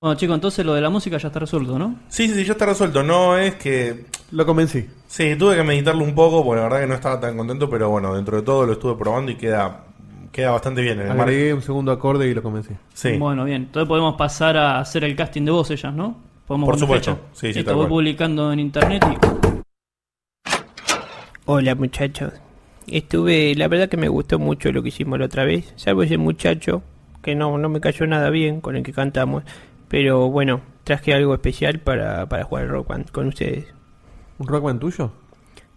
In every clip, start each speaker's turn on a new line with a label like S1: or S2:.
S1: Bueno, chicos, entonces lo de la música ya está resuelto, ¿no?
S2: Sí, sí, sí, ya está resuelto. No es que.
S3: Lo convencí.
S2: Sí, tuve que meditarlo un poco, porque la verdad que no estaba tan contento, pero bueno, dentro de todo lo estuve probando y queda, queda bastante bien. En el margen.
S3: Agregué un segundo acorde y lo convencí.
S2: Sí.
S1: Bueno, bien. Entonces podemos pasar a hacer el casting de voces ya, ¿no? Podemos
S2: Por
S1: poner
S2: supuesto.
S1: fecha.
S2: Sí, sí,
S1: Listo,
S2: tal
S1: voy
S2: cual.
S1: publicando en internet y...
S4: Hola muchachos. Estuve, la verdad que me gustó mucho lo que hicimos la otra vez, salvo ese muchacho que no, no me cayó nada bien con el que cantamos, pero bueno, traje algo especial para, para jugar rock band con ustedes.
S3: ¿Un rockman tuyo?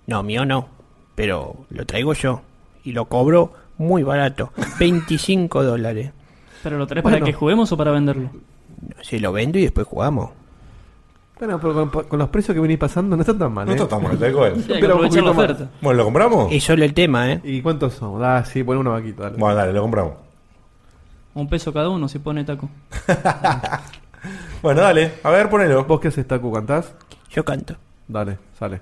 S4: No, mío no, pero lo traigo yo y lo cobro muy barato, 25 dólares.
S1: ¿Pero lo traes para
S3: Bueno.
S1: que juguemos o para venderlo?
S4: Se lo vendo y después jugamos.
S3: Bueno, pero con, con los precios que venís pasando no está tan mal.
S2: No
S3: ¿eh?
S2: está tan mal, tal cual.
S1: Sí, hay que
S3: Pero un
S1: aprovechar
S3: poquito
S1: la
S3: más.
S1: oferta.
S2: Bueno, ¿lo compramos?
S4: Es solo el tema, ¿eh?
S3: ¿Y cuántos son? Ah, sí, pon una vaquita, dale.
S2: Bueno, dale, lo compramos.
S1: Un peso cada uno si pone taco.
S2: Bueno, dale, a ver, ponelo.
S3: ¿Vos qué haces, Taku? ¿Cantás?
S4: Yo canto.
S3: Dale, sale.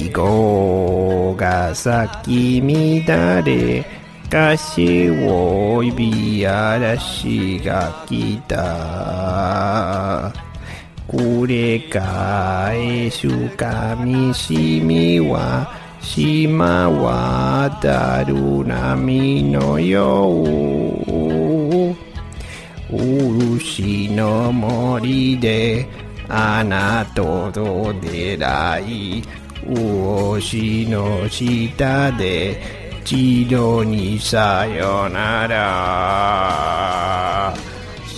S4: Deigo gasaki midare kashi wo ibarashi ga kita kure ka esu kami shimi wa shima wa darunami no you 漆の森で穴とどでない牛の下で白にさよなら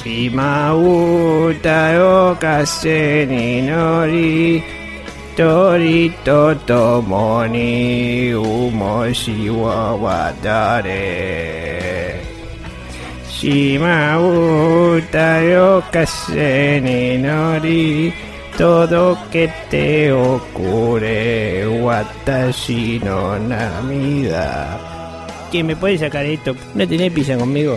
S4: 島歌を風に乗り鳥と共に面白は誰島歌よ風に乗り届けておくれ私の涙 ¿Quién me puede sacar esto? ¿No tenés pizza conmigo?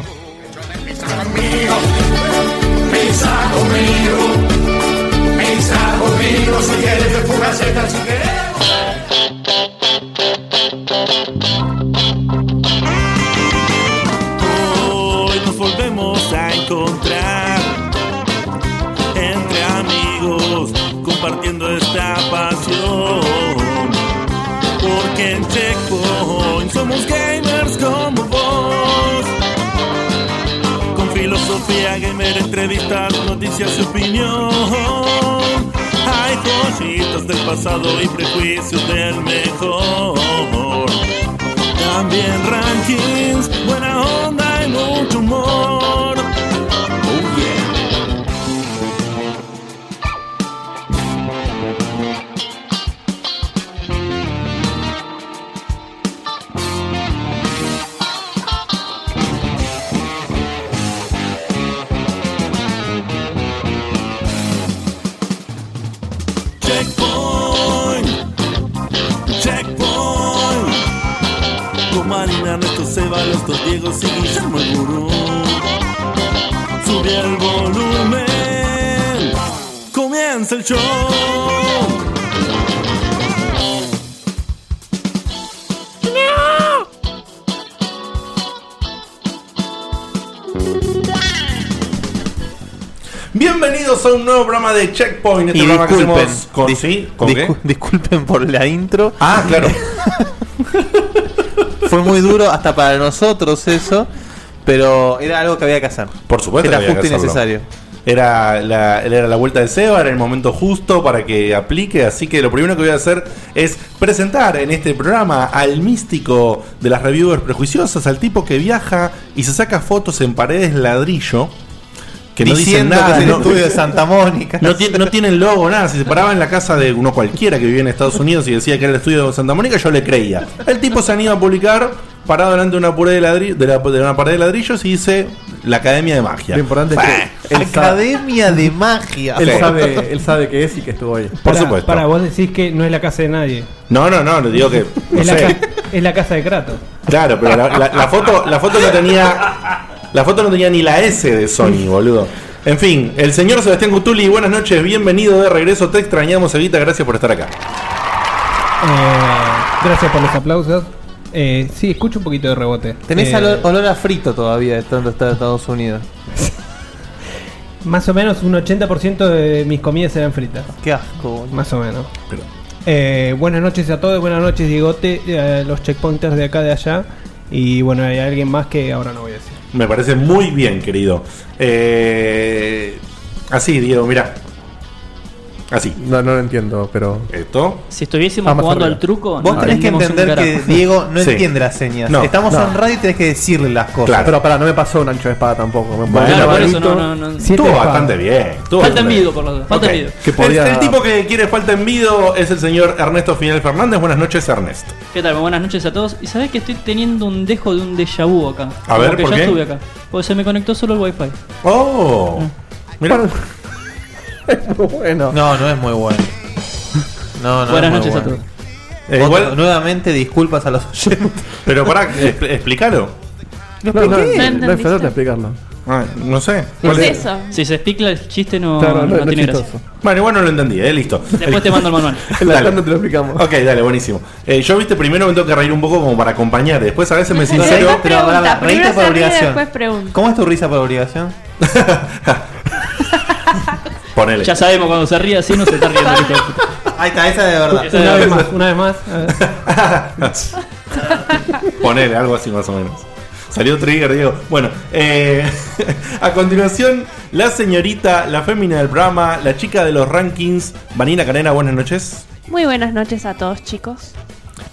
S5: Hoy nos volvemos a encontrar entre amigos compartiendo esta pasión. Porque en Checkpoint somos gamers como vos. Con filosofía gamer, entrevistas, noticias y opinión. Hay cositas del pasado y prejuicios del mejor. También rankings, buena onda y mucho humor. Oh yeah. Checkpoint. Checkpoint. Con Marina, Ernesto, Seba, los dos Diegos y Guillermo el gurú. Sube el volumen. Comienza el show.
S2: Bienvenidos a un nuevo programa de Checkpoint. Este programa que hacemos con.
S6: dis-
S2: ¿Sí? ¿Con qué?
S6: discu- disculpen por la intro.
S2: Ah, claro.
S6: Fue muy duro hasta para nosotros eso, pero era algo que había que hacer.
S2: Por supuesto.
S6: Era
S2: que había que
S6: justo y
S2: hacerlo.
S6: necesario.
S2: Era la, era la vuelta de Seba, era el momento justo para que aplique. Así que lo primero que voy a hacer es presentar en este programa al místico de las reviewers prejuiciosas, al tipo que viaja y se saca fotos en paredes ladrillo. Que no dicen
S6: Diciendo
S2: nada,
S6: que es el
S2: no,
S6: estudio de Santa Mónica.
S2: no, tiene- no tienen logo, nada. Si se paraba en la casa de uno cualquiera que vivía en Estados Unidos y decía que era el estudio de Santa Mónica, yo le creía. El tipo se anima a publicar parado delante de una, puré de ladri- de la- de una pared de ladrillos y dice la Academia de Magia.
S3: Lo importante es que él, sabe,
S6: Academia de Magia.
S3: él,
S2: Sí.
S3: sabe, él sabe que es y que estuvo ahí.
S2: Por
S7: Pará,
S2: supuesto.
S7: Pará, vos decís que no es la casa de nadie.
S2: No, no, no, le digo que. no
S7: es, la
S2: sé.
S7: ca- es la casa de Kratos.
S2: Claro, pero la, la- la foto, la foto no tenía. La foto no tenía ni la S de Sony, boludo. En fin, el señor Sebastián Cutuli, buenas noches, bienvenido de regreso. Te extrañamos, Evita, gracias por estar acá.
S7: Eh, gracias por los aplausos. Eh, sí, escucho un poquito de rebote.
S6: Tenés
S7: Eh,
S6: olor, olor a frito todavía estando en Estados Unidos.
S7: Más o menos un 80% de mis comidas eran fritas.
S6: Qué asco.
S7: Más o menos. Eh, buenas noches a todos, buenas noches Digote, eh, los checkpointers de acá de allá. Y bueno, hay alguien más que ahora no voy a decir.
S2: Me parece muy bien, querido. Eh, así, Diego, mirá. Así.
S8: No, no lo entiendo, pero.
S2: Esto.
S1: Si estuviésemos
S8: Vamos
S1: jugando
S8: arriba.
S1: al truco,
S6: Vos
S1: no
S6: tenés que
S1: entendemos un
S6: entender que
S1: carajo.
S6: Diego no
S2: Sí.
S6: entiende las señas.
S2: No,
S6: Estamos
S8: no.
S6: en radio y tenés que decirle las cosas.
S2: Claro.
S8: Pero pará, no me pasó un ancho de espada tampoco. Me
S2: Bueno,
S8: pasó
S1: Claro,
S8: un
S1: por eso
S8: barrito.
S1: no, no, no.
S8: Siete
S2: Estuvo
S8: espadas.
S2: bastante bien. estuvo
S1: Falta en
S2: bastante
S1: vido,
S2: bien.
S1: por los dos. Falta
S2: Ok.
S1: en vido.
S8: Que podía-
S2: El, el tipo que quiere falta en vido es el señor Ernesto Final Fernández. Buenas noches, Ernesto.
S1: ¿Qué tal? Buenas noches a todos. Y sabés que estoy teniendo un dejo de un déjà vu acá.
S2: A ver,
S1: Porque
S2: ¿por
S1: ya
S2: qué?
S1: estuve acá. Porque se me conectó solo el wifi.
S2: Oh.
S6: Mm.
S2: Mirá.
S8: bueno.
S6: No, no es muy bueno. No, no
S1: Buenas
S6: es muy
S1: noches a
S6: bueno.
S1: todos.
S2: Eh,
S6: Otra-
S2: igual-
S6: Nuevamente disculpas a los oyentes.
S2: pero pará, expl- explícalo.
S8: No, no, no,
S9: ¿No
S8: no hay
S9: entendiste?
S8: falta de explicarlo.
S2: Ah, no sé.
S9: ¿Qué
S2: ¿Cuál
S9: es
S2: es?
S9: eso?
S1: Si se explica el chiste no,
S8: Claro,
S1: no
S8: no, no es
S1: tiene gracia.
S8: chistoso.
S2: Bueno, igual no lo entendí, eh, listo.
S1: Después te mando el manual.
S8: En la
S2: Dale.
S8: tarde te lo explicamos.
S2: Ok, dale, buenísimo. Eh, yo, viste, primero me tengo que reír un poco como para acompañar. Después a veces me
S9: Pero
S2: sincero.
S9: después
S6: pero,
S9: pregunta,
S6: pará, pará,
S9: primero
S6: reíste por
S9: se ríe,
S6: obligación.
S9: después pregunta.
S6: ¿Cómo es tu risa por obligación?
S2: Ponele.
S1: Ya sabemos cuando se ríe así no se está riendo. el hijo de puta.
S6: Ahí está, esa de verdad.
S1: Esa
S7: Una
S1: es
S7: vez
S1: la-
S7: más, una vez más. a ver.
S2: Ponele, algo así más o menos. Salió Trigger, Diego. Bueno, eh, a continuación, la señorita, la fémina del programa, la chica de los rankings, Vanina Canena, buenas noches.
S9: Muy buenas noches a todos, chicos.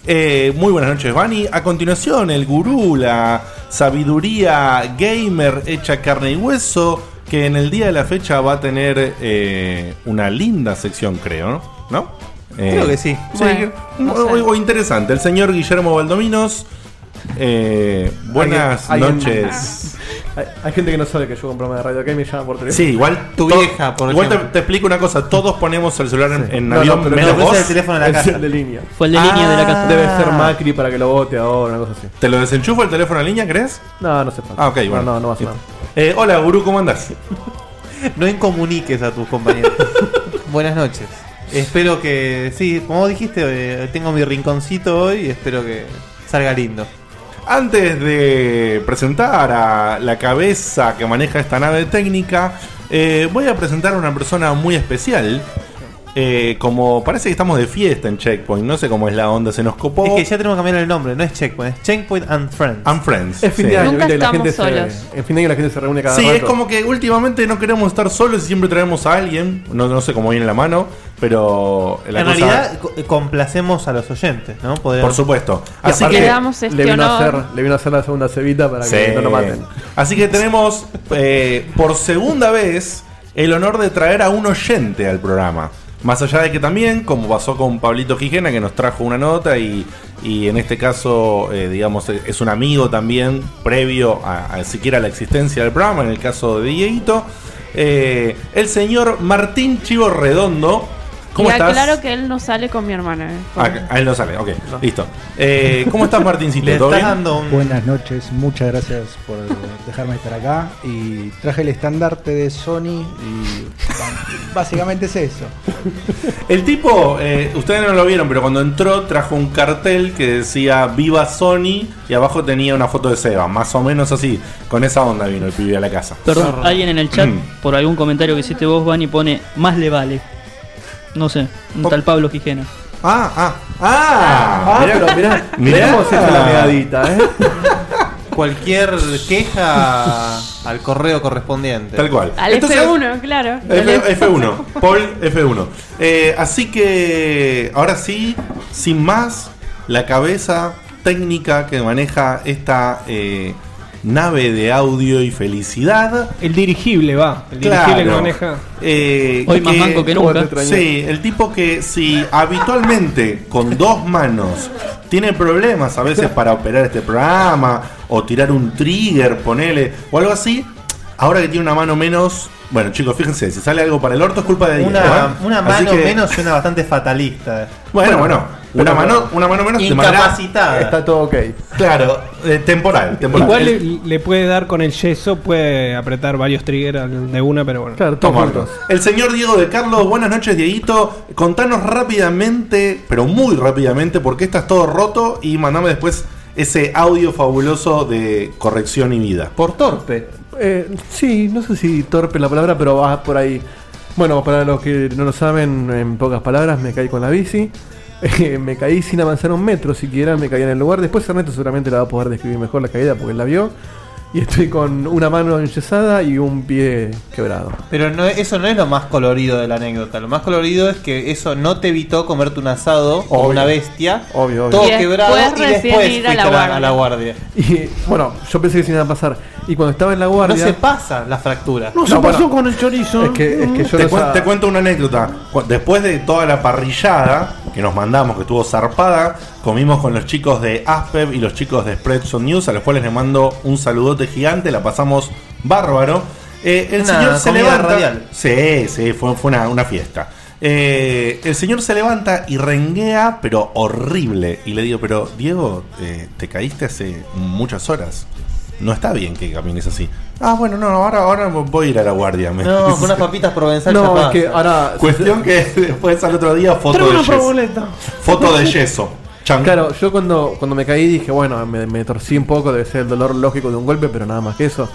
S2: Eh, muy buenas noches, Vani. A continuación, el gurú, la sabiduría gamer hecha carne y hueso, que en el día de la fecha va a tener eh, una linda sección, creo, ¿no? ¿No? Eh,
S6: Creo que sí.
S2: Sí,
S9: Bueno,
S2: que-
S9: no
S2: o-
S9: sé.
S2: o interesante. El señor Guillermo Valdominos. eh, buenas
S8: Alguien- alguien-
S2: noches.
S8: Hay, hay gente que no sabe que yo compro de radio que me llama por teléfono.
S2: Sí, igual
S6: Tu
S2: to-
S6: vieja, por
S2: Igual te,
S6: ejemplo.
S2: te explico una cosa. Todos ponemos el celular en, en
S8: No, no,
S2: avión
S8: pero
S2: menos
S6: no,
S2: vos.
S6: ese es el teléfono de la
S8: Es
S6: casa.
S8: el de línea.
S1: Fue el de línea de la casa.
S8: Debe ser Macri para que lo vote ahora, una cosa así.
S2: ¿Te lo desenchufo el teléfono en línea, crees?
S8: No, no se falta.
S2: Ah, ok,
S8: No,
S2: bueno.
S8: No, no, pasa nada.
S2: Eh, hola, gurú, ¿cómo andás?
S6: No incomuniques a tus compañeros. Buenas noches. Espero que, sí, como dijiste, eh, tengo mi rinconcito hoy y espero que salga lindo.
S2: Antes de presentar a la cabeza que maneja esta nave técnica, eh, voy a presentar a una persona muy especial. Eh, como parece que estamos de fiesta en Checkpoint, no sé cómo es la onda, se nos copó.
S6: Es que ya tenemos que cambiar el nombre, no es Checkpoint, es Checkpoint and Friends.
S2: I'm Friends.
S8: Es fin
S2: sí.
S8: de año,
S9: Nunca
S8: viste, que la gente
S9: estamos solos.
S8: se, En fin de año la gente se reúne cada
S2: Sí,
S8: rato.
S2: es como que últimamente no queremos estar solos y siempre traemos a alguien. No, no sé cómo viene la mano, pero la
S6: en
S2: cosa-
S6: realidad co- eh, complacemos a los oyentes, ¿no? Podríamos-
S2: por supuesto.
S8: Y
S2: Así
S8: aparte,
S9: Le
S2: que,
S9: damos este
S8: le vino, a
S9: honor.
S8: hacer, le vino a hacer la segunda cevita para que
S2: Sí.
S8: no lo maten.
S2: Así que tenemos eh, por segunda vez el honor de traer a un oyente al programa. Más allá de que también, como pasó con Pablito Gijena, que nos trajo una nota y, y en este caso, eh, digamos, eh, es un amigo también previo a, a siquiera la existencia del programa, en el caso de Dieguito, eh, el señor Martín Chivo Redondo. ¿Cómo
S9: y
S2: estás?
S9: aclaro que él no sale con mi hermana. eh.
S2: Ah, a él no sale, ok, listo. Eh, ¿Cómo estás, Martincito?
S6: Le
S2: ¿Todo
S6: estás
S2: bien?
S6: dando un...
S10: Buenas noches, muchas gracias por dejarme estar acá y traje el estandarte de Sony y básicamente es eso.
S2: El tipo, eh, ustedes no lo vieron, pero cuando entró trajo un cartel que decía Viva Sony y abajo tenía una foto de Seba, más o menos así. Con esa onda vino el pibe a la casa.
S1: Perdón, alguien en el chat,
S6: Mm.
S1: por algún comentario que hiciste vos, Van, y pone más le vale. No sé, un
S2: Oh.
S1: tal Pablo Quijena.
S2: Ah, ah, ah.
S8: Ah,
S2: mirá,
S8: pero mirá,
S2: mirá.
S8: mirá cómo se hace la meadita, ¿eh?
S6: cualquier queja al correo correspondiente.
S2: tal cual.
S9: Al
S2: Entonces,
S9: F1, claro.
S2: F- F1, Paul F1. Eh, así que ahora sí, sin más, la cabeza técnica que maneja esta eh, nave de audio y felicidad.
S7: El dirigible va, el dirigible que
S2: Claro.
S7: maneja.
S2: Eh,
S1: Hoy más manco que
S8: ¿Cómo te
S1: nunca.
S8: extrañé?
S2: Sí, el tipo que si habitualmente con dos manos tiene problemas a veces para operar este programa o tirar un trigger, ponele, o algo así, ahora que tiene una mano menos... Bueno chicos, fíjense, si sale algo para el orto es culpa de Diego,
S6: Una,
S2: ¿eh?
S6: una
S2: Así
S6: mano
S2: que-
S6: menos suena bastante fatalista.
S2: Bueno, bueno, una,
S8: Pero-
S2: mano, una mano menos de manera...
S6: Incapacitada.
S8: Está todo ok.
S2: Claro, eh, temporal, temporal.
S7: Igual le,
S2: El-
S7: le puede dar con el yeso, puede apretar varios triggers al- de una, pero bueno.
S8: Claro, todos
S2: Toma.
S8: juntos.
S2: El señor Diego de Carlos, buenas noches Dieguito. Contanos rápidamente, pero muy rápidamente, porque estás todo roto y mandame después ese audio fabuloso de corrección y vida.
S6: Por torpe.
S8: Eh, sí, no sé si torpe la palabra, pero va por ahí. Bueno, para los que no lo saben, en pocas palabras, me caí con la bici. Eh, me caí sin avanzar un metro siquiera, me caí en el lugar. Después Ernesto seguramente la va a poder describir mejor la caída porque él la vio. Y estoy con una mano enyesada y un pie quebrado.
S6: Pero no, eso no es lo más colorido de la anécdota. Lo más colorido es que eso no te evitó comerte un asado o
S8: Obvio.
S6: una bestia.
S8: Obvio, obvio.
S6: Todo
S8: Y después
S6: quebrado y
S8: recién
S6: después
S8: ir a
S6: fuiste
S8: la
S6: a la,
S8: guardia.
S6: a la guardia.
S8: Y eh, bueno, yo pensé que se iba a pasar. Y cuando estaba en la
S6: No
S8: guardia.
S6: se pasa la fractura.
S8: No, bueno,
S10: con el chorizo.
S8: Es que, es que yo
S2: te,
S8: no
S2: cuen-
S8: sabía.
S2: te cuento una anécdota. Cu- Después de toda la parrillada que nos mandamos, que estuvo zarpada, comimos con los chicos de Aspeb y los chicos de Spreadson News, a los cuales les mando un saludote gigante, la pasamos bárbaro. Eh, el
S6: Una
S2: señor se
S6: comida
S2: levanta.
S6: radial.
S2: Sí, sí, fue, fue una, una fiesta. Eh, el señor se levanta y renguea, pero horrible. Y le digo, pero Diego, eh, te caíste hace muchas horas. No está bien que camines así. Ah, bueno, no, ahora, ahora voy a ir a la guardia. me
S6: No,
S2: dice.
S6: con unas papitas provenzales.
S2: No,
S6: ya
S2: es que
S6: pasa.
S2: ahora- Cuestión que después al otro día foto de yeso. Foto de yeso.
S8: Claro, yo cuando, cuando me caí dije, bueno, me, me torcí un poco, debe ser el dolor lógico de un golpe, pero nada más que eso.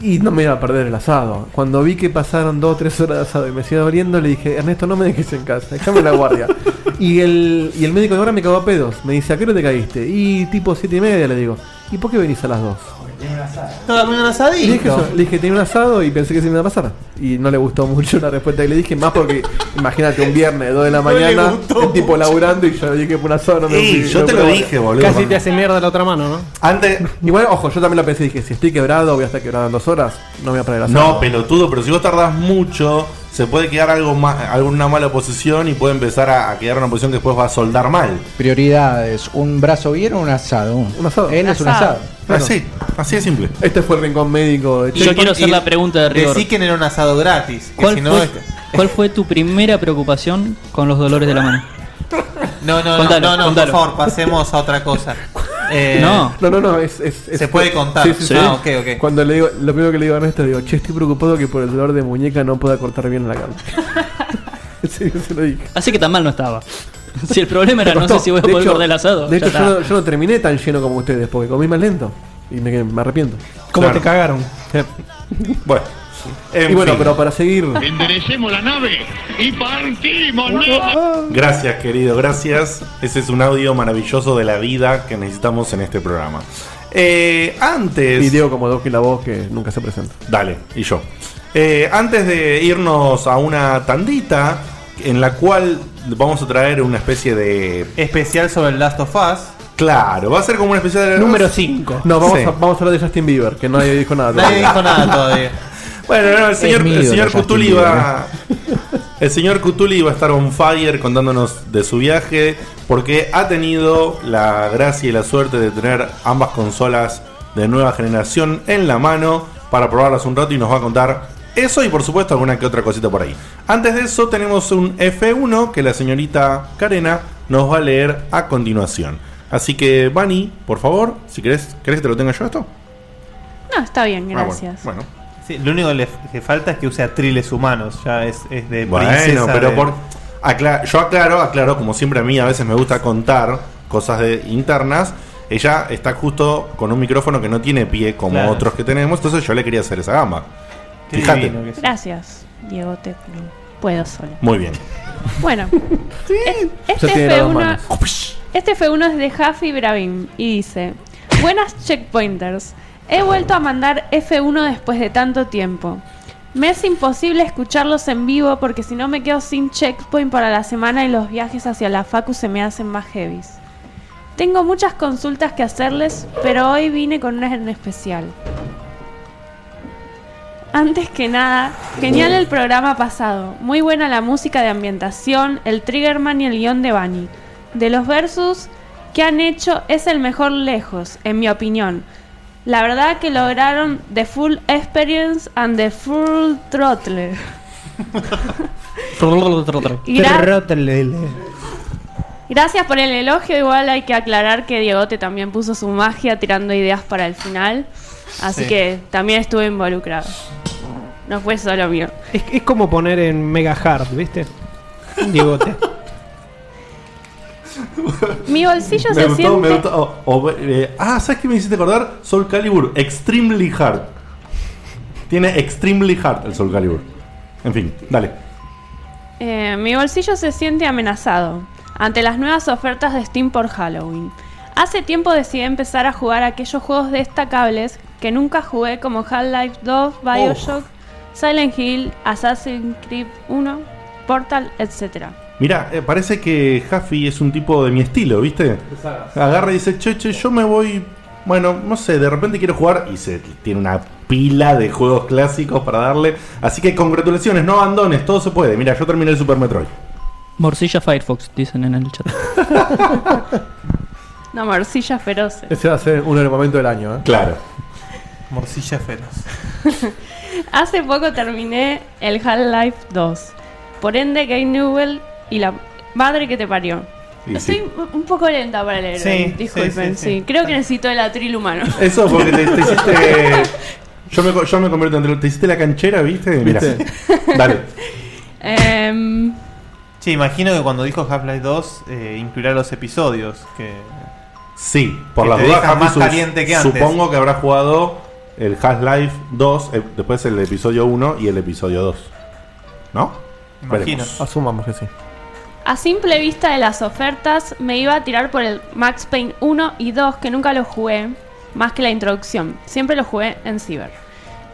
S8: Y no me iba a perder el asado. Cuando vi que pasaron dos o tres horas de asado y me sigue doliendo, le dije, Ernesto, no me dejes en casa, déjame en la guardia. y, el, y el médico de ahora me cagó a pedos. Me dice, ¿a qué hora te caíste? Y tipo siete y media le digo, ¿y por qué venís a las dos?
S6: Estaba comiendo un
S8: Le dije,
S6: asadito.
S8: eso, le dije, tenía un asado y pensé que se me iba a pasar. Y no le gustó mucho la respuesta que le dije, más porque imagínate un viernes, 2 de la
S6: No le
S8: mañana,
S6: gustó
S8: el tipo laburando y yo le dije, por un asado no me
S2: Y
S8: fui,
S2: yo
S8: no
S2: te
S8: me
S2: lo
S8: voy.
S2: dije, boludo.
S7: Casi te hace mierda la otra mano, ¿no?
S2: Antes.
S8: Igual, ojo, yo también lo pensé, dije, si estoy quebrado, voy a estar quebrado en dos horas, no me voy a perder el asado.
S2: No, pelotudo, pero si vos tardás mucho, se puede quedar algo más, alguna mala posición y puede empezar a, a quedar en una posición que después va a soldar mal.
S10: Prioridades, un brazo bien o un asado. Un
S8: asado.
S10: Él es un asado.
S2: Así, así de simple.
S8: Este fue el rincón médico de
S1: Yo quiero hacer la pregunta de rigor.
S6: Decí que no era un asado gratis. Que
S1: ¿Cuál,
S6: si no,
S1: fue,
S6: este-
S1: cuál fue tu primera preocupación con los dolores de la mano?
S6: no, no, no,
S1: Contalo,
S6: no, no,
S1: contalo.
S6: por favor, pasemos a otra cosa. Eh,
S1: No.
S8: No, no, no, es, es- es-
S6: Se puede contar.
S8: Sí, sí, sí.
S6: Ah, ok, ok.
S8: Cuando le digo, lo primero que le digo a Ernesto, le digo, che, estoy preocupado que por el dolor de muñeca no pueda cortar bien la carne. sí, se lo dije.
S1: Así que tan mal no estaba. Si el problema era no sé si voy a
S8: De
S1: poder
S8: hecho-
S1: cortar el asado.
S8: De
S1: ya
S8: hecho, yo
S1: está.
S8: no, yo no terminé tan lleno como ustedes, porque comí más lento. Y me, me arrepiento.
S7: ¿Cómo te cagaron?
S2: Bueno.
S8: y bueno, pero para seguir.
S11: Enderecemos la nave y partimos.
S8: ah.
S11: ¿no?
S2: Gracias, querido, gracias. Ese es un audio maravilloso de la vida que necesitamos en este programa. Eh, antes.
S8: Y Diego como dos que la voz que nunca se presenta.
S2: Dale, y yo. Eh, antes de irnos a una tandita en la cual vamos a traer una especie de...
S6: Especial sobre el Last of Us.
S2: Claro, va a ser como una especial de...
S6: Número cinco.
S8: No, vamos,
S2: Sí.
S8: a, vamos a hablar de Justin Bieber, que nadie dijo nada.
S6: Nadie dijo nada todavía.
S2: Bueno, no, el señor,
S8: Es mi
S2: el
S8: ídolo,
S2: señor
S8: Justin
S2: Cutuli
S8: Bieber,
S6: ¿eh?
S8: ¿eh?
S2: va... El señor Cutuli va a estar on fire contándonos de su viaje porque ha tenido la gracia y la suerte de tener ambas consolas de nueva generación en la mano para probarlas un rato y nos va a contar eso y por supuesto alguna que otra cosita por ahí. Antes de eso tenemos un F1 que la señorita Karena nos va a leer a continuación. Así que, Bani, por favor, si querés, ¿querés que te lo tenga yo esto?
S9: No, está bien,
S2: Ah, bueno,
S9: gracias.
S2: bueno.
S6: Sí, lo único que le que falta es que use atriles humanos. Ya es, es de
S2: Bueno,
S6: princesa
S2: pero
S6: de-
S2: por. acla- yo aclaro, aclaro, como siempre a mí a veces me gusta contar cosas de internas. Ella está justo con un micrófono que no tiene pie como
S9: Claro.
S2: otros que tenemos, entonces yo le quería hacer esa gamba. Fíjate.
S9: Gracias, Diego, te no puedo sola.
S2: Muy bien.
S9: Bueno, e-
S2: Ya tiene
S9: este,
S2: las
S9: fue
S2: dos
S9: uno,
S2: manos.
S9: este fue uno de Jaffi Bravin y dice: Buenas checkpointers. He vuelto a mandar F1 después de tanto tiempo. Me es imposible escucharlos en vivo porque si no me quedo sin checkpoint para la semana y los viajes hacia la Facu se me hacen más heavies. Tengo muchas consultas que hacerles, pero hoy vine con una en especial. Antes que nada, genial el programa pasado. Muy buena la música de ambientación, el Triggerman y el guión de Bani. De los versus que han hecho es el mejor lejos, en mi opinión. La verdad que lograron The Full Experience and The Full Throttle. Gra- Gracias por el elogio, igual hay que aclarar que Diegote también puso su magia tirando ideas para el final. Así
S7: Sí.
S9: que también estuve involucrado. No fue solo mío.
S7: Es, es como poner en Mega Hard, ¿viste? Digote.
S9: Mi bolsillo
S2: Me
S9: se
S2: gustó,
S9: siente.
S2: me gustó. O- o- eh, ah, ¿sabes qué me hiciste acordar? Soul Calibur, Extremely Hard. Tiene Extremely Hard el Soul Calibur. En fin, dale.
S9: Eh, mi bolsillo se siente amenazado ante las nuevas ofertas de Steam por Halloween. Hace tiempo decidí empezar a jugar aquellos juegos destacables que nunca jugué como Half-Life 2, Bioshock, Silent Hill, Assassin's Creed 1, Portal, etc.
S2: Mira, eh, parece que Huffy es un tipo de mi estilo, ¿viste? Agarra y dice, che, che, yo me voy. Bueno, no sé, de repente quiero jugar. Y se tiene una pila de juegos clásicos para darle. Así que congratulaciones, no abandones, todo se puede. Mira, yo terminé el Super Metroid.
S1: Morcilla Firefox, dicen en el chat.
S9: No, morcillas feroces.
S8: Ese va a ser uno de los momentos del año, ¿eh?
S2: Claro.
S6: Morcilla feroz.
S9: Hace poco terminé el Half-Life 2. Por ende, Gabe Newell y la madre que te parió. Estoy un- un poco lenta para leer.
S2: Sí,
S9: hoy,
S2: sí,
S9: Disculpen,
S2: sí,
S9: sí,
S2: sí.
S9: Creo que necesito el atril humano.
S2: Eso porque te, te hiciste. Yo me, co- yo me convierto en. Te hiciste la canchera, ¿viste? Mirá.
S6: ¿Viste?
S2: Dale.
S9: Em,
S6: Sí, imagino que cuando dijo Half-Life 2 eh, incluirá los episodios. Que...
S2: Sí, por
S6: Que
S2: las
S6: te
S2: dudas,
S6: deja
S2: Happy,
S6: más
S2: su-
S6: caliente que antes.
S2: Supongo que habrá jugado el Half-Life 2, eh, después el episodio 1 y el episodio 2. ¿No?
S8: Imagino.
S2: Veremos.
S8: Asumamos que sí.
S9: a simple vista de las ofertas, me iba a tirar por el Max Payne 1 y 2, que nunca lo jugué, más que la introducción. Siempre lo jugué en Cyber.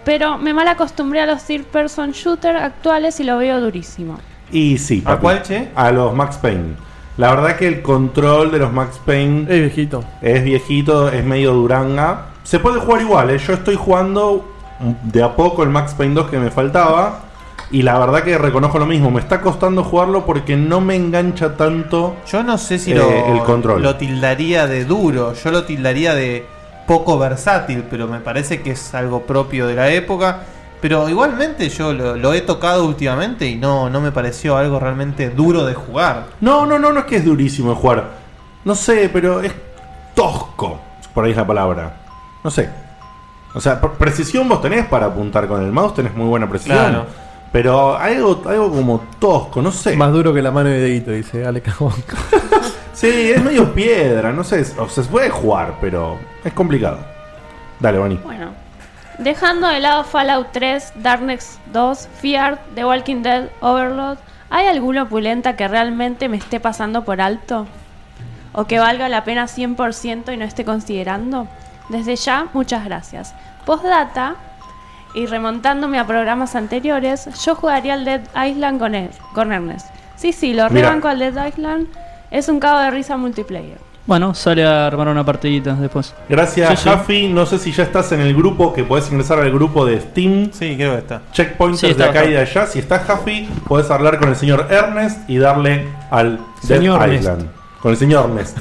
S9: Pero me mal acostumbré a los third person shooter actuales y lo veo durísimo.
S2: Y sí. ¿A cuál,
S6: che?
S2: A los Max Payne. La verdad que el control de los Max Payne.
S8: Es viejito.
S2: Es viejito, es medio duranga. Se puede jugar igual, ¿eh? yo estoy jugando de a poco el Max Payne 2 que me faltaba. Y la verdad que reconozco lo mismo, me está costando jugarlo porque no me engancha tanto.
S6: Yo no sé si
S2: Eh,
S6: lo,
S2: el control.
S6: lo tildaría de duro, yo lo tildaría de poco versátil, pero me parece que es algo propio de la época. Pero igualmente yo lo, lo he tocado últimamente y no, no me pareció algo realmente duro de jugar.
S2: No, no, no, no es que es durísimo de jugar. No sé, pero es tosco, por ahí es la palabra. No sé. O sea, pre- precisión vos tenés para apuntar con el mouse, tenés muy buena precisión.
S8: Claro.
S2: Pero algo, algo como tosco, no sé.
S8: Más duro que la mano de Deito, dice Ale Cajón.
S2: Sí, es medio piedra, no sé. es- O sea, se puede jugar, pero es complicado. Dale, Bani.
S9: Bueno, dejando de lado Fallout 3, Darkness 2, Fear, The Walking Dead, Overlord, ¿hay alguna opulenta que realmente me esté pasando por alto? ¿O que valga la pena 100% y no esté considerando? Desde ya, muchas gracias. Postdata, y remontándome a programas anteriores, yo jugaría al Dead Island con, él, con Ernest. Sí, sí, lo
S1: Mirá.
S9: rebanco al Dead Island. Es un cabo de risa multiplayer.
S1: Bueno, sale a armar una partidita después.
S2: Gracias,
S1: Sí, sí.
S2: Jaffi. No sé si ya estás en el grupo, que podés ingresar al grupo de Steam.
S6: Sí, creo que está.
S2: Checkpointers
S1: Sí, está
S2: de acá y de
S1: bastante.
S2: allá. Si estás Jaffi, podés hablar con el señor Ernest y darle al Dead
S8: Señor Ernest.
S2: Island. Con el señor Ernest.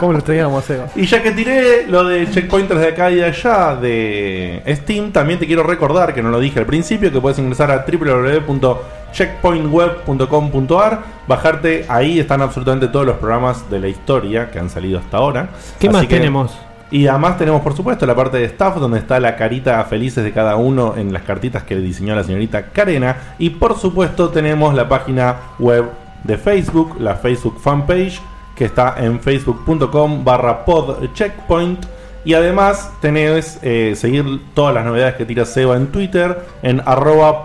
S8: ¿Cómo lo extrañamos, Seba?
S2: Y ya que tiré lo de checkpointers de acá y de allá de Steam, también te quiero recordar que no lo dije al principio, que puedes ingresar a www.checkpointweb.com.ar, bajarte, ahí están absolutamente todos los programas de la historia que han salido hasta ahora.
S7: ¿Qué
S2: Así
S7: más
S2: que-
S7: tenemos?
S2: Y además tenemos, por supuesto, la parte de staff donde está la carita felices de cada uno en las cartitas que le diseñó la señorita Karena. Y por supuesto tenemos la página web de Facebook, la Facebook fanpage, que está en facebook.com barra podcheckpoint. Y además tenés eh, seguir todas las novedades que tira Seba en Twitter en arroba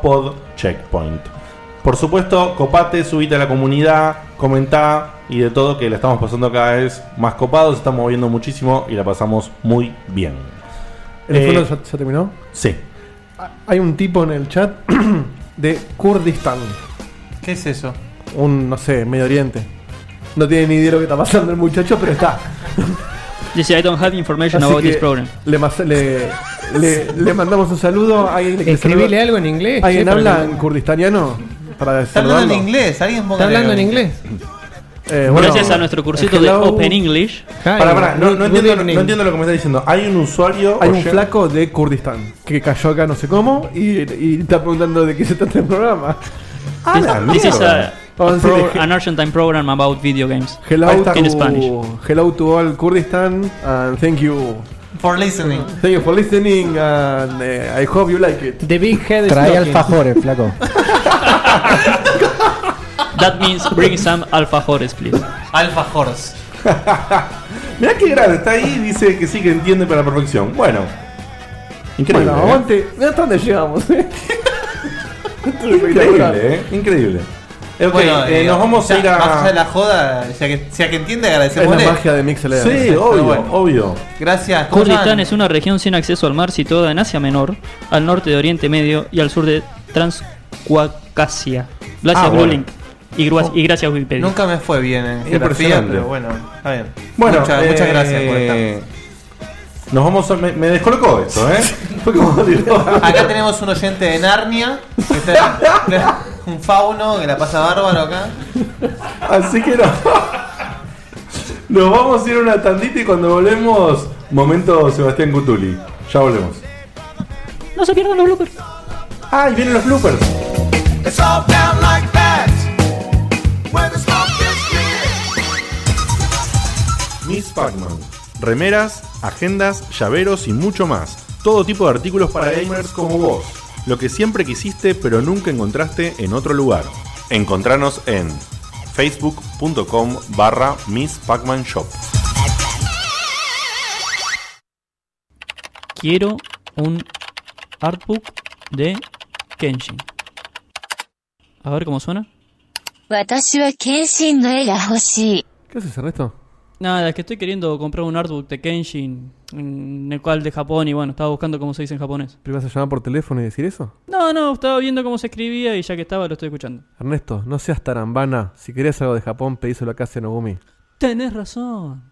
S2: podcheckpoint. Por supuesto, copate, subite a la comunidad, comentá y de todo que la estamos pasando cada vez más copados, se está moviendo muchísimo y la pasamos muy bien.
S8: ¿El
S2: Eh,
S8: fondo ya, ya terminó?
S2: Sí.
S8: Hay un tipo en el chat de Kurdistán.
S6: ¿Qué es eso?
S8: Un, no sé, Medio Oriente. No tiene ni idea de lo que está pasando el muchacho, pero está.
S1: Dice, I don't have information
S8: Así
S1: about
S8: que
S1: this program.
S8: Le, mas- le, le- le mandamos un saludo. ¿Alguien le quiere
S7: Escribile
S8: saludar?
S7: algo en inglés,
S8: ¿Alguien
S7: che,
S8: habla
S7: para que-
S8: en kurdistaniano? Para
S6: Está hablando en
S8: saludarlo.
S6: inglés, alguien
S8: Está hablando en inglés. Eh, bueno,
S1: Gracias a nuestro cursito
S8: hello.
S1: de Open English.
S2: Pará, pará,
S8: eh,
S2: no, no entiendo, no entiendo lo que me está diciendo. Hay un usuario.
S8: Hay un
S2: oyen-
S8: flaco de Kurdistán que cayó acá no sé cómo y, y está preguntando de qué se trata el programa.
S2: Ah, la
S1: This is
S2: mierda.
S1: a,
S8: Vamos a
S1: a
S8: decirle
S1: pro- an Argentine program about video games.
S8: Hello Uh.
S1: in Spanish.
S8: to, hello to all Kurdistan and thank you
S6: for listening.
S8: Thank you for listening and eh, I hope you like it.
S7: The big
S8: este
S7: head
S10: Trae alfajores, flaco.
S1: That means bring some alfajores, please.
S6: Alfa Horse.
S2: Mirá qué grande, está ahí y dice que sí que entiende para la perfección. Bueno. Increíble.
S8: Bueno,
S2: ¿eh?
S8: aguante. Mira hasta dónde llegamos, eh.
S2: Increíble, ¿eh? Increíble. Ok, eh, nos vamos a ir a.
S6: Más allá de la joda, ya que, ya que entiende, agradecemos.
S2: Sí, obvio, obvio.
S6: Gracias. ¿cómo
S1: Kurdistán
S6: llaman?
S1: es una región sin acceso al mar situada en Asia Menor, al norte de Oriente Medio y al sur de Transcaucasia. Gracias,
S6: Ah,
S1: Blue
S6: bueno.
S1: Link. Y, gru- y gracias, Wikipedia.
S6: Nunca me fue bien en geografía,
S2: Impresionante.
S6: pero bueno, está bien.
S2: Bueno,
S6: muchas,
S2: eh,
S6: muchas gracias por estar.
S2: Nos vamos a. Me, me descolocó esto, ¿eh? Fue como digo.
S6: Acá tenemos un oyente de Narnia, que está- un fauno que la pasa bárbaro acá.
S2: Así que no. Nos vamos a ir a una tandita y cuando volvemos, momento Sebastián Cutuli. Ya volvemos.
S1: No se pierdan los bloopers.
S2: Ah, y vienen los bloopers.
S11: It's all down like that. Where the smoke is
S2: Miss Pac-Man. Remeras, agendas, llaveros y mucho más. Todo tipo de artículos para gamers como vos. Lo que siempre quisiste pero nunca encontraste en otro lugar. Encontranos en facebook.com barra Miss Pac-Man Shop.
S1: Quiero un artbook de Kenshin. A ver cómo suena.
S12: 私は謙信の絵が欲しい。
S8: ¿Qué haces, Ernesto?
S1: Nada, es que estoy queriendo comprar un artbook de Kenshin, en el cual de Japón, y bueno, estaba buscando cómo se dice en japonés.
S8: ¿Pero ibas a llamar por teléfono y decir eso?
S1: No, no, estaba viendo cómo se escribía y ya que estaba lo estoy escuchando.
S8: Ernesto, no seas tarambana. Si querías algo de Japón, pedíselo acá a Nogumi.
S1: Tenés razón.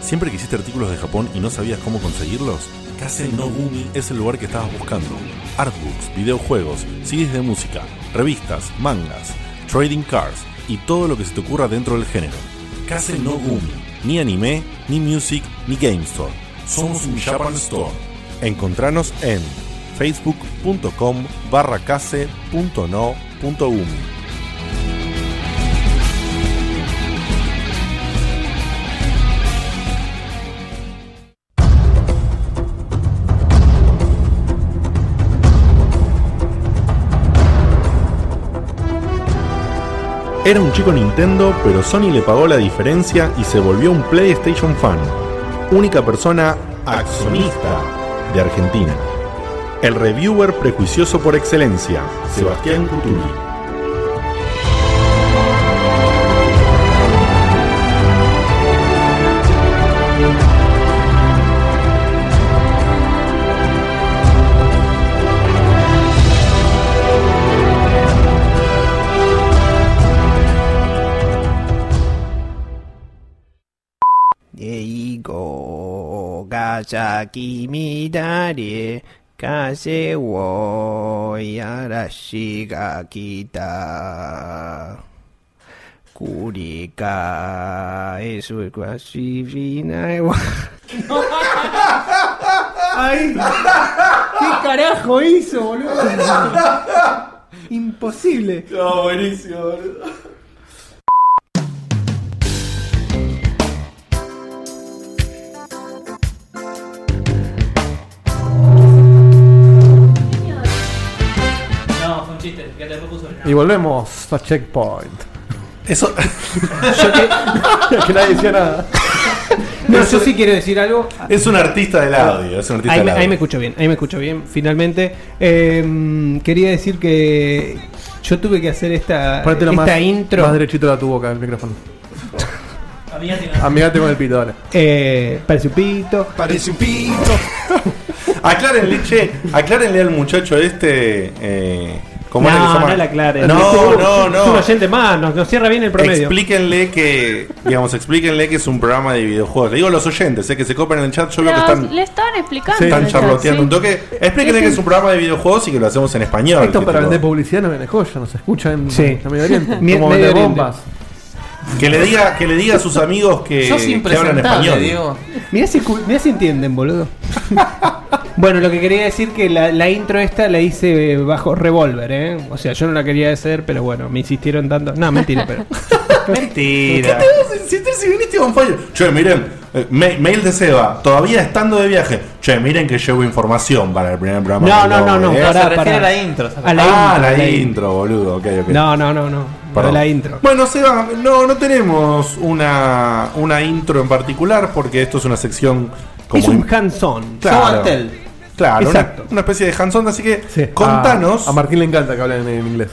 S2: ¿Siempre quisiste artículos de Japón y no sabías cómo conseguirlos? Kase no Gumi es el lugar que estabas buscando. Artbooks, videojuegos, CDs de música, revistas, mangas, trading cards y todo lo que se te ocurra dentro del género. Kase no Gumi. Ni anime, ni music, ni game store. Somos un Japan Store. Encontranos en facebook.com barra kase.no.gumi. Era un chico Nintendo, pero Sony le pagó la diferencia y se volvió un PlayStation fan. Única persona accionista de Argentina. El reviewer prejuicioso por excelencia, Sebastián Cutuli.
S4: Diego Gazaki Midare Kase wo Yarashi ga kita Kurika Eso es casi final
S11: Ay,
S7: ¿Qué carajo hizo, boludo? Imposible.
S2: No, buenísimo, boludo.
S1: No, fue un chiste, que después puso el...
S8: Y volvemos a Checkpoint.
S2: Eso.
S8: yo que, que nadie decía nada.
S7: No, yo sí quiero decir algo.
S2: Es un artista del audio, es un artista
S7: ahí,
S2: del
S7: me,
S2: audio.
S7: ahí me escucho bien, ahí me escucho bien. Finalmente, Eh, quería decir que yo tuve que hacer esta, esta
S8: Ponetelo más,
S7: intro.
S8: más derechito a tu boca el micrófono. Amigate con el pito, dale.
S7: Eh, parece un pito.
S2: Parece un pito. Aclárenle, che, aclárenle al muchacho este. eh, ¿Cómo era que se
S7: no,
S2: llama?
S7: no la aclare.
S2: No, no,
S7: Es un
S2: no.
S7: oyente más, nos, nos cierra bien el promedio.
S2: Explíquenle que, digamos, explíquenle que es un programa de videojuegos. Le digo a los oyentes, eh, que se copen en el chat, yo veo que
S9: Pero
S2: están,
S9: le estaban explicando.
S2: están
S9: ya,
S2: charloteando
S9: sí.
S2: un toque. Explíquenle que es un programa de videojuegos y que lo hacemos en español.
S8: Esto
S2: que
S8: para
S2: tipo-
S8: vender publicidad no viene joya, nos escucha en, en Medio
S7: Mi-
S8: Oriente. Como
S7: Medio
S8: de
S7: Oriente.
S8: bombas.
S2: que le diga, que le diga a sus amigos que,
S8: Sos
S2: que hablan español.
S7: Mirá si, escu- mirá si entienden, boludo. bueno, lo que quería decir que la, la intro esta la hice eh, bajo revólver, ¿eh? O sea, yo no la quería hacer, pero bueno, me insistieron tanto. No, mentira, pero.
S2: Mentira. Si te si viniste con fallo. este Che, miren, eh, ma- mail de Seba, todavía estando de viaje. Che, miren que llevo información para el primer programa.
S7: No,
S2: del
S7: no, no,
S2: Lobo,
S7: no,
S2: ¿eh?
S7: pará, Se refiere pará. a la
S6: intro.
S7: A la
S2: ah,
S7: intro,
S2: la,
S7: a la
S2: intro, boludo. Ok, ok.
S7: No, no, no, no.
S2: Perdón.
S7: La intro.
S2: Bueno, Seba, no, no tenemos una, una intro en particular porque esto es una sección como
S7: es un hands-on.
S2: Claro. Claro, una,
S7: Exacto.
S2: una especie de hands-on, así que
S7: Contanos.
S8: A, a Martín le encanta que hablen en inglés.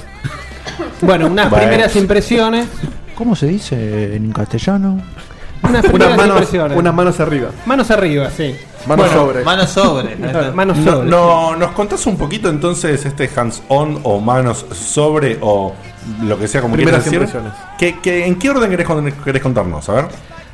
S7: Bueno, unas
S10: Bueno.
S7: primeras impresiones.
S10: ¿Cómo se dice en castellano?
S7: Unas primeras impresiones.
S8: manos arriba.
S7: Manos arriba, sí.
S10: Manos
S7: Bueno,
S10: sobre.
S6: Manos sobre.
S7: Claro, manos
S2: No-
S7: sobre.
S2: no- ¿Nos contás un poquito entonces este hands-on o manos sobre o lo que sea como
S8: Primeras
S2: quieras decir?
S8: impresiones.
S2: ¿Qué- qué- en qué orden querés, con- querés contarnos? A ver.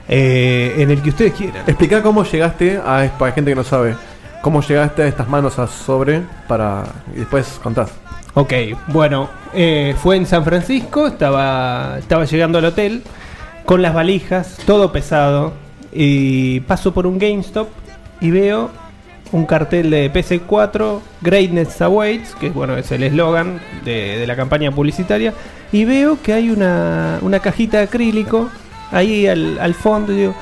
S7: Eh,
S8: en el que ustedes quieran. Explica cómo llegaste a. Para gente que no sabe, cómo llegaste a estas manos a sobre para. Y después contás.
S7: Ok, bueno, eh, fue en San Francisco, estaba, estaba llegando al hotel con las valijas, todo pesado, y paso por un GameStop y veo un cartel de PS4, Greatness Awaits, que bueno, es el eslogan de, de la campaña publicitaria, y veo que hay una, una cajita de acrílico ahí al, al fondo, y digo,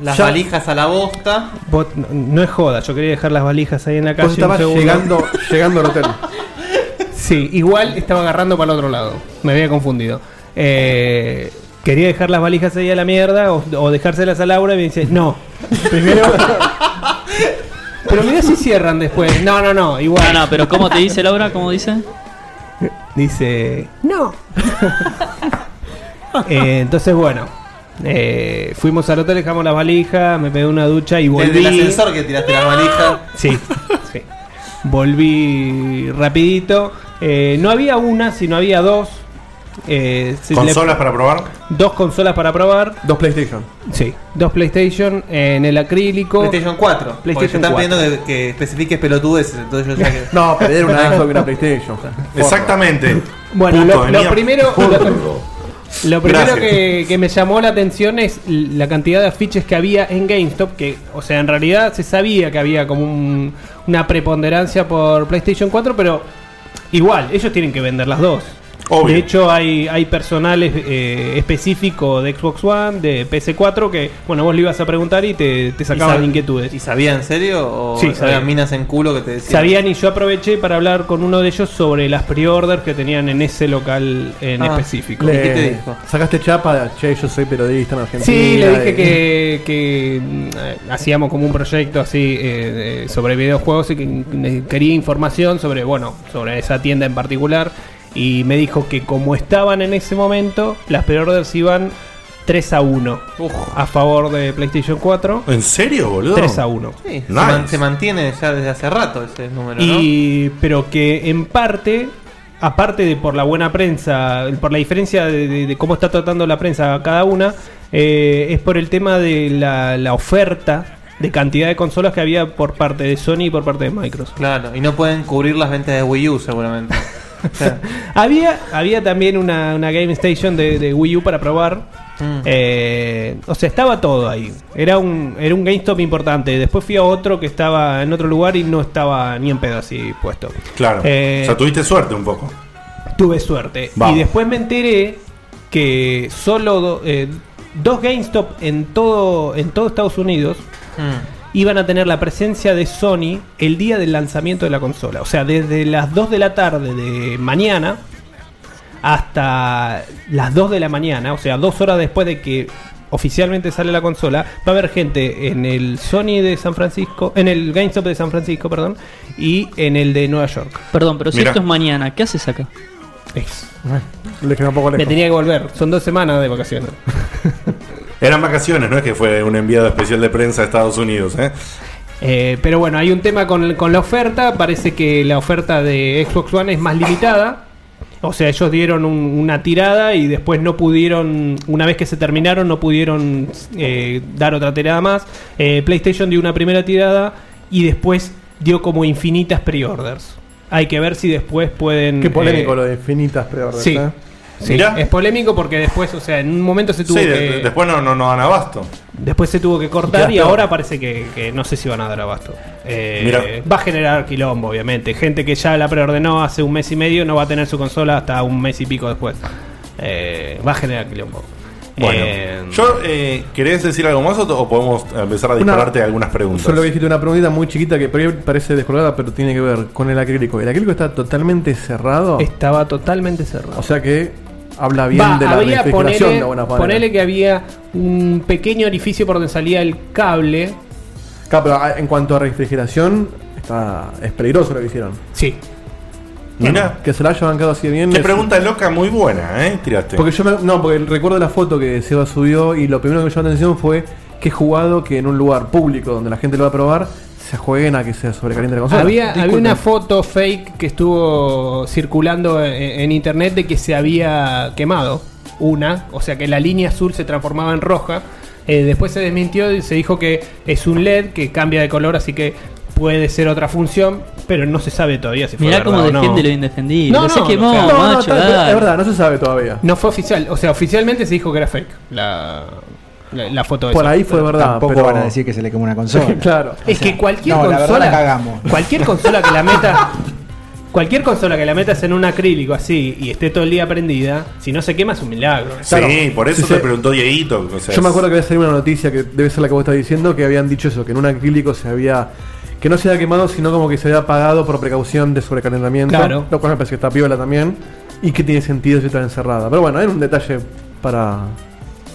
S6: Las
S7: Ya-
S6: valijas a la bosta.
S7: "Vos- no, no es joda, yo quería dejar las valijas ahí en la calle.
S8: Vos estabas llegando, llegando al hotel.
S7: Sí, igual estaba agarrando para el otro lado. Me había confundido. Eh, quería dejar las valijas ahí a la mierda o, o dejárselas a Laura y me dice, no. Primero. pero mirá si cierran después. No, no, no, igual.
S1: No, no, pero ¿cómo te dice Laura? ¿Cómo dice?
S7: Dice, no. Eh, entonces, bueno. eh, fuimos al hotel, dejamos las valijas, me pegué una ducha y volví.
S6: Desde el ascensor que tiraste las valijas.
S7: Sí, sí. Volví rapidito. Eh, no había una, sino había dos. Eh, se le-
S2: ¿Consolas para probar?
S7: Dos consolas para probar.
S8: Dos PlayStation.
S7: Sí, dos PlayStation eh, en el acrílico.
S6: PlayStation 4. porque te
S7: PlayStation
S6: están
S7: 4.
S6: pidiendo que, que especifiques pelotudeces. Entonces yo ya que...
S8: No, pero era una Xbox y una PlayStation.
S2: Exactamente.
S7: Bueno,
S6: Puto
S7: lo,
S6: de
S7: lo
S6: mierda.
S7: primero, lo, lo primero
S6: Gracias.
S7: que, que me llamó la atención es l- la cantidad de afiches que había en GameStop, que, o sea, en realidad se sabía que había como un- una preponderancia por PlayStation 4, pero igual, ellos tienen que vender las dos.
S2: Obvio.
S7: De hecho, hay, hay personales eh, específico de Xbox One, de PS4, que, bueno, vos le ibas a preguntar y te, te sacaban
S6: sab-
S7: inquietudes.
S6: ¿Y sabía en serio? ¿O
S7: Sí,
S6: había
S7: sabía.
S6: minas en culo que te decían?
S7: Sabían y yo aproveché para hablar con uno de ellos sobre las pre-orders que tenían en ese local
S6: Ah.
S7: en específico.
S8: Le- Sacaste chapa, che, yo soy periodista en Argentina.
S7: Sí, le dije
S8: y-
S7: que, que, mm, eh, hacíamos como un proyecto así eh, eh, sobre videojuegos y que mm, quería información sobre, bueno, sobre esa tienda en particular. Y me dijo que como estaban en ese momento, las pre-orders iban 3 a 1 a favor de PlayStation 4.
S2: ¿En serio, boludo?
S7: 3 a 1.
S6: Sí, se, man- se mantiene ya desde hace rato ese número,
S7: Y, pero que en parte, aparte de por la buena prensa, por la diferencia de, de- de cómo está tratando la prensa a cada una, eh, es por el tema de la, la oferta de cantidad de consolas que había por parte de Sony y por parte de Microsoft.
S6: ¿no? Claro, y no pueden cubrir las ventas de Wii U seguramente.
S7: Había, había también una, una Game Station de, de Wii U para probar. Eh, o sea, estaba todo ahí. Era un, era un GameStop importante. Después fui a otro que estaba en otro lugar y no estaba ni en pedo así puesto.
S2: Claro.
S7: Eh,
S2: o sea, tuviste suerte un poco.
S7: Tuve suerte.
S2: Vamos.
S7: Y después me enteré que solo do- eh, dos GameStop en todo, en todo Estados Unidos
S1: Mm.
S7: iban a tener la presencia de Sony el día del lanzamiento de la consola. O sea, desde las 2 de la tarde de mañana hasta las 2 de la mañana, o sea, dos horas después de que oficialmente sale la consola, va a haber gente en el Sony de San Francisco, en el GameStop de San Francisco, perdón, y en el de Nueva York.
S1: Perdón, pero si
S7: Mirá.
S1: esto es mañana, ¿qué haces acá?
S8: Le queda un poco
S7: Me
S8: lejos.
S7: tenía que volver, son dos semanas de vacaciones.
S2: Eran vacaciones, no es que fue un enviado especial de prensa a Estados Unidos, ¿eh?
S7: Eh, pero bueno, hay un tema con, con la oferta. Parece que la oferta de Xbox One es más limitada. O sea, ellos dieron un- una tirada y después no pudieron, una vez que se terminaron, no pudieron eh, dar otra tirada más. Eh, PlayStation dio una primera tirada y después dio como infinitas pre-orders. Hay que ver si después pueden...
S8: Qué polémico
S7: eh,
S8: lo de infinitas preorders.
S7: sí.
S8: ¿eh?
S7: sí, es polémico porque después, o sea, en un momento se
S2: Sí,
S7: tuvo
S2: de-
S7: que...
S2: de- después no, no, no dan abasto.
S7: Después se tuvo que cortar
S2: Quedaste
S7: y
S2: ahora.
S7: ahora parece que, que no sé si van a dar abasto. Eh,
S2: Mirá.
S7: va a generar quilombo, obviamente. Gente que ya la preordenó hace un mes y medio no va a tener su consola hasta un mes y pico después. Eh, va a generar quilombo.
S2: Bueno,
S8: Eh,
S2: yo, eh, ¿querés decir algo más o, o podemos empezar a dispararte
S8: Una-
S2: algunas preguntas?
S8: Solo voy a decirte una preguntita muy chiquita que por ahí parece descolgada, pero tiene que ver con el acrílico. ¿El acrílico está totalmente cerrado?
S7: Estaba totalmente cerrado.
S8: O sea que habla bien
S7: Va,
S8: de la
S7: había,
S8: refrigeración
S7: ponele,
S8: de alguna manera.
S7: ponele que había un pequeño orificio por donde salía el cable.
S8: Claro, pero ah, en cuanto a refrigeración, está, es peligroso lo que hicieron.
S7: Sí.
S2: Mira.
S8: que se lo haya bancado así de bien.
S2: Qué
S8: es-
S2: pregunta loca, muy buena, ¿eh? Tiraste.
S8: Porque yo me- no, porque recuerdo la foto que Seba subió y lo primero que me llamó la atención fue que jugado que en un lugar público donde la gente lo va a probar se jueguen a que se sobrecaliente la consola.
S7: había, había
S8: Disculpen.
S7: una foto fake que estuvo circulando en, en internet de que se había quemado una, o sea que la línea azul se transformaba en roja. Eh, después se desmintió y se dijo que es un LED que cambia de color, así que puede ser otra función, pero no se sabe todavía si fue
S1: Mirá
S7: verdad
S1: cómo
S7: o no.
S1: defiende lo indefendible.
S7: No,
S1: se
S7: no,
S1: quemó,
S7: o sea, no, no,
S1: macho,
S7: está-
S1: dale.
S7: es verdad,
S8: no se sabe todavía.
S7: No fue oficial, o sea, oficialmente se dijo que era fake la, la, la foto
S10: Por
S7: esa.
S10: ahí fue
S7: Pero
S10: verdad, Tampoco
S7: pero-
S10: van a decir que se le quemó una consola.
S8: claro.
S7: Es que cualquier
S10: no, la verdad
S7: consola
S10: la cagamos.
S7: Cualquier consola que la meta Cualquier consola que la metas en un acrílico así y esté todo el día prendida, si no se quema es un milagro.
S2: Sí, por eso
S8: Sí,
S2: te
S8: sí.
S2: preguntó Dieguito. o sea,
S8: Yo me acuerdo que había salido una noticia que debe ser la que vos estás diciendo, que habían dicho eso, que en un acrílico se había. que no se había quemado, sino como que se había apagado por precaución de sobrecalentamiento.
S7: Claro.
S8: Lo cual me parece que está piola también. Y que tiene sentido si está encerrada. Pero bueno, era un detalle para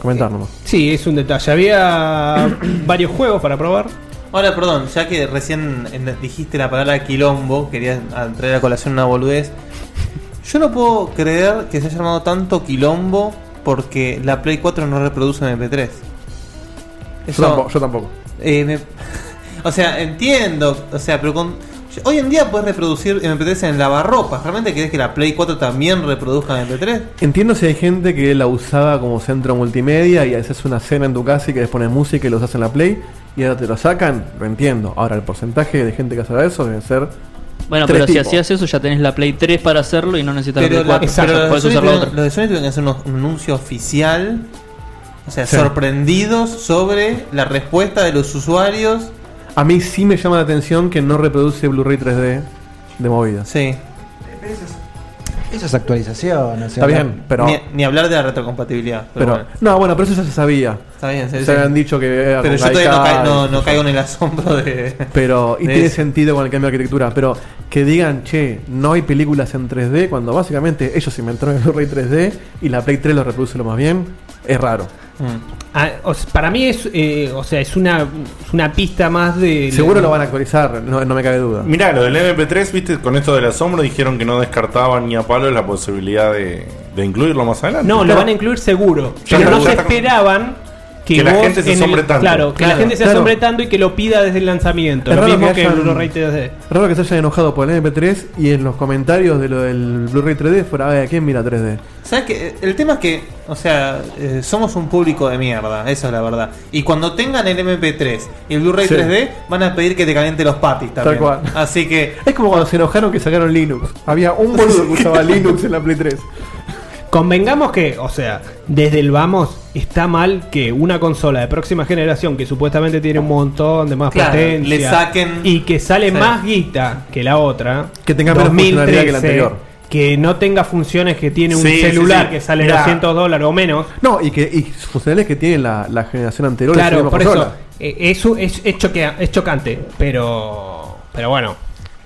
S8: comentar nomás.
S7: Sí, es un detalle. Había varios juegos para probar.
S6: Ahora, perdón, ya que recién en- dijiste la palabra quilombo, quería ah, traer a colación una boludez. Yo no puedo creer que se haya llamado tanto quilombo porque la Play 4 no reproduce MP3.
S8: Yo tampoco. yo tampoco.
S6: Eh, me- o sea, entiendo. O sea, pero con. Hoy en día puedes reproducir MP3 en lavarropas. ¿Realmente querés que la Play 4 también reproduzca MP3?
S8: Entiendo si hay gente que la usaba como centro multimedia y haces una cena en tu casa y que les pones música y los hacen la play y ahora te lo sacan, lo entiendo. Ahora el porcentaje de gente que hace eso debe ser.
S1: Bueno,
S8: tres
S1: pero si
S8: tipos.
S1: hacías eso ya tenés la Play 3 para hacerlo y no necesitas la
S6: Pero,
S1: Play
S6: la,
S1: 4.
S6: pero los,
S1: Podés
S6: de Sony
S1: usar la otra.
S6: tuvieron, los de Sony tuvieron que hacer unos- un anuncio oficial. O sea,
S8: Sí.
S6: sorprendidos sobre la respuesta de los usuarios.
S8: A mí sí me llama la atención que no reproduce Blu-ray 3D de movida.
S6: Sí.
S10: Eso es actualización. o sea,
S8: Está bien, pero.
S6: Ni, ni hablar de la retrocompatibilidad. Pero,
S8: pero
S6: bueno.
S8: No, bueno, pero eso ya se sabía.
S6: Está bien,
S8: se
S6: sí, sí.
S8: habían dicho que. era
S6: Pero
S8: con
S6: yo todavía no,
S8: Gaikai,
S6: ca- no- no
S8: eso.
S6: caigo en el asombro de.
S8: Pero, y
S6: de
S8: tiene
S6: eso.
S8: sentido con el cambio de arquitectura, pero que digan, che, no hay películas en 3D cuando básicamente ellos inventaron el Blu-ray 3D y la Play 3 lo reproduce lo más bien, es raro.
S6: Mm.
S7: Ah, o s- para mí es, eh, o sea, es una, es una pista más de.
S8: Seguro lo van a actualizar, no, no me cabe duda.
S2: Mirá, lo del MP3, viste, con esto del asombro dijeron que no descartaban ni a palo la posibilidad de, de incluirlo más adelante.
S7: No, lo van a incluir seguro.
S2: Ya está,
S7: pero no
S2: ya
S7: se
S2: está.
S7: esperaban que,
S2: Que la
S7: vos
S2: gente se
S7: en el-
S2: asombre tanto.
S7: Claro, que la
S2: Claro,
S7: gente se
S8: claro.
S7: asombre tanto y que lo pida desde el lanzamiento.
S8: Es
S7: lo
S8: raro
S7: mismo
S8: que
S7: que, el
S8: hayan-
S7: Blu-ray 3D.
S8: Raro que se hayan enojado por el MP3 y en los comentarios de lo del Blu-ray 3D fuera, "Ay, ¿a quién mira 3D?
S6: ¿Sabes qué? El tema es que, o sea, eh, somos un público de mierda, esa es la verdad. Y cuando tengan el MP3 y el Blu-ray
S8: Sí.
S6: 3D, van a pedir que te caliente los patis también.
S8: cual.
S6: Así que,
S8: Es como cuando se enojaron que sacaron Linux. Había un boludo que usaba Linux en la Play 3.
S7: Convengamos que, o sea, desde el vamos, está mal que una consola de próxima generación que supuestamente tiene un montón de más
S6: Claro,
S7: potencia
S6: le saquen-
S7: y que sale
S6: Sí.
S7: más guita que la otra,
S8: Que tenga menos funcionalidad que la anterior.
S7: que no tenga funciones que tiene un
S8: Sí, sí,
S7: celular
S8: sí.
S7: que sale
S8: Mirá.
S7: 200 dólares o menos.
S8: No, y que y funcionales que tiene la, la generación anterior. de
S7: Claro,
S8: esa misma
S7: por
S8: consola.
S7: eso eh, eso es, es, choquea- es chocante, pero pero bueno.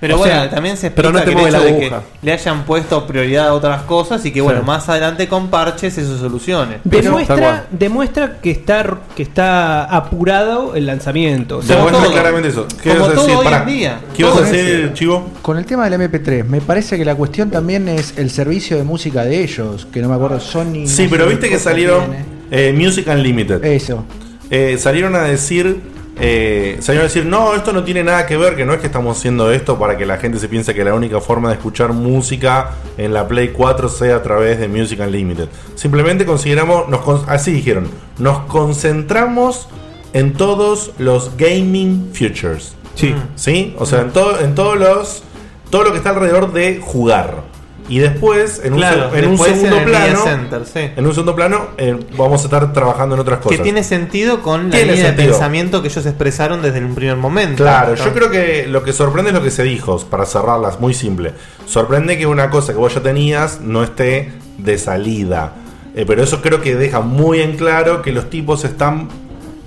S6: pero
S7: O
S6: bueno,
S7: sea,
S6: también se explica que el
S7: mueve
S6: hecho de que le hayan puesto prioridad a otras cosas y que, bueno,
S7: Sí.
S6: más adelante con parches eso solucione.
S7: Demuestra, demuestra que está que está apurado el lanzamiento. O sea,
S2: Demuestra
S7: todo.
S2: claramente eso. ¿Qué ibas a decir? Pará. ¿Qué ibas a
S10: Todo
S2: decir,
S10: eso.
S2: Chivo?
S10: Con el tema del MP3, me parece que la cuestión también es el servicio de música de ellos, que no me acuerdo, Sony.
S2: Sí,
S10: no
S2: pero
S10: sé
S2: viste
S10: qué
S2: que
S10: cosa
S2: salieron
S10: tiene.
S2: eh, Music Unlimited.
S10: Eso.
S2: Eh, salieron a decir. eh, salieron a decir, no, esto no tiene nada que ver, que no es que estamos haciendo esto para que la gente se piense que la única forma de escuchar música en la Play 4 sea a través de Music Unlimited. Simplemente consideramos, nos, con- así dijeron, nos concentramos en todos los gaming futures. Mm.
S7: Sí.
S2: ¿Sí? O
S6: Mm.
S2: sea, en, todo, en todos los. Todo lo que está alrededor de jugar. Y después, en un,
S6: Claro,
S2: se- en un
S6: después en
S2: segundo
S6: el media
S2: plano.
S6: center, sí.
S2: En un segundo plano, eh, vamos a estar trabajando en otras
S6: Que
S2: cosas.
S6: tiene sentido con la
S2: Tiene
S6: línea de
S2: sentido.
S6: pensamiento que ellos expresaron desde un primer momento.
S2: Claro, yo creo que lo que sorprende es lo que se dijo, para cerrarlas, muy simple. Sorprende que una cosa que vos ya tenías no esté de salida. Eh, pero eso creo que deja muy en claro que los tipos están,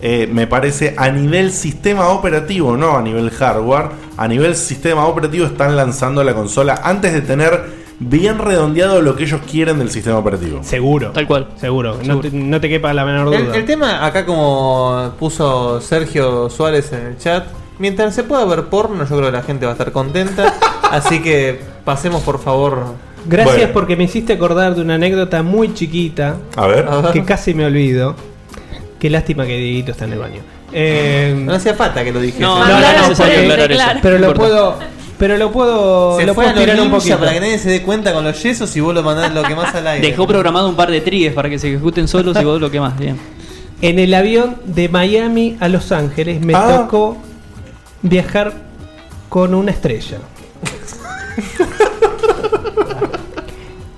S2: eh, me parece, a nivel sistema operativo, no a nivel hardware, a nivel sistema operativo están lanzando la consola antes de tener bien redondeado lo que ellos quieren del sistema operativo.
S7: Seguro. Tal cual. Seguro. No, te, no te quepa la menor
S6: El,
S7: duda.
S6: el tema acá como puso Sergio Suárez en el chat, mientras se pueda ver porno, yo creo que la gente va a estar contenta. así que pasemos por favor.
S7: Gracias
S6: Bueno.
S7: porque me hiciste acordar de una anécdota muy chiquita.
S6: A ver. A ver.
S7: Que casi me olvido. Qué lástima que Dieguito está en el baño. Eh,
S6: No hacía falta que lo dijese.
S7: No, no, no, no, porque- Pero lo puedo. Pero lo puedo.
S6: Se
S7: lo
S6: fue
S7: puedo
S6: a los
S7: tirar un
S6: ninja
S7: poquito.
S6: para que nadie se dé cuenta con los yesos y vos lo mandás lo que más al aire.
S1: Dejó programado un par de trigues para que se ejecuten solos y vos lo quemás. Bien.
S7: En el avión de Miami a Los Ángeles me
S1: Ah.
S7: tocó viajar con una estrella.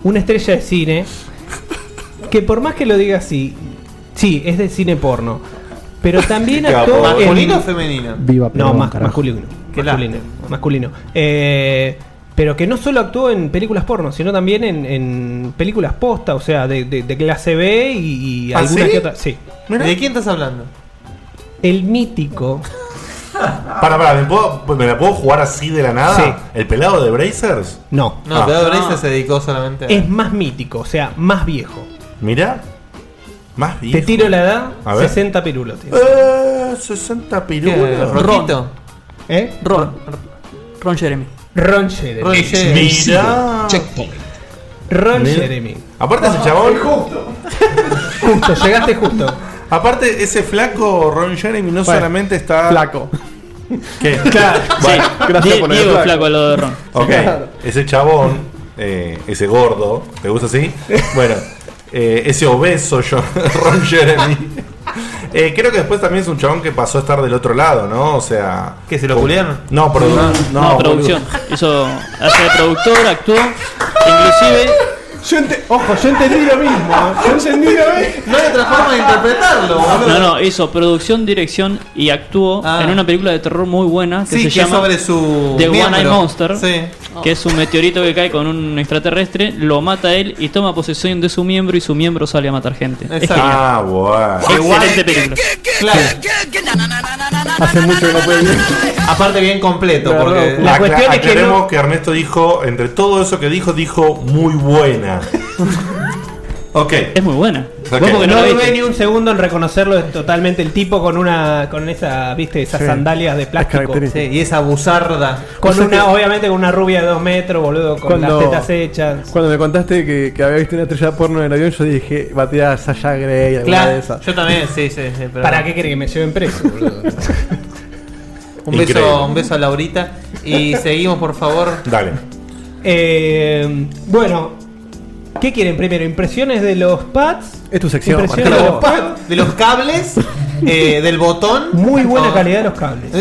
S7: una estrella de cine que por más que lo diga así, sí, es de cine porno, pero también actuó
S6: ¿Masculino
S7: en-
S6: o femenino?
S10: Viva
S7: no,
S10: Perón,
S7: ma-
S10: carajo.
S7: masculino.
S6: Qué
S7: masculino. masculino. Eh, pero que no solo actuó en películas porno, sino también en, en películas posta, o sea, de, de- de clase B y, y
S6: ¿Ah,
S7: algunas
S6: sí?
S7: que otras. Sí.
S6: ¿De quién estás hablando?
S7: El mítico.
S2: Para, para, ¿me, puedo- me la puedo jugar así de la nada?
S7: Sí.
S2: ¿El pelado de Brazers?
S7: No.
S6: No,
S2: Ah.
S6: pero Brace se dedicó solamente a...
S7: Es más mítico, o sea, más viejo.
S2: Mirá. Más
S7: Te
S2: viejo.
S7: tiro la edad,
S2: A ver.
S7: 60 pirulos. tiene.
S2: Eh, 60 pirulos.
S6: ¿Roquito?
S7: ¿Eh?
S1: Ron. Ron Jeremy.
S7: Ron Jeremy.
S1: Ron Jeremy.
S2: Mirá.
S7: Ron
S2: Mirá.
S7: Jeremy.
S2: Aparte
S1: Ah,
S2: ese chabón.
S7: Justo, llegaste justo.
S2: Aparte, ese flaco Ron Jeremy no solamente está.
S8: Flaco.
S2: ¿Qué?
S8: Claro.
S2: Bueno,
S8: Sí, gracias por el
S1: Diego
S8: flaco.
S1: flaco al lado de Ron.
S2: Ok,
S1: Claro.
S2: ese chabón, eh, ese gordo, ¿te gusta así? Bueno, eh, ese obeso yo, Ron Jeremy. Eh, creo que después también es un chabón que pasó a estar del otro lado, ¿no? O sea.
S6: ¿Que se lo
S2: como-
S6: culearon?
S2: No, perdón.
S1: No, producción. Hizo. Hace de productor, actuó. Inclusive.
S8: Yo ente- Ojo, yo entendí lo mismo. ¿eh? Yo entendí lo mismo.
S6: No hay otra forma de interpretarlo, boludo.
S1: No, no, hizo producción, dirección y actuó
S6: Ah.
S1: en una película de terror muy buena que
S6: Sí,
S1: se
S6: que
S1: llama
S6: sobre su
S1: The One
S6: miembro.
S1: Eye Monster,
S6: Sí.
S1: que es un meteorito que cae con un extraterrestre, lo mata a él y toma posesión de su miembro y su miembro sale a matar gente. Es
S2: Exacto.
S1: genial.
S2: Ah, bueno.
S1: Excelente Este película.
S8: Hace mucho que no puede ir.
S6: Aparte bien completo, porque...
S2: Acla- aclaremos que Ernesto dijo, entre todo eso que dijo, dijo muy buena. ok.
S1: Es muy buena.
S2: Ok.
S7: Vos porque no, dudé ni un segundo en reconocerlo es totalmente el tipo con una con esa, viste, esas
S6: Sí.
S7: sandalias de plástico.
S6: Sí, y esa buzarda.
S7: Con
S8: Yo sé
S7: una,
S8: que-
S7: obviamente con una rubia de dos metros, boludo, con
S8: Cuando-
S7: las tetas hechas.
S8: Cuando me contaste que, que había visto una estrella porno en el avión, yo dije, va a tirar Sasha Grey, alguna de esas.
S6: Yo también, sí, sí, sí, pero-
S7: ¿Para qué quiere que me lleven preso, boludo?
S6: Un
S7: Increíble.
S6: beso, un beso a Laurita. Y seguimos, por favor.
S2: Dale.
S7: Eh, bueno, ¿qué quieren primero? ¿Impresiones de los pads?
S8: Es tu sección,
S7: ¿Impresiones de los pads?
S6: De los cables, eh, del botón.
S7: Muy buena calidad de los cables.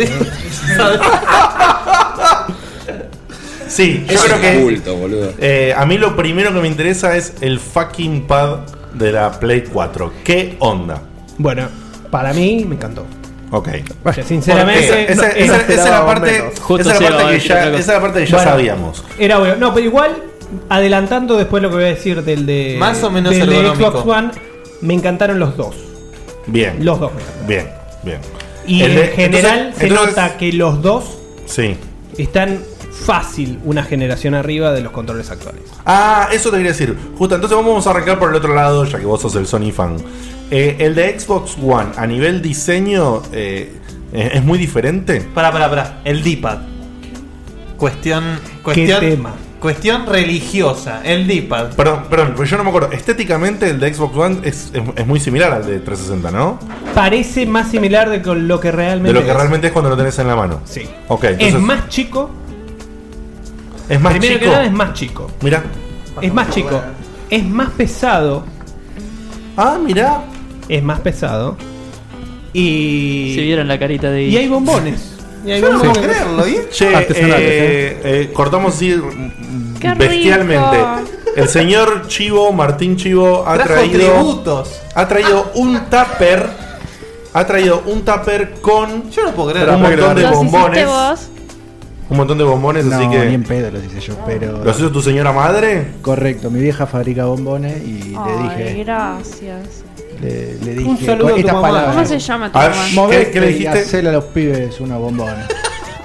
S2: Sí, yo
S13: Es
S2: creo
S13: un
S2: que.
S13: bulto, boludo.
S2: Eh, a mí lo primero que me interesa es el fucking pad de la Play 4. ¿Qué onda?
S7: Bueno, para mí me encantó.
S2: Ok.
S7: O sea, sinceramente,
S2: Porque esa,
S7: no-
S2: esa-
S7: no
S2: esa es la
S7: esperaba
S2: parte,
S7: menos.
S2: esa es la parte que ya, esa es la parte que ya
S7: Bueno,
S2: sabíamos.
S7: Era obvio. No, pero igual, adelantando después lo que voy a decir del de.
S6: Más o menos
S7: del de
S6: ergonómico.
S7: Xbox One, me encantaron los dos.
S2: Bien.
S7: Los dos.
S2: Bien, bien.
S7: Y
S2: El de-
S7: en general
S2: entonces-
S7: se
S2: entonces-
S7: nota que los dos
S2: Sí.
S7: están fácil una generación arriba de los controles actuales.
S2: Ah, eso te quería decir. Justo, entonces vamos a arrancar por el otro lado, ya que vos sos el Sony fan. Eh, el de Xbox One, a nivel diseño, eh, eh, es muy diferente.
S6: Pará, pará, pará. El D-pad. Cuestión. cuestión
S7: tema?
S6: Cuestión religiosa. El D-pad.
S2: Perdón, perdón, pero yo no me acuerdo. Estéticamente el de Xbox One es, es- es muy similar al de 360, ¿no?
S7: Parece más similar de con lo que realmente.
S2: De lo que
S7: es.
S2: realmente es cuando lo tenés en la mano.
S7: Sí.
S2: Ok,
S7: es
S2: entonces
S7: más chico.
S2: es más
S7: primero
S2: chico.
S7: que nada es más chico.
S2: Mirá.
S7: Es más chico. Es más pesado.
S2: Ah, mirá.
S7: Es más pesado. Y.
S1: Si vieran la carita de.
S7: Y hay bombones. Y hay
S1: Yo no
S7: bombones.
S1: puedo creerlo, ¿y?
S2: Che,
S1: Artesanales,
S2: eh, eh, cortamos así
S1: Qué
S2: bestialmente.
S1: rico.
S2: El señor Chivo, Martín Chivo, ha
S6: Trajo
S2: traído.
S6: tributos.
S2: Ha traído un tupper. Ha traído un tupper con.
S6: Yo no puedo
S2: Un montón de
S9: ¿Los
S2: bombones.
S9: hiciste vos?
S2: Un montón de bombones, así
S10: No,
S2: que.
S10: ni en pedo los hice yo, pero.
S2: ¿Los hizo tu señora madre?
S10: Correcto, mi vieja fabrica bombones y le
S9: Ay,
S10: dije.
S9: gracias.
S10: Le, le
S9: Un
S10: dije
S9: saludo a tu
S10: estas
S9: mamá.
S10: palabras.
S9: ¿Cómo se llama tu A ver, mamá? ¿qué-
S10: Movete
S2: qué le
S10: y
S2: dijiste?
S10: hacele a los pibes unos bombones.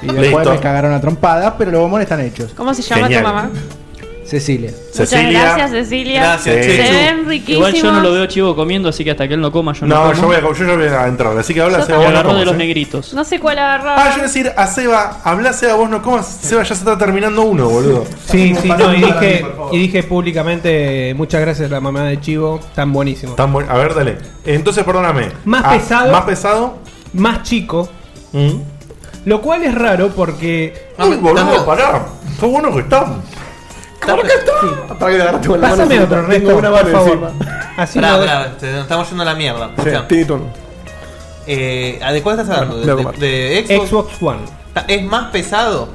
S10: Y después
S2: Listo.
S10: me cagaron a trompadas, pero los bombones están hechos.
S9: ¿Cómo se llama
S10: Genial.
S9: tu mamá?
S10: Cecilia.
S9: Muchas gracias, Cecilia. Se ven riquísimos.
S1: Igual yo no lo veo chivo comiendo, así que hasta que él no coma, yo no.
S2: No, yo voy, a, yo ya voy a entrar, así que habla
S1: Yo
S2: Seba. vos
S1: también.
S2: no
S1: Agarró de
S2: comas,
S1: los
S2: ¿eh?
S1: negritos.
S9: No sé cuál agarrar.
S2: Ah, yo iba a decir a Seba, habla Seba, vos no comas. Seba ya se está terminando uno, boludo.
S7: Sí, sí, no, y dije, y dije públicamente muchas gracias a la mamá de Chivo, tan buenísimo.
S2: Tan buen- A ver, dale. Entonces, perdóname.
S7: Más
S2: Ah,
S7: pesado.
S2: Más pesado. Mm.
S7: Más chico. Lo cual es raro porque.
S2: Uy, boludo, pará. Qué bueno que estás.
S7: Pásame otro resto, por favor. Así
S6: Pará,
S7: no-
S6: pará, te- nos estamos yendo a la mierda. escuchá. Eh, ¿De cuál estás hablando?
S7: Luego,
S6: ¿De,
S7: Marco.
S6: de- de Xbox?
S7: Xbox One.
S6: ¿Es más pesado?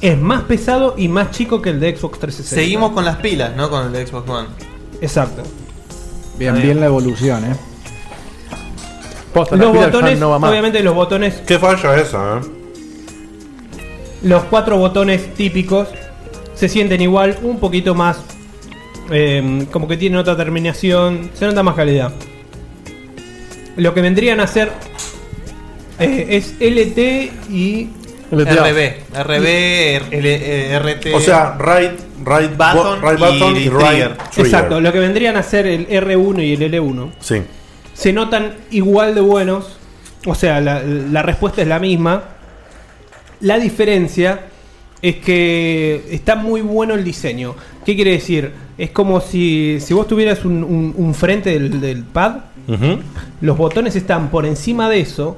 S7: Es más pesado y más chico que el de Xbox 360.
S6: Seguimos con las pilas, ¿no? Con el de Xbox One.
S7: Exacto.
S10: Bien, bien la evolución, eh.
S7: los botones, obviamente los botones,
S2: Qué falla esa, eh.
S7: los cuatro botones típicos se sienten igual, un poquito más, eh, como que tienen otra terminación, se nota más calidad. Lo que vendrían a ser eh, es LT y
S6: RB, RB, L- eh, RT.
S2: O sea, right, right
S6: Button
S2: bo- right
S6: y
S2: button y, right trigger.
S6: trigger.
S7: Exacto, lo que vendrían a ser el R1 y el L1
S2: Sí.
S7: se notan igual de buenos. O sea, la, la respuesta es la misma. La diferencia es que está muy bueno el diseño. ¿Qué quiere decir? Es como si, si vos tuvieras un, un- un frente del, del pad, los botones están por encima de eso,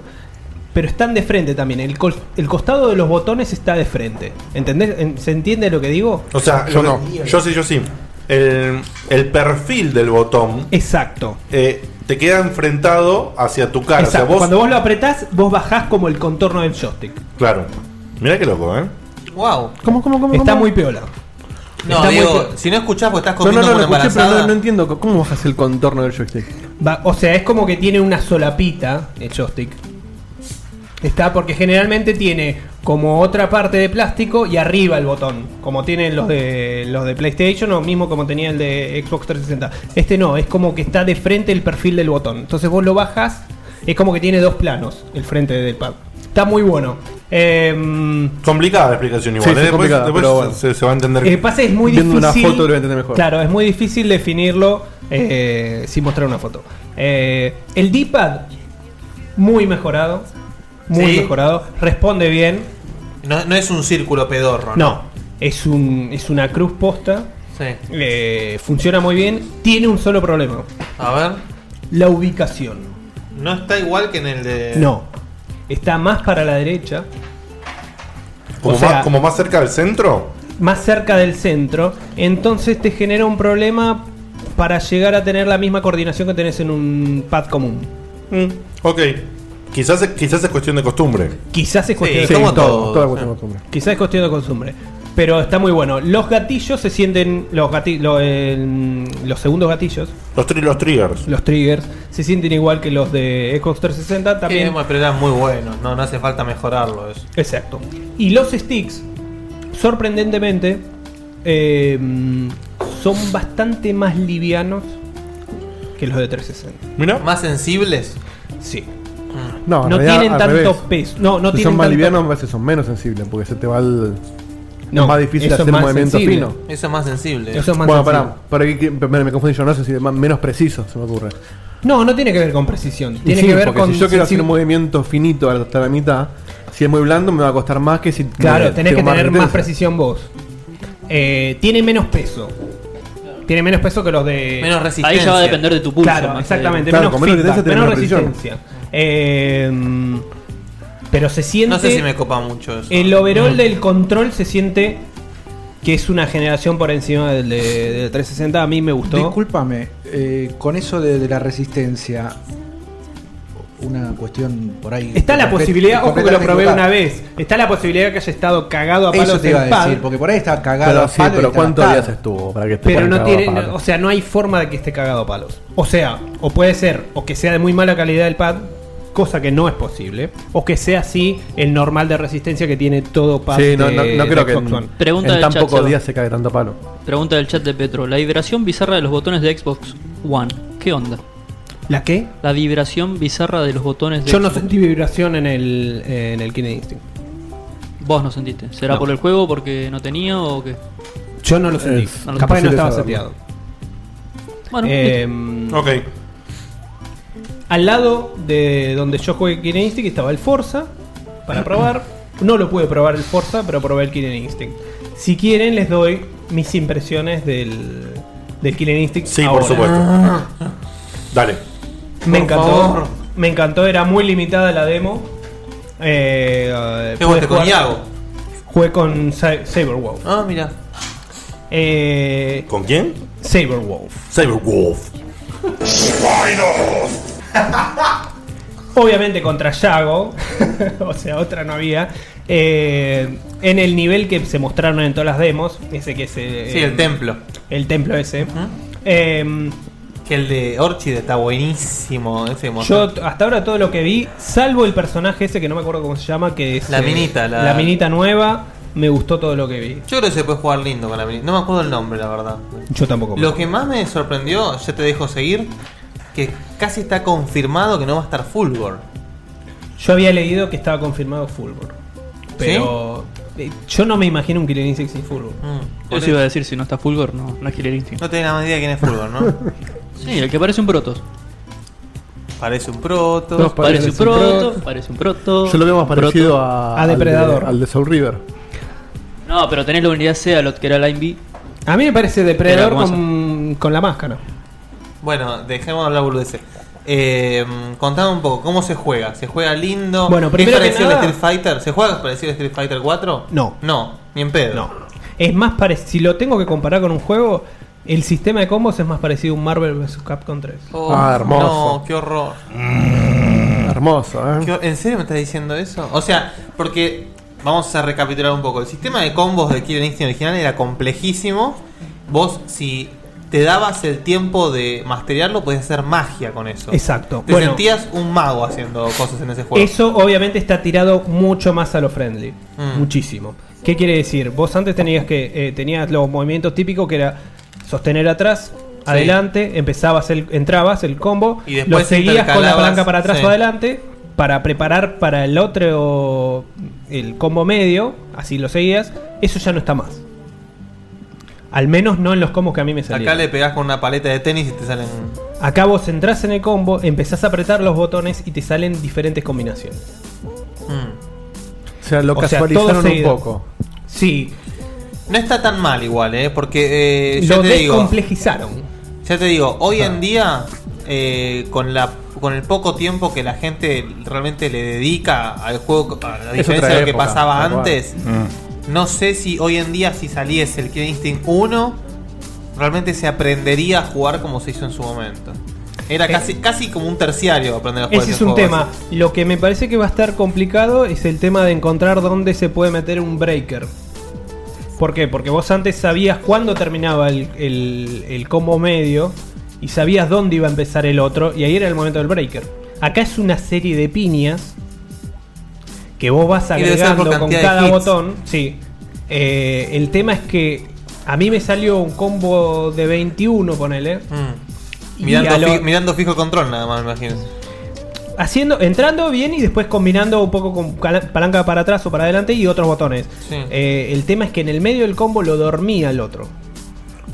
S7: pero están de frente también. El, col- el costado de los botones está de frente. ¿Entendés? En- ¿Se entiende lo que digo?
S2: O sea, yo, Yo sí, yo sí. El, el perfil del botón. eh,
S7: Exacto.
S2: te queda enfrentado hacia tu cara. O sea,
S7: Exacto.
S2: vos-
S7: Cuando vos lo apretás, vos bajás como el contorno del joystick.
S2: Claro. Mirá qué loco, ¿eh?
S6: Wow.
S7: ¿Cómo, cómo, cómo? Está muy piola.
S6: No,
S7: Está muy
S6: digo,
S7: pe-
S6: si no escuchás porque estás
S7: No, no,
S6: comiendo
S7: no,
S6: con una
S7: lo escuché, pero
S6: embarazada.
S7: no- no
S8: entiendo co- cómo bajas el contorno del joystick.
S7: Va- o sea, es como que tiene una solapita el joystick. Está porque generalmente tiene como otra parte de plástico y arriba el botón, como tienen los de los de PlayStation o mismo como tenía el de Xbox 360. Este no, es como que está de frente el perfil del botón. Entonces vos lo bajas, es como que tiene dos planos el frente del pad. Está muy bueno. Eh,
S2: Complicada la explicación igual.
S7: Sí, sí,
S2: ¿eh? después
S7: complicada,
S2: después
S7: pero bueno.
S2: se, se va a entender.
S7: Eh, pasa es muy difícil.
S2: voy a
S7: Claro, es muy difícil definirlo eh, sin mostrar una foto. Eh, el D-pad, muy mejorado. Muy
S6: Sí.
S7: mejorado. Responde bien.
S6: No, no es un círculo pedorro.
S7: No, es, un, es una cruz posta.
S6: Sí.
S7: Eh, funciona muy bien. Tiene un solo problema:
S6: A ver,
S7: la ubicación.
S6: no está igual que en el de.
S7: No, está más para la derecha.
S2: Como,
S7: O sea-
S2: más, como más cerca del centro.
S7: más cerca del centro, entonces te genera un problema para llegar a tener la misma coordinación que tenés en un pad común.
S2: Ok. Quizás, es- quizás es cuestión de costumbre.
S7: Quizás es cuestión
S2: Sí,
S7: de
S2: como todo, toda cuestión de
S10: costumbre.
S7: Quizás es cuestión de costumbre. Pero está muy bueno. Los gatillos se sienten. Los, gati- lo- el- los segundos gatillos.
S2: Los, tri- los triggers.
S7: Los triggers. Se sienten igual que los de Xbox 360.
S6: También.
S7: También.
S6: pero eran muy buenos, no, no hace falta mejorarlo eso.
S7: Exacto. Y los sticks, sorprendentemente, eh, son bastante más livianos que los de 360.
S6: ¿Más sensibles?
S7: Sí.
S6: Ah.
S8: No, en
S7: No
S8: realidad,
S7: tienen
S8: al
S7: tanto
S8: revés.
S7: peso. No, no
S8: si
S7: tienen
S8: son más
S7: tanto-
S8: livianos, a veces son menos sensibles, porque se te va el.
S7: No,
S8: es más difícil
S7: eso es
S8: hacer
S7: más
S8: movimiento
S7: sensible.
S8: fino.
S6: Eso es más sensible.
S8: bueno, pará, para que, que- me, me confundí yo, no sé si es más- menos preciso, se me ocurre.
S7: No, no tiene que ver con precisión.
S8: Y
S7: Tiene
S8: sí,
S7: que ver
S8: porque
S7: con.
S8: Si yo quiero hacer
S7: sensi-
S8: un movimiento finito hasta la mitad, si es muy blando, me va a costar más que si.
S7: Claro,
S10: Eh,
S8: me-
S7: tenés que
S8: tengo
S7: tener más
S8: resistencia.
S7: precisión vos. Eh, tiene menos peso. Tiene menos peso que los de.
S1: Menos resistencia. Ahí ya va a depender de tu pulso, más
S7: Claro,
S1: que-
S7: exactamente.
S1: Claro,
S7: menos
S1: con menos
S7: feedback,
S1: resistencia
S7: menos
S1: tenés menos
S7: resistencia. Eh, pero se siente.
S6: No sé si me copa mucho eso.
S7: El overall del control se siente que es una generación por encima del de, del 360. A mí me gustó.
S10: Discúlpame, eh, con eso de, de la resistencia, una cuestión por ahí.
S7: Está la
S10: con respeto-
S7: posibilidad,
S10: con
S7: ojo que lo
S10: respeto
S7: probé
S10: equivocado.
S7: una vez. Está la posibilidad que haya estado cagado a palos
S10: Eso te
S7: el
S10: iba a
S7: pad,
S10: decir, porque por ahí está cagado.
S8: Pero
S10: a
S8: sí,
S10: palo y
S8: pero
S10: está
S8: ¿cuántos
S10: adaptado.
S8: días estuvo para que esté
S7: Pero no
S8: cagado a
S7: tiene,
S8: palo?
S7: o sea, no hay forma de que esté cagado a palos. O sea, o puede ser, o que sea de muy mala calidad el pad, cosa que no es posible, o que sea así el normal de resistencia que tiene todo para
S8: Sí, no, no- no creo que en,
S1: Pregunta
S8: en
S1: del
S8: tan
S1: chat,
S8: pocos
S1: Seba.
S8: días se cae tanto palo.
S1: Pregunta del chat de Petro. La vibración bizarra de los botones de Xbox One. ¿Qué onda?
S7: ¿La qué?
S1: La vibración bizarra de los botones de
S7: Yo no
S1: Xbox.
S7: sentí vibración en el, en el Kinect Instinct.
S1: Vos no sentiste. ¿Será
S7: No.
S1: por el juego, porque no tenía o qué?
S7: Yo no lo sentí.
S1: Es No lo
S7: Capaz que no
S1: imposible
S7: estaba seteado.
S1: saberlo.
S2: Ah,
S1: Bueno,
S7: Em,
S2: ok.
S7: Al lado de donde yo jugué Killer Instinct estaba el Forza para probar. No lo pude probar el Forza, pero probé el Killer Instinct. Si quieren, les doy mis impresiones del, del Killer Instinct.
S2: Sí,
S7: ahora.
S2: por supuesto.
S6: Ah.
S2: Dale.
S7: Me
S2: Por
S7: encantó.
S2: favor.
S7: Me encantó, era muy limitada la demo. Eh, eh,
S6: ¿Qué
S7: pude
S6: jugaste con
S7: jugar-
S6: Iago?
S7: Jugué con Sa- Saberwolf. Eh,
S6: Ah, mira.
S2: ¿Con quién?
S7: Saberwolf.
S2: Cyberwolf.
S7: Obviamente contra Yago, o sea, otra no había. Eh, en el nivel que se mostraron en todas las demos, ese que es. eh,
S6: Sí, el templo.
S7: El templo ese. Em,
S6: que el de Orchid está buenísimo. Ese
S7: Yo
S6: motor.
S7: t- hasta ahora todo lo que vi, salvo el personaje ese que no me acuerdo cómo se llama, que es.
S6: La
S7: eh,
S6: minita, la-
S7: la minita nueva, me gustó todo lo que vi.
S6: Yo creo que se puede jugar lindo con la mini. No me acuerdo el nombre, la verdad.
S7: Yo tampoco.
S6: Lo que más me sorprendió, ya te dejo seguir, que casi está confirmado que no va a estar Fulgor.
S7: Yo había leído que estaba confirmado Fulgor. Pero. eh, Yo no me imagino un Killer Instinct sin Fulgor.
S6: Mm.
S1: Yo sí iba a decir, si no está Fulgor, no, no es Killer Instinct.
S6: No tenés la más idea de quién es Fulgor, ¿no?
S1: sí, el que parece un Protos.
S6: Parece un proto.
S1: No, parece un proto, parece un proto.
S10: Yo lo veo más
S1: Proto.
S10: parecido a,
S1: A
S10: al de-
S1: Depredador.
S10: al de Soul River.
S1: No, pero tenés la unidad Sealot, que era Line B.
S7: A mí me parece
S1: Era
S7: depredador
S1: hermoso.
S7: con, con la máscara.
S6: Bueno, dejemos de hablar boludeces. Eh, contame un poco, ¿cómo se juega? ¿Se juega lindo?
S7: Bueno, primero
S6: ¿Es
S7: que
S6: parecido
S7: nada-
S6: al Street Fighter? ¿Se juega parecido al Street Fighter 4?
S7: No.
S6: No, ni en pedo. No.
S7: Es más parecido. Si lo tengo que comparar con un juego, el sistema de combos es más parecido a un Marvel vs. Capcom 3.
S1: Oh,
S10: Ah, hermoso.
S6: Oh, No, qué horror.
S10: Hermoso, ¿eh?
S6: ¿Qué hor- ¿En serio me estás diciendo eso? O sea, porque vamos a recapitular un poco. El sistema de combos de Killer Instinct original era complejísimo. Vos, si te dabas el tiempo de masterearlo, podías hacer magia con eso.
S7: Exacto.
S6: Te
S7: Bueno.
S6: sentías un mago haciendo cosas en ese juego.
S7: Eso obviamente está tirado mucho más a lo friendly.
S6: Mm.
S7: Muchísimo. ¿Qué quiere decir? Vos antes tenías que eh, tenías los movimientos típicos que era sostener atrás, adelante, empezabas el, entrabas el combo,
S6: Y después
S7: lo seguías con la
S6: intercalabas,
S7: palanca para atrás
S6: sí.
S7: o adelante para preparar para el otro el combo medio, así lo seguías, eso ya no está más. Al menos no en los combos que a mí me salieron.
S6: Acá le pegás con una paleta de tenis y te salen.
S7: Acá vos entras en el combo, empezás a apretar los botones y te salen diferentes combinaciones.
S10: Mm. O sea, lo
S7: O sea,
S10: casualizaron
S7: todo
S10: un
S7: seguido.
S10: poco.
S7: Sí.
S6: No está tan mal igual, ¿eh? Porque eh,
S7: Lo
S6: yo te digo.
S7: descomplejizaron.
S6: Ya te digo, hoy
S7: Ah.
S6: en día, eh, con la con el poco tiempo que la gente realmente le dedica al juego, a la
S8: Es
S6: diferencia
S8: otra
S6: de lo que
S8: época,
S6: pasaba
S8: tal cual.
S6: antes,
S7: Mm.
S6: no sé si hoy en día, si saliese el Killer Instinct 1, realmente se aprendería a jugar como se hizo en su momento. Era
S7: Eh.
S6: casi, casi como un terciario aprender a jugar.
S7: Ese es
S6: ese
S7: un
S6: juego.
S7: tema. Lo que me parece que va a estar complicado es el tema de encontrar dónde se puede meter un breaker. ¿Por qué? Porque vos antes sabías cuándo terminaba el, el- el combo medio y sabías dónde iba a empezar el otro y ahí era el momento del breaker. Acá es una serie de piñas que vos vas
S6: Y debe ser
S7: agregando
S6: por
S7: con
S6: cantidad de
S7: cada
S6: hits.
S7: botón. Sí. Eh, el tema es que a mí me salió un combo de 21, ponele. Y
S6: Mm. Mirando,
S7: a lo-
S6: fi- mirando fijo el control, nada más, me imagino.
S7: haciendo, entrando bien y después combinando un poco con cala- palanca para atrás o para adelante y otros botones.
S6: Sí.
S7: Eh, el tema es que en el medio del combo lo dormía el otro.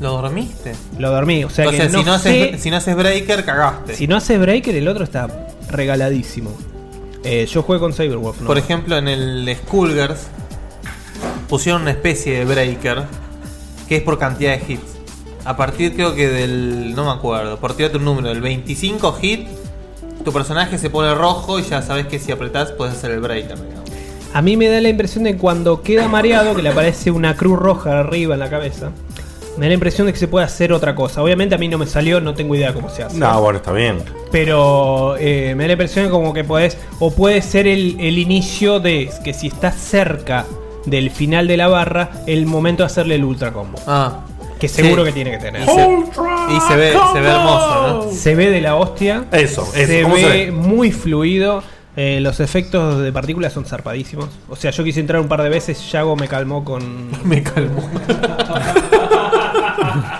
S6: ¿Lo dormiste?
S7: Lo dormí, o sea que
S6: Entonces,
S7: no
S6: si, no
S7: sé-
S6: haces, si no haces breaker, cagaste.
S7: Si no haces breaker, el otro está regaladísimo. Eh, yo jugué con Cyberwolf, ¿no?
S6: Por ejemplo, en el Skullgirls pusieron una especie de breaker que es por cantidad de hits. A partir creo que del... no me acuerdo, por tirarte un número, del 25 hit, tu personaje se pone rojo y ya sabes que si apretás puedes hacer el breaker. digamos.
S7: A mí me da la impresión de cuando queda mareado, que le aparece una cruz roja arriba en la cabeza. Me da la impresión de que se puede hacer otra cosa. Obviamente a mí no me salió, no tengo idea cómo se hace.
S2: No, bueno, está bien.
S7: Pero eh, me da la impresión como que podés, o puede ser el, el inicio de que si estás cerca del final de la barra, el momento de hacerle el ultra combo.
S6: Ah,
S7: que seguro
S4: Sí.
S7: que tiene que tener.
S4: Y se- y se ve- se ve hermoso, ¿no?
S7: Se ve de la hostia.
S4: Eso, eso,
S7: Se,
S4: ¿cómo
S7: ve,
S4: se ve?
S7: muy fluido. eh, los efectos de partículas son zarpadísimos. O sea, yo quise entrar un par de veces, Yago me calmó con. Me calmó.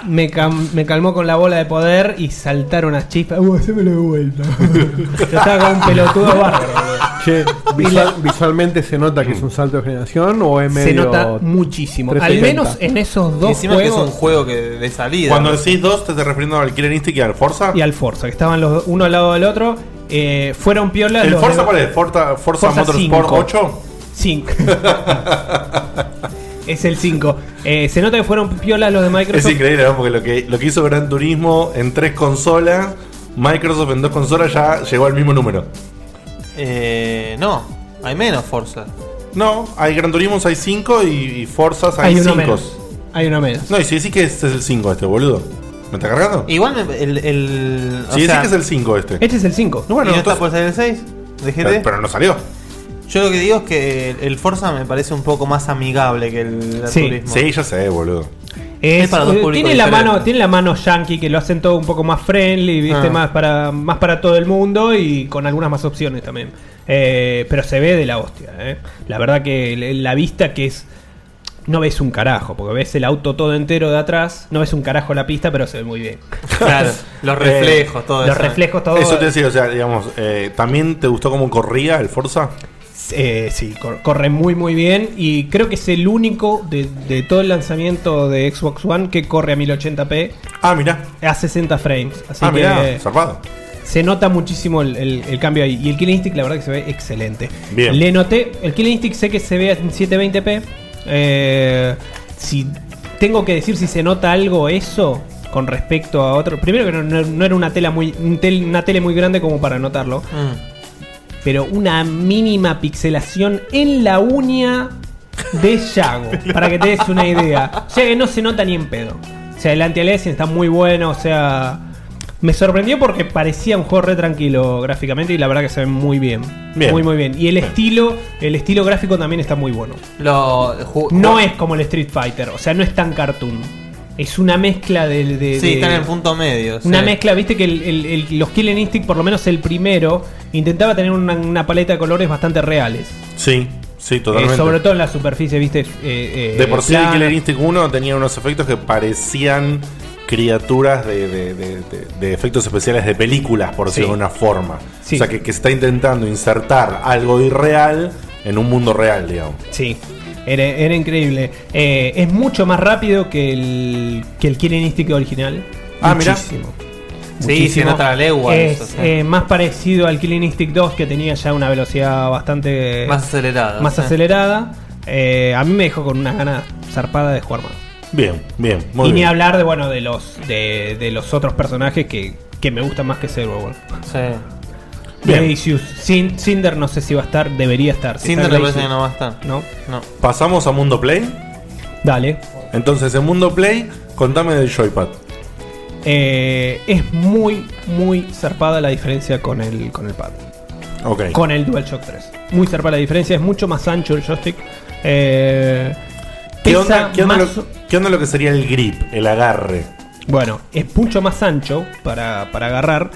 S7: me, cam- me calmó con la bola de poder y saltaron unas chispas. Uh, hacémelo de vuelta. Yo estaba como un pelotudo bárbaro.
S8: Che,
S7: Y
S8: visual-
S7: la-
S8: visualmente se nota que es un salto de generación o es medio.
S7: Se nota muchísimo. Al
S8: 370?
S7: menos en esos dos
S8: Encima que es
S7: juegos.
S8: un
S6: juego que de salida.
S2: Cuando decís dos, te estás refiriendo al Killer Instinct y al Forza.
S7: y al Forza, que estaban los do- uno al lado del otro. eh, fueron piola.
S2: ¿El
S7: los
S2: Forza
S7: de-
S2: cuál es? ¿Forza, Forza Motorsport 8?
S7: 5. es el 5. Eh, se nota que fueron piola los de Microsoft.
S2: Es increíble, ¿no? Porque lo que, lo que hizo Gran Turismo en tres consolas, Microsoft en dos consolas ya llegó al mismo número.
S6: Eh, no, hay menos Forza.
S2: No, hay Gran Turismo, hay 5 y, y Forzas
S6: Hay
S2: hay
S6: uno
S2: 5.
S6: menos.
S7: Hay una menos.
S2: No, y si decís que este es el 5 este, boludo. ¿Me está cargando?
S6: Igual me- el. el
S2: Si decís que es el 5 este.
S7: es el 5.
S2: bueno,
S6: ¿Y no
S2: entonces-
S6: está por salir el 6? ¿De GT?
S2: Pero- pero no salió.
S6: Yo lo que digo es que el, el Forza me parece un poco más amigable que el Gran Turismo.
S2: Sí, ya sé, boludo.
S7: Es-
S6: Es para dos
S7: eh,
S6: públicos
S7: tiene la
S6: diferentes.
S7: mano tiene la mano yankee que lo hacen todo un poco más friendly viste
S6: Ah.
S7: más para más para todo el mundo y con algunas más opciones también Eh, pero se ve de la hostia eh. la verdad que le- la vista que es no ves un carajo porque ves el auto todo entero de atrás no ves un carajo la pista pero se ve muy bien Eh,
S6: Claro, los reflejos, todo
S7: los
S6: eso.
S7: reflejos todo
S2: Eso te decía, o sea, digamos, eh, ¿también te gustó cómo corría el Forza?
S7: Eh, sí, cor- corre muy muy bien y creo que es el único de, de todo el lanzamiento de Xbox One que corre a 1080p.
S2: Ah, mira.
S7: A 60 frames. Así
S2: Ah,
S7: que
S2: mirá, zarpado.
S7: se nota muchísimo el, el- el cambio ahí. Y el Killing Instinct la verdad que se ve excelente.
S2: Bien.
S7: Le noté, el Killing Instinct sé que se ve en 720p. Eh, si tengo que decir si se nota algo eso con respecto a otro. Primero que no, no- no era una tela muy un tel- una tele muy grande como para notarlo pero una mínima pixelación en la uña de Yago. para que te des una idea. O sea que no se nota ni en pedo. O sea, el anti-aliasing está muy bueno, o sea. Me sorprendió porque parecía un juego re tranquilo gráficamente y la verdad que se ve muy bien.
S6: Bien.
S7: Muy muy bien. Y el
S6: Bien.
S7: estilo, el estilo gráfico también está muy bueno.
S6: Lo, ju-
S7: No
S6: ju-
S7: es como el Street Fighter, o sea, no es tan cartoon. Es una mezcla del de,
S6: Sí,
S7: de-
S6: está en el punto medio.
S7: una
S6: sí.
S7: mezcla, viste que el- el- el- los Killing Instinct, por lo menos el primero, intentaba tener una, una paleta de colores bastante reales.
S2: Sí, sí,
S7: Eh,
S2: totalmente.
S7: sobre todo en la superficie, viste. Eh, eh,
S2: de por sí, el
S7: plana.
S2: Killer Instinct 1 tenía unos efectos que parecían criaturas de, de- de- de- de efectos especiales de películas, por decirlo
S7: Sí.
S2: de una forma.
S7: Sí.
S2: O sea, que, que se está intentando insertar algo irreal en un mundo real, digamos.
S7: Sí, era, era increíble. Eh, es mucho más rápido que el, que el Killing Instinct original.
S6: Ah, mirá.
S7: Muchísimo.
S6: Sí, se nota la legua
S7: Es
S6: eso, sí.
S7: eh, más parecido al Killing Instinct 2 que tenía ya una velocidad bastante
S6: Más acelerada,
S7: Más
S6: sí.
S7: acelerada. Eh, a mí me dejó con unas ganas zarpadas de jugar más.
S2: Bien, bien,
S7: y
S2: muy
S7: ni
S2: bien.
S7: hablar de bueno de los de, de los otros personajes que, que me gustan más que Silverwolf.
S6: Sí.
S7: Glacius. Cin- Cinder no sé si va a estar, debería estar. Si
S6: Cinder
S7: está
S6: me parece
S7: Glacius-
S6: que no va a estar.
S7: No.
S6: No.
S2: Pasamos a Mundo Play.
S7: Dale.
S2: Entonces, en Mundo Play, contame del Joypad.
S7: Eh, es muy, muy zarpada la diferencia con el, con el pad.
S2: Ok.
S7: Con el DualShock 3. Muy zarpada la diferencia, es mucho más ancho el joystick. Eh,
S2: ¿Qué
S7: pesa
S2: onda, qué onda
S7: más-
S2: lo, qué onda lo que sería el grip, el agarre?
S7: Bueno, es mucho más ancho para, para agarrar.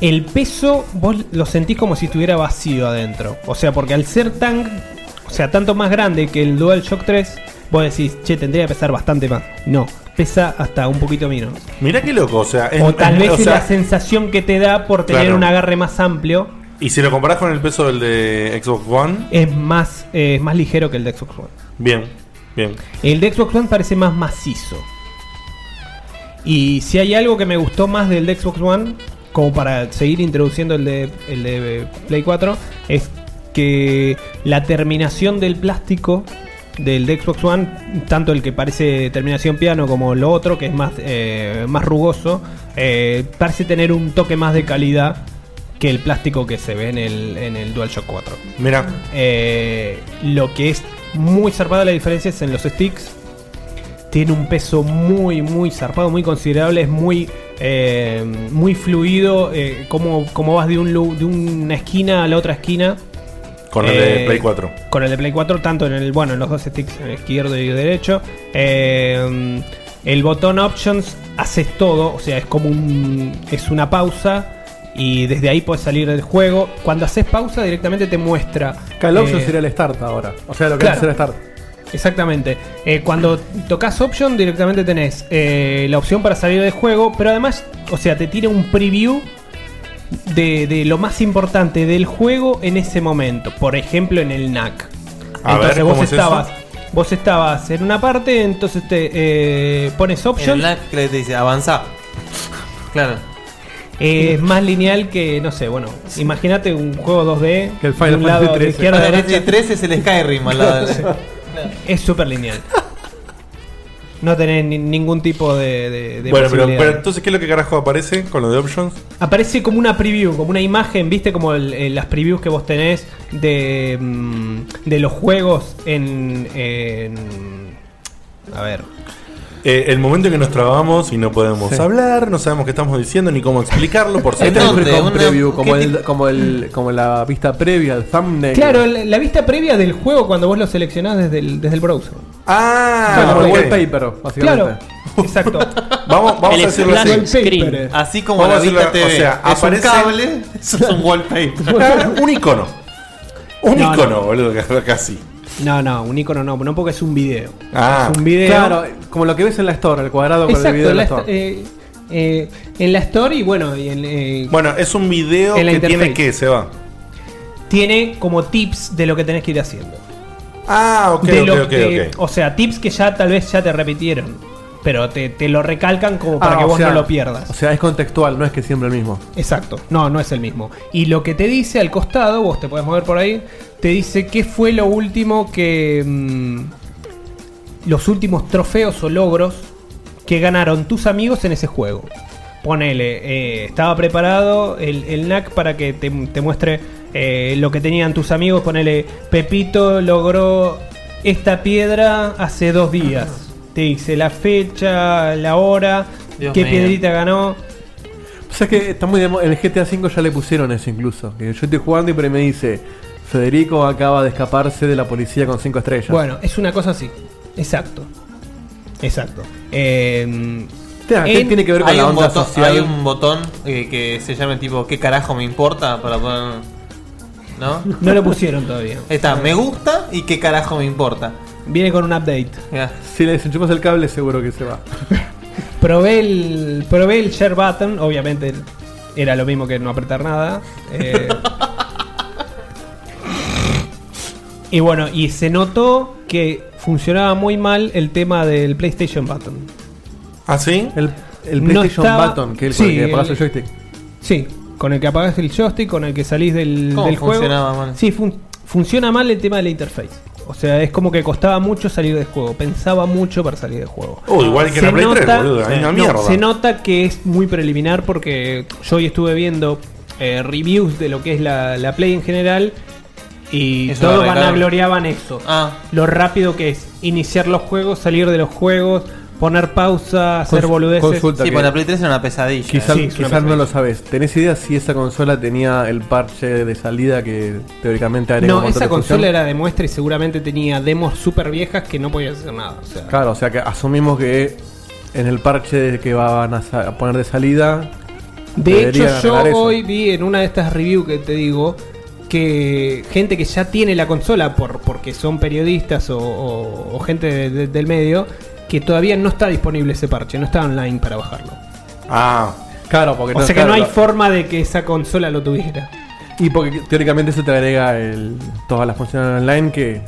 S7: El peso vos lo sentís como si estuviera vacío adentro. O sea, porque al ser tan. O sea, tanto más grande que el DualShock 3, vos decís, che, tendría que pesar bastante más. No, pesa hasta un poquito menos.
S2: Mirá qué loco, o sea, es-
S7: O tal
S2: es-
S7: vez
S2: o
S7: es
S2: sea,
S7: la sensación que te da por tener
S2: Claro.
S7: un agarre más amplio
S2: y si lo comparás con el peso del de Xbox One,
S7: es más, eh, es más ligero que el de Xbox One.
S2: bien, bien.
S7: El de Xbox One parece más macizo. Y si hay algo que me gustó más del de Xbox One, como para seguir introduciendo el de, el de Play 4, es que la terminación del plástico del de Xbox One, tanto el que parece terminación piano como lo otro, que es más, eh, más rugoso, eh, parece tener un toque más de calidad que el plástico que se ve en el, en el DualShock 4.
S2: Mira.
S7: eh, lo que es muy zarpada la diferencia es en los sticks. Tiene un peso muy, muy zarpado, muy considerable. Es muy, eh, muy fluido. eh, como, como vas de, un, lu- de una esquina a la otra esquina.
S2: Con el
S7: Eh,
S2: de Play 4.
S7: Con el de Play 4, tanto en el, bueno, en los dos sticks, en el izquierdo y el derecho. Eh, El botón options haces todo, o sea, es como un, es una pausa y desde ahí puedes salir del juego. Cuando haces pausa directamente te muestra.
S8: Cada option
S7: eh,
S8: sería el start ahora. O sea, lo que
S7: Claro.
S8: hace el start.
S7: Exactamente. Eh, cuando tocas option directamente tenés eh, la opción para salir del juego, pero además, o sea, te tira un preview de, de lo más importante del juego en ese momento. Por ejemplo, en el NAC.
S2: A ver,
S7: entonces
S2: ¿cómo
S7: vos
S2: es
S7: estabas, vos estabas en una parte, entonces te eh, pones
S6: En
S7: option.
S6: el NAC creo que te dice avanzá. Claro.
S7: Eh, es más lineal que, no sé, bueno, imagínate un juego 2D.
S6: Que el
S7: de
S6: Final
S7: un lado
S6: Fantasy 13.
S7: de izquierda a
S6: Final
S7: derecha.
S6: Fantasy 13 es el Skyrim al lado del-
S7: Sí. Es súper lineal. No tenés ni- ningún tipo de. de- de
S2: Bueno, pero,
S7: posibilidades.
S2: pero entonces, ¿qué es lo que carajo aparece con lo de options?
S7: Aparece como una preview, como una imagen, viste, como el- eh, las previews que vos tenés de, mm, de los juegos en. en- a ver.
S2: Eh, el momento en que nos trabamos y no podemos
S8: Sí.
S2: hablar, no sabemos qué estamos diciendo ni cómo explicarlo, por si
S8: Este
S2: acaso.
S8: es un preview, como, el, como, el, como la vista previa, el thumbnail.
S7: Claro, la, la vista previa del juego cuando vos lo seleccionás desde el, desde el browser.
S2: Ah,
S8: Claro, como el
S7: ok.
S8: wallpaper, básicamente.
S7: Claro, exacto.
S2: Vamos, vamos a hacerlo así.
S6: Así como
S2: Vamos a
S6: la
S2: hacerlo-
S6: Vita TV.
S2: O sea,
S6: es
S2: aparece
S6: un cable, es un wallpaper.
S2: Claro, un icono. Un
S7: No,
S2: icono,
S7: no.
S2: boludo, ca- casi.
S7: No, no, un icono no, no porque es un video.
S2: Ah.
S7: es un video.
S8: Claro, como lo que ves en la store, el cuadrado con el
S7: Exacto,
S8: video de la
S7: la
S8: store.
S7: esta- eh, eh, en la Store y bueno, y en, eh,
S2: Bueno, es un video
S7: En la
S2: que tiene
S7: interface.
S2: que, se va.
S7: tiene como tips de lo que tenés que ir haciendo.
S2: Ah, ok,
S7: De
S2: ok,
S7: lo
S2: ok,
S7: que-
S2: ok.
S7: O sea, tips que ya tal vez ya te repitieron, pero te, te lo recalcan como
S8: Ah,
S7: para que
S8: o
S7: vos
S8: sea,
S7: no lo pierdas.
S8: O sea, es contextual, no es que siempre el mismo.
S7: Exacto, no, no es el mismo. Y lo que te dice al costado, vos te podés mover por ahí, te dice qué fue lo último que... mm, los últimos trofeos o logros que ganaron tus amigos en ese juego. Ponele, eh, estaba preparado el, el NAC para que te, te muestre eh, lo que tenían tus amigos. Ponele, Pepito logró esta piedra hace dos días. Te dice la fecha, la hora,
S8: Dios
S7: qué
S8: mío.
S7: piedrita ganó.
S8: O sea, Pues es que está muy de mo- el GTA V ya le pusieron eso incluso. Que yo estoy jugando y por ahí me dice, Federico acaba de escaparse de la policía con cinco estrellas.
S7: Bueno, es una cosa así. Exacto. Exacto. Eh, en-
S6: hay un botón, Hay un botón eh, que se llama tipo ¿Qué carajo me importa? Para poner. ¿No?
S7: No lo pusieron todavía.
S6: Está, me gusta y qué carajo me importa.
S7: Viene con un update.
S8: Si le desenchufas el cable, seguro que se va.
S7: Probé el, probé el share button, obviamente era lo mismo que no apretar nada. eh. y bueno, y se notó que funcionaba muy mal el tema del PlayStation Button.
S2: ¿Ah, sí?
S8: El, el
S7: No
S8: PlayStation
S7: estaba-
S8: Button, que es
S7: Sí,
S8: el que apagás
S7: el-
S8: el joystick.
S7: Sí, con el que apagás el joystick, con el que salís del,
S6: ¿Cómo
S7: del juego.
S6: funcionaba mal?
S7: Sí, fun- funciona mal el tema de la interface. O sea, es como que costaba mucho salir del juego. Pensaba mucho para salir del juego.
S2: Oh, igual que
S7: Se
S2: en la Play
S7: nota-
S2: 3, boludo, es
S7: Sí.
S2: una
S7: no,
S2: mierda.
S7: se nota que es muy preliminar porque yo hoy estuve viendo eh, reviews de lo que es la, la Play en general y
S6: Eso lo
S7: todos
S6: arreglaron. Ah.
S7: vanagloriaban eso. Lo rápido que es iniciar los juegos, salir de los juegos, poner pausa, hacer
S8: Cons-
S7: boludeces.
S8: consulta
S6: pues
S8: que-
S6: ¿eh?
S8: Quizás,
S7: Sí, es una
S8: quizás no
S7: pesadilla.
S8: lo sabes. ¿Tenés idea si esa consola tenía el parche de salida que teóricamente agrega un
S7: No,
S8: montón
S7: esa
S8: de función?
S7: consola era de muestra y seguramente tenía demos súper viejas que no podías hacer nada. O sea,
S8: Claro, o sea que asumimos que en el parche que van a sa- a poner de salida.
S7: de hecho,
S8: deberían
S7: yo
S8: arreglar eso.
S7: hoy vi en una de estas reviews que te digo que gente que ya tiene la consola por porque son periodistas o, o- o gente de- de- del medio que todavía no está disponible ese parche, no está online para bajarlo.
S2: Ah,
S8: claro, porque
S7: o sea que
S8: claro,
S7: no hay
S8: lo-
S7: forma de que esa consola lo tuviera.
S8: Y porque teóricamente eso te agrega el- todas las funciones online que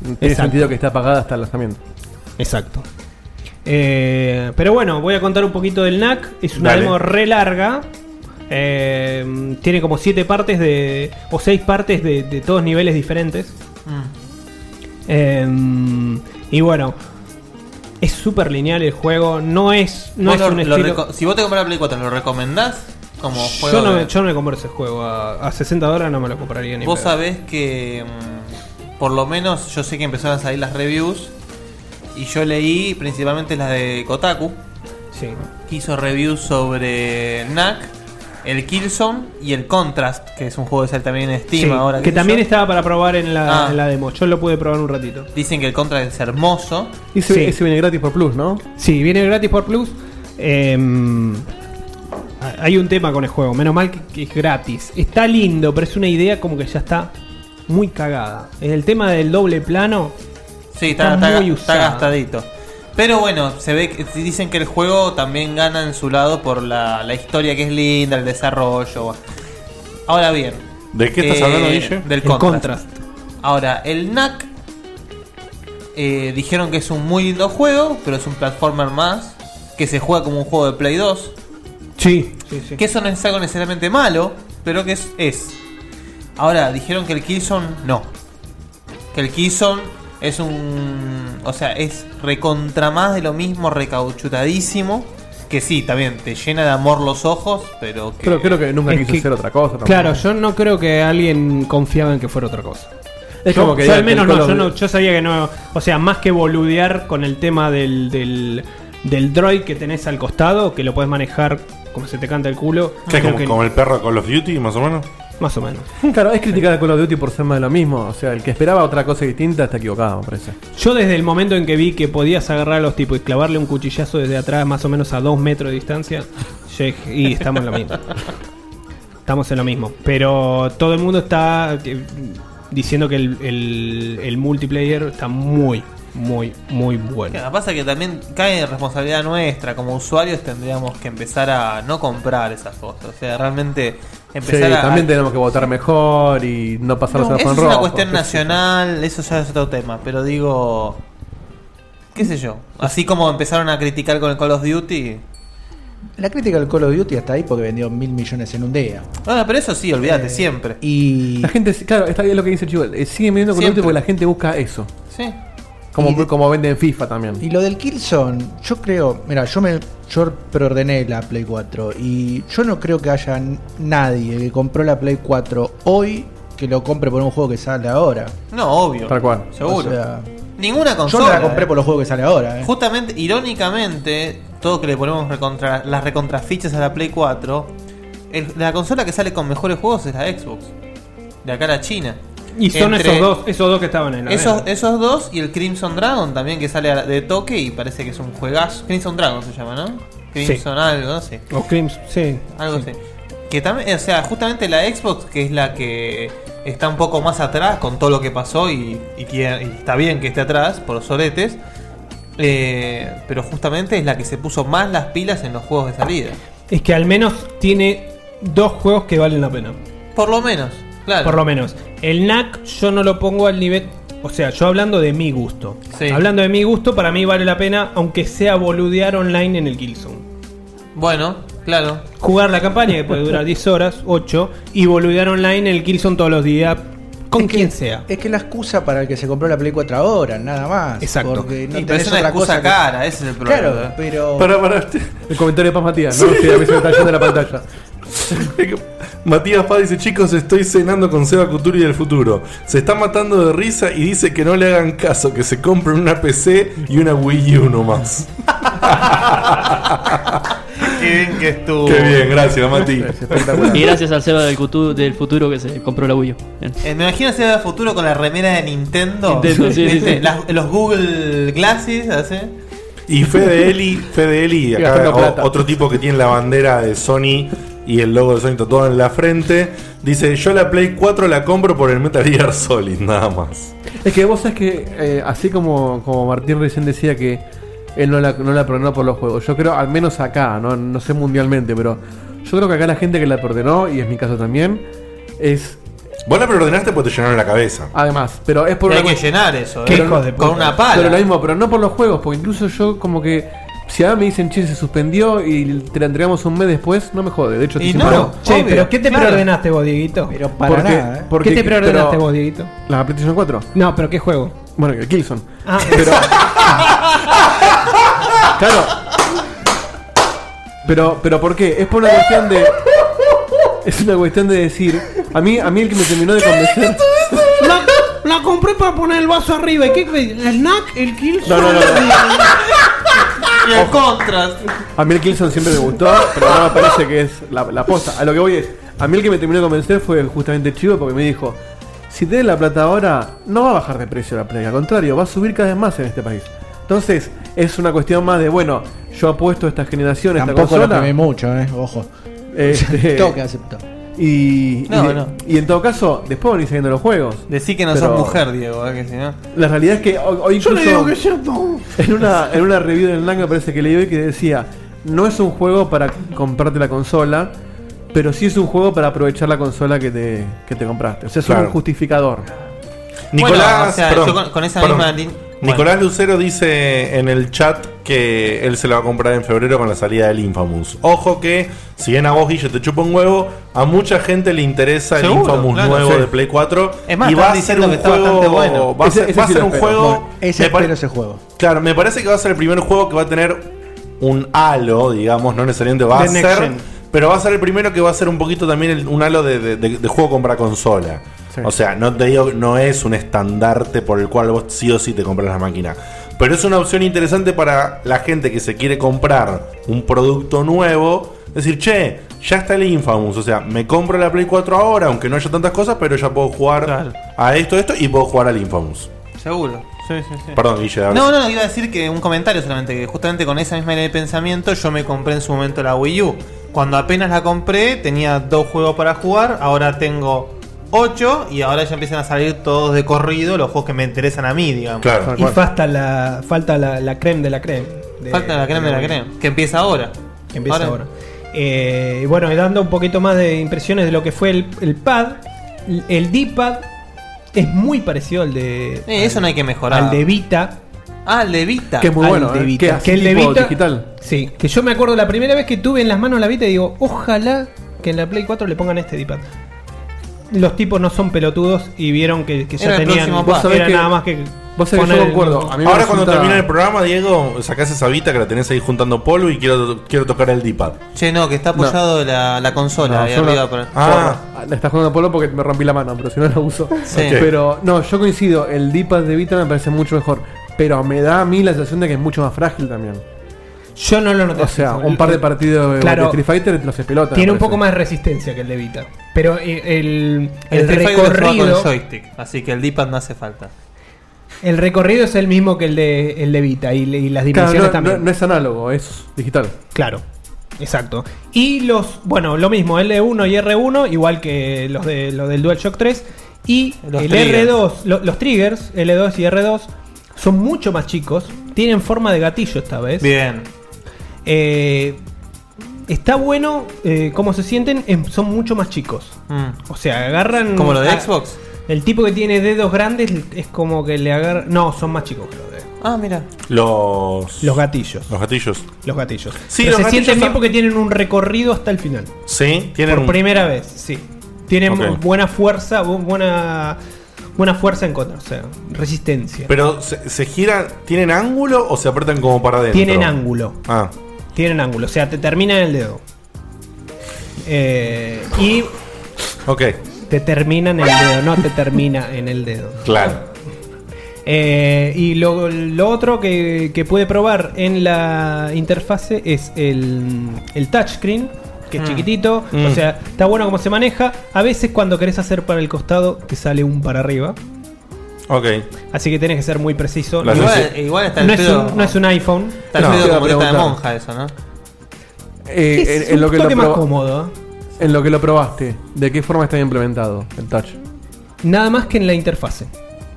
S8: tiene
S7: Exacto.
S8: sentido que esté apagada hasta el lanzamiento.
S7: Exacto. Eh, pero bueno, voy a contar un poquito del NAC. Es una
S8: Dale.
S7: demo re larga. Eh, tiene como siete partes de. o seis partes de, de todos niveles diferentes.
S6: Mm.
S7: Eh, y bueno. Es súper lineal el juego. No es, no
S6: Vos
S7: es
S6: lo-
S7: un
S6: lo
S7: estilo.
S6: reco- si vos te compras la Play 4, ¿lo recomendás? Como juego
S7: Yo no,
S6: de-
S7: me, yo no me compro ese juego. A, a 60 dólares no me lo compraría ni
S6: Vos
S7: pedo.
S6: sabés que, mm, por lo menos, yo sé que empezaron a salir las reviews. Y yo leí principalmente las de Kotaku.
S7: Sí.
S6: Que hizo reviews sobre NAC. el Killzone y el Contrast, que es un juego que sale también en Steam
S7: Sí,
S6: ahora.
S7: que
S6: qué sé
S7: también
S6: yo.
S7: estaba para probar en la,
S6: Ah.
S7: en la demo. Yo lo pude probar un ratito.
S6: Dicen que el Contrast es hermoso.
S7: Ese- Sí. ese
S6: viene gratis por Plus, ¿no?
S7: Sí, viene gratis por Plus. Em, ha- hay un tema con el juego, menos mal que, que es gratis. Está lindo, pero es una idea como que ya está muy cagada. El tema del doble plano.
S6: Sí, está,
S7: Está
S6: está-
S7: muy
S6: está
S7: usado.
S6: gastadito. Pero bueno, se ve que dicen que el juego también gana en su lado por la, la historia que es linda, el desarrollo. Ahora bien. eh,
S2: ¿De qué estás hablando, Guille?
S6: Del
S2: El
S6: contrast.
S2: Contrast.
S6: Ahora, el NAC eh, dijeron que es un muy lindo juego, pero es un platformer más que se juega como un juego de Play 2.
S7: Sí,
S6: Que eso no es algo necesariamente malo, pero que es. es. Ahora, dijeron que el Killzone no. Que el Killzone es un. O sea, es recontra más de lo mismo, recauchutadísimo. Que sí, también te llena de amor los ojos, pero que.
S8: Pero creo que nunca
S7: Es
S8: quiso
S7: que-
S8: hacer otra cosa. tampoco.
S7: Claro, yo no creo que alguien confiaba en que fuera otra cosa.
S8: Es
S7: yo,
S8: como que
S7: yo
S8: diga
S7: al
S8: que el
S7: menos
S8: Call
S7: no,
S8: of
S7: yo
S8: Duty-
S7: no, yo sabía que no. O sea, más que boludear con el tema del, del, del droid que tenés al costado, que lo podés manejar como se te canta el culo.
S2: ¿Qué,
S7: Ah, creo
S2: como,
S7: que-
S2: como el perro de Call of Duty, más o menos?
S7: Más o menos.
S8: Claro, es criticada Call of Duty por ser más de lo mismo. O sea, el que esperaba otra cosa distinta está equivocado, me parece.
S7: Yo desde el momento en que vi que podías agarrar a los tipos y clavarle un cuchillazo desde atrás, más o menos a dos metros de distancia, yo dije, y estamos en lo mismo. Estamos en lo mismo. Pero todo el mundo está eh, diciendo que el, el- el multiplayer está muy, muy, muy bueno.
S6: Lo que pasa es que también cae en responsabilidad nuestra. Como usuarios tendríamos que empezar a no comprar esas cosas. O sea, realmente empezar
S8: Sí,
S6: a.
S8: también tenemos que votar mejor y no pasar los
S6: No, eso
S8: teléfonos
S6: es una
S8: rojos,
S6: cuestión
S8: qué sé yo.
S6: nacional, eso ya es otro tema, pero digo, qué sé yo, así como empezaron a criticar con el Call of Duty.
S10: La crítica al Call of Duty hasta ahí porque vendió mil millones en un día.
S6: Bueno, Ah, pero eso sí, olvídate, siempre.
S10: Y
S8: Eh, La gente, claro, está bien lo que dice el chico. eh, Siguen vendiendo Call of Duty
S10: Siempre.
S8: porque la gente busca eso.
S6: Sí.
S8: Como, como venden FIFA también.
S10: Y lo del Killzone, yo creo, mira, yo me yo preordené la Play 4 y yo no creo que haya n- nadie que compró la Play 4 hoy que lo compre por un juego que sale ahora.
S6: No, obvio.
S10: Tal cual.
S6: Seguro.
S10: O sea,
S6: Ninguna
S10: yo
S6: consola.
S10: no la compré
S6: eh.
S10: por los juegos que sale ahora. eh.
S6: Justamente, irónicamente, todo que le ponemos recontra- las recontrafichas a la Play 4, el- la consola que sale con mejores juegos es la Xbox. De acá a la China.
S7: Y son
S6: Entre-
S7: esos dos, esos dos que estaban en la
S6: Esos,
S7: demo.
S6: esos dos y el Crimson Dragon también que sale a la- de toque y parece que es un juegazo. Crimson Dragon se llama, ¿no? Crimson algo, no sé.
S7: O Crims, sí.
S6: Algo así. Que también, o sea, justamente la Xbox, que es la que está un poco más atrás con todo lo que pasó y, y que- y está bien que esté atrás por los soletes. eh, pero justamente es la que se puso más las pilas en los juegos de salida.
S7: Es que al menos tiene dos juegos que valen la pena.
S6: Por lo menos, claro.
S7: Por lo menos. El NAC yo no lo pongo al nivel. O sea, yo hablando de mi gusto. Hablando de mi gusto, para mí vale la pena, aunque sea boludear online en el Killzone.
S6: Bueno, claro.
S7: Jugar la campaña, que puede durar 10 horas, 8, y boludear online en el Killzone todos los días, con quien sea.
S10: Es que la excusa para el que se compró la Play 4 ahora, nada más.
S7: Exacto.
S10: Porque no
S6: Y pero
S10: tenés
S6: es una
S10: otra
S6: excusa
S10: cosa que-
S6: cara, eh. ese es el problema.
S10: Claro, pero.
S8: Pará, pará, este- El comentario de Paz Matías, ¿no? Sí, a mí se me está yendo la pantalla.
S2: Matías Paz dice, chicos, estoy cenando con Seba Couturi del futuro. Se está matando de risa y dice que no le hagan caso, que se compren una PC y una Wii U nomás.
S6: Qué bien que estuvo.
S2: Qué bien, gracias, Mati.
S1: Y gracias al Seba del, cutu- del futuro que se compró la Wii U. Bien.
S6: Eh, me imagino ese a futuro con la remera de Nintendo.
S1: Nintendo, sí,
S6: ¿viste?
S1: sí, sí.
S6: Las- los Google Glasses, así.
S2: Y Fede Eli, Fede Eli, acá
S6: Gastando
S2: o-
S6: plata.
S2: otro tipo que tiene la bandera de Sony y el logo de Sony tatuado en la frente, dice, yo la Play 4 la compro por el Metal Gear Solid, nada más.
S8: Es que vos sabés que, eh, así como, como Martín recién decía que él no la, no la perdonó por los juegos, yo creo, al menos acá, no, no sé mundialmente, pero yo creo que acá la gente que la perdonó, y es mi caso también, es.
S2: Vos la preordenaste porque te llenaron la cabeza.
S8: Además, pero es por
S6: Hay
S8: una
S6: que
S8: cu-
S6: llenar eso, ¿eh?
S8: Pero
S6: Con-
S8: no-
S6: con una pala.
S8: Pero lo mismo, pero no por los juegos, porque incluso yo como que. Si ahora me dicen, che, se suspendió y te la entregamos un mes después, no me jode. De hecho, te
S7: Y
S8: dicen,
S7: no,
S8: "Bueno,
S7: che,
S8: obvio,
S7: pero ¿qué te
S8: claro".
S7: preordenaste vos, Dieguito? Pero
S8: para Porque- nada, ¿eh? porque-
S7: ¿Qué te preordenaste
S8: pero-
S7: vos, Dieguito?
S8: ¿La PlayStation 4?
S7: No, pero ¿qué juego?
S8: Bueno, el Killzone.
S7: Ah.
S8: Pero. claro. Pero, pero ¿por qué? Es por una cuestión de. Es una cuestión de decir. A mí, a mí el que me terminó de convencer.
S7: La, la compré para poner el vaso arriba. ¿Y qué? ¿El NAC? ¿El Killzone?
S8: No, no, no, no.
S6: y el contras.
S8: A mí el Kilson siempre me gustó, pero no me parece que es la, la posta. A lo que voy es, a mí el que me terminó de convencer fue justamente Chivo porque me dijo, si tienes la plata ahora, no va a bajar de precio la Play, al contrario, va a subir cada vez más en este país. Entonces, es una cuestión más de, bueno, yo apuesto a esta generación, a esta
S10: Tampoco lo
S8: consola.
S10: quemé mucho, eh, ojo.
S8: Este-
S10: Tengo que aceptar.
S8: Y,
S10: No,
S8: y,
S10: no.
S8: y en todo caso, después van a ir saliendo los juegos.
S6: Decí que no
S8: Pero
S6: sos mujer, Diego, ¿eh? que si no.
S8: La realidad es que hoy hoy
S6: Yo
S8: incluso
S6: le digo que es
S8: En una, en una review del manga parece que leí hoy que decía, no es un juego para comprarte la consola, pero sí es un juego para aprovechar la consola que te, que te compraste. O sea, es
S2: Claro.
S8: un justificador.
S2: Nicolás,
S6: o sea,
S2: perdón,
S6: yo con- con esa
S2: perdón.
S6: misma lin-
S2: Nicolás Lucero dice en el chat que él se la va a comprar en febrero con la salida del Infamous. Ojo que, si bien a vos, Guille, te chupa un huevo, a mucha gente le interesa el
S6: Seguro,
S2: Infamous
S6: claro,
S2: nuevo
S6: sí.
S2: de Play 4.
S6: Es más,
S2: y va
S6: están
S2: a ser
S6: diciendo
S2: un
S6: que está
S2: juego.
S6: bastante bueno.
S2: Va a
S6: Ese-
S2: ser,
S6: ese
S2: va a
S6: sí
S2: ser
S6: lo
S2: un
S6: espero.
S2: juego.
S6: Bueno, ese
S2: me pare-
S10: espero ese juego.
S2: Claro, me parece que va a ser el primer juego que va a tener un halo, digamos, no necesariamente va a
S10: De next
S2: ser.
S10: gen.
S2: Pero va a ser el primero que va a ser un poquito también el- un halo de, de- de- de juego compra consola. O sea, no te digo, no es un estandarte por el cual vos sí o sí te compras la máquina. Pero es una opción interesante para la gente que se quiere comprar un producto nuevo. Decir, che, ya está el Infamous. O sea, me compro la Play 4 ahora, aunque no haya tantas cosas, pero ya puedo jugar a esto, esto y puedo jugar al Infamous.
S6: Seguro. Sí, sí, sí.
S2: Perdón, Guille, ahora
S6: No,
S2: sí.
S6: no, no, iba a decir que un comentario solamente, que justamente con esa misma línea de pensamiento yo me compré en su momento la Wii U. Cuando apenas la compré tenía dos juegos para jugar, ahora tengo ocho y ahora ya empiezan a salir todos de corrido los juegos que me interesan a mí, digamos.
S7: Y falta la, falta la, la creme de la creme. De-
S6: Falta la crema de la crema, que empieza ahora.
S7: Que empieza ahora. Eh, y bueno, y dando un poquito más de impresiones de lo que fue el, el pad, l- el D-pad es muy parecido al de.
S6: Eh, eso no hay que mejorar.
S7: Al de Vita.
S6: Ah, el de Vita.
S7: Al de Vita. Que el de Vita- Sí, que yo me acuerdo la primera vez que tuve en las manos la Vita y digo, ojalá que en la Play 4 le pongan este D-pad. Los tipos no son pelotudos y vieron que, que ya
S8: Era el
S7: tenían.
S8: próximo pad. Vos sabés
S7: era
S8: que-
S7: nada más que.
S8: vos sabés que
S7: poner
S8: yo
S7: el-
S8: concuerdo. A mí me
S2: Ahora cuando
S8: resulta-
S2: termine el programa, Diego, sacás esa vita que la tenés ahí juntando polvo y quiero, quiero tocar el D-pad.
S6: Che, no, que está apoyado la, la consola
S8: No,
S6: ahí
S8: yo no-
S6: arriba. por-
S8: Ah, la estás jugando polo porque me rompí la mano, pero si no la uso.
S6: Sí.
S8: Ok. Pero no, yo coincido, el D-pad de Vita me parece mucho mejor. Pero me da a mí la sensación de que es mucho más frágil también.
S7: Yo no lo noté.
S8: O sea,
S7: así.
S8: un par de partidos
S7: Claro.
S8: de Street Fighter te los pelota.
S7: Tiene un poco más de resistencia que el de Vita. Pero el, el,
S6: El,
S7: el
S6: Street Fighter se juega
S7: recorrido.
S6: con el joystick, así que el D-pad no hace falta.
S7: El recorrido es el mismo que el de, el de Vita y, le- y las
S8: Claro,
S7: dimensiones
S8: no-
S7: también.
S8: no- no es análogo, es digital.
S7: Claro, exacto. Y los, bueno, lo mismo, L1 y R1, igual que los, de, los del DualShock 3. Y
S6: Los
S7: el
S6: triggers.
S7: R2, lo- los triggers, L2 y R2, son mucho más chicos. Tienen forma de gatillo esta vez.
S6: Bien.
S7: Eh, está bueno eh, cómo se sienten, em, son mucho más chicos. O sea, agarran.
S6: Mm. ¿Como lo de
S7: a-
S6: Xbox?
S7: El tipo que tiene dedos grandes es como que le agarra. No, son más chicos que los de.
S6: Ah, mira.
S2: Los...
S7: Los gatillos.
S2: Los gatillos.
S7: Los gatillos.
S2: Sí,
S7: Pero
S2: los
S7: se
S2: gatillos
S7: sienten bien
S2: son-
S7: porque tienen un recorrido hasta el final.
S2: Sí, tienen
S7: Por
S2: un-
S7: primera vez, sí. Tienen
S2: Ok.
S7: buena fuerza, bu- buena buena fuerza en contra, o sea, resistencia.
S2: Pero se, se gira, ¿tienen ángulo o se apretan como para adentro?
S7: Tienen ángulo.
S2: Ah,
S7: Tienen ángulo, o sea, te termina en el dedo. Eh, y
S2: ok,
S7: te termina en el dedo, no te termina en el dedo.
S2: claro.
S7: Eh, y lo, lo otro que, que pude probar en la interfase es el, el touchscreen, que es
S6: Mm.
S7: chiquitito.
S6: Mm.
S7: O sea, está bueno como se maneja. A veces cuando querés hacer para el costado, te sale un para arriba.
S2: Ok.
S7: Así que tenés que ser muy preciso.
S2: La
S7: no,
S2: sensi-
S7: es-
S6: Igual está el
S7: no es
S6: pedo-
S7: un, no es un iPhone.
S6: Está el pedo como que está de monja eso, ¿no?
S8: Eh,
S7: Es
S8: en, en lo
S7: un
S8: que lo
S7: toque más
S8: proba-
S7: cómodo,
S8: En lo que lo probaste, ¿de qué forma está implementado el touch?
S7: Nada más que en la interfase.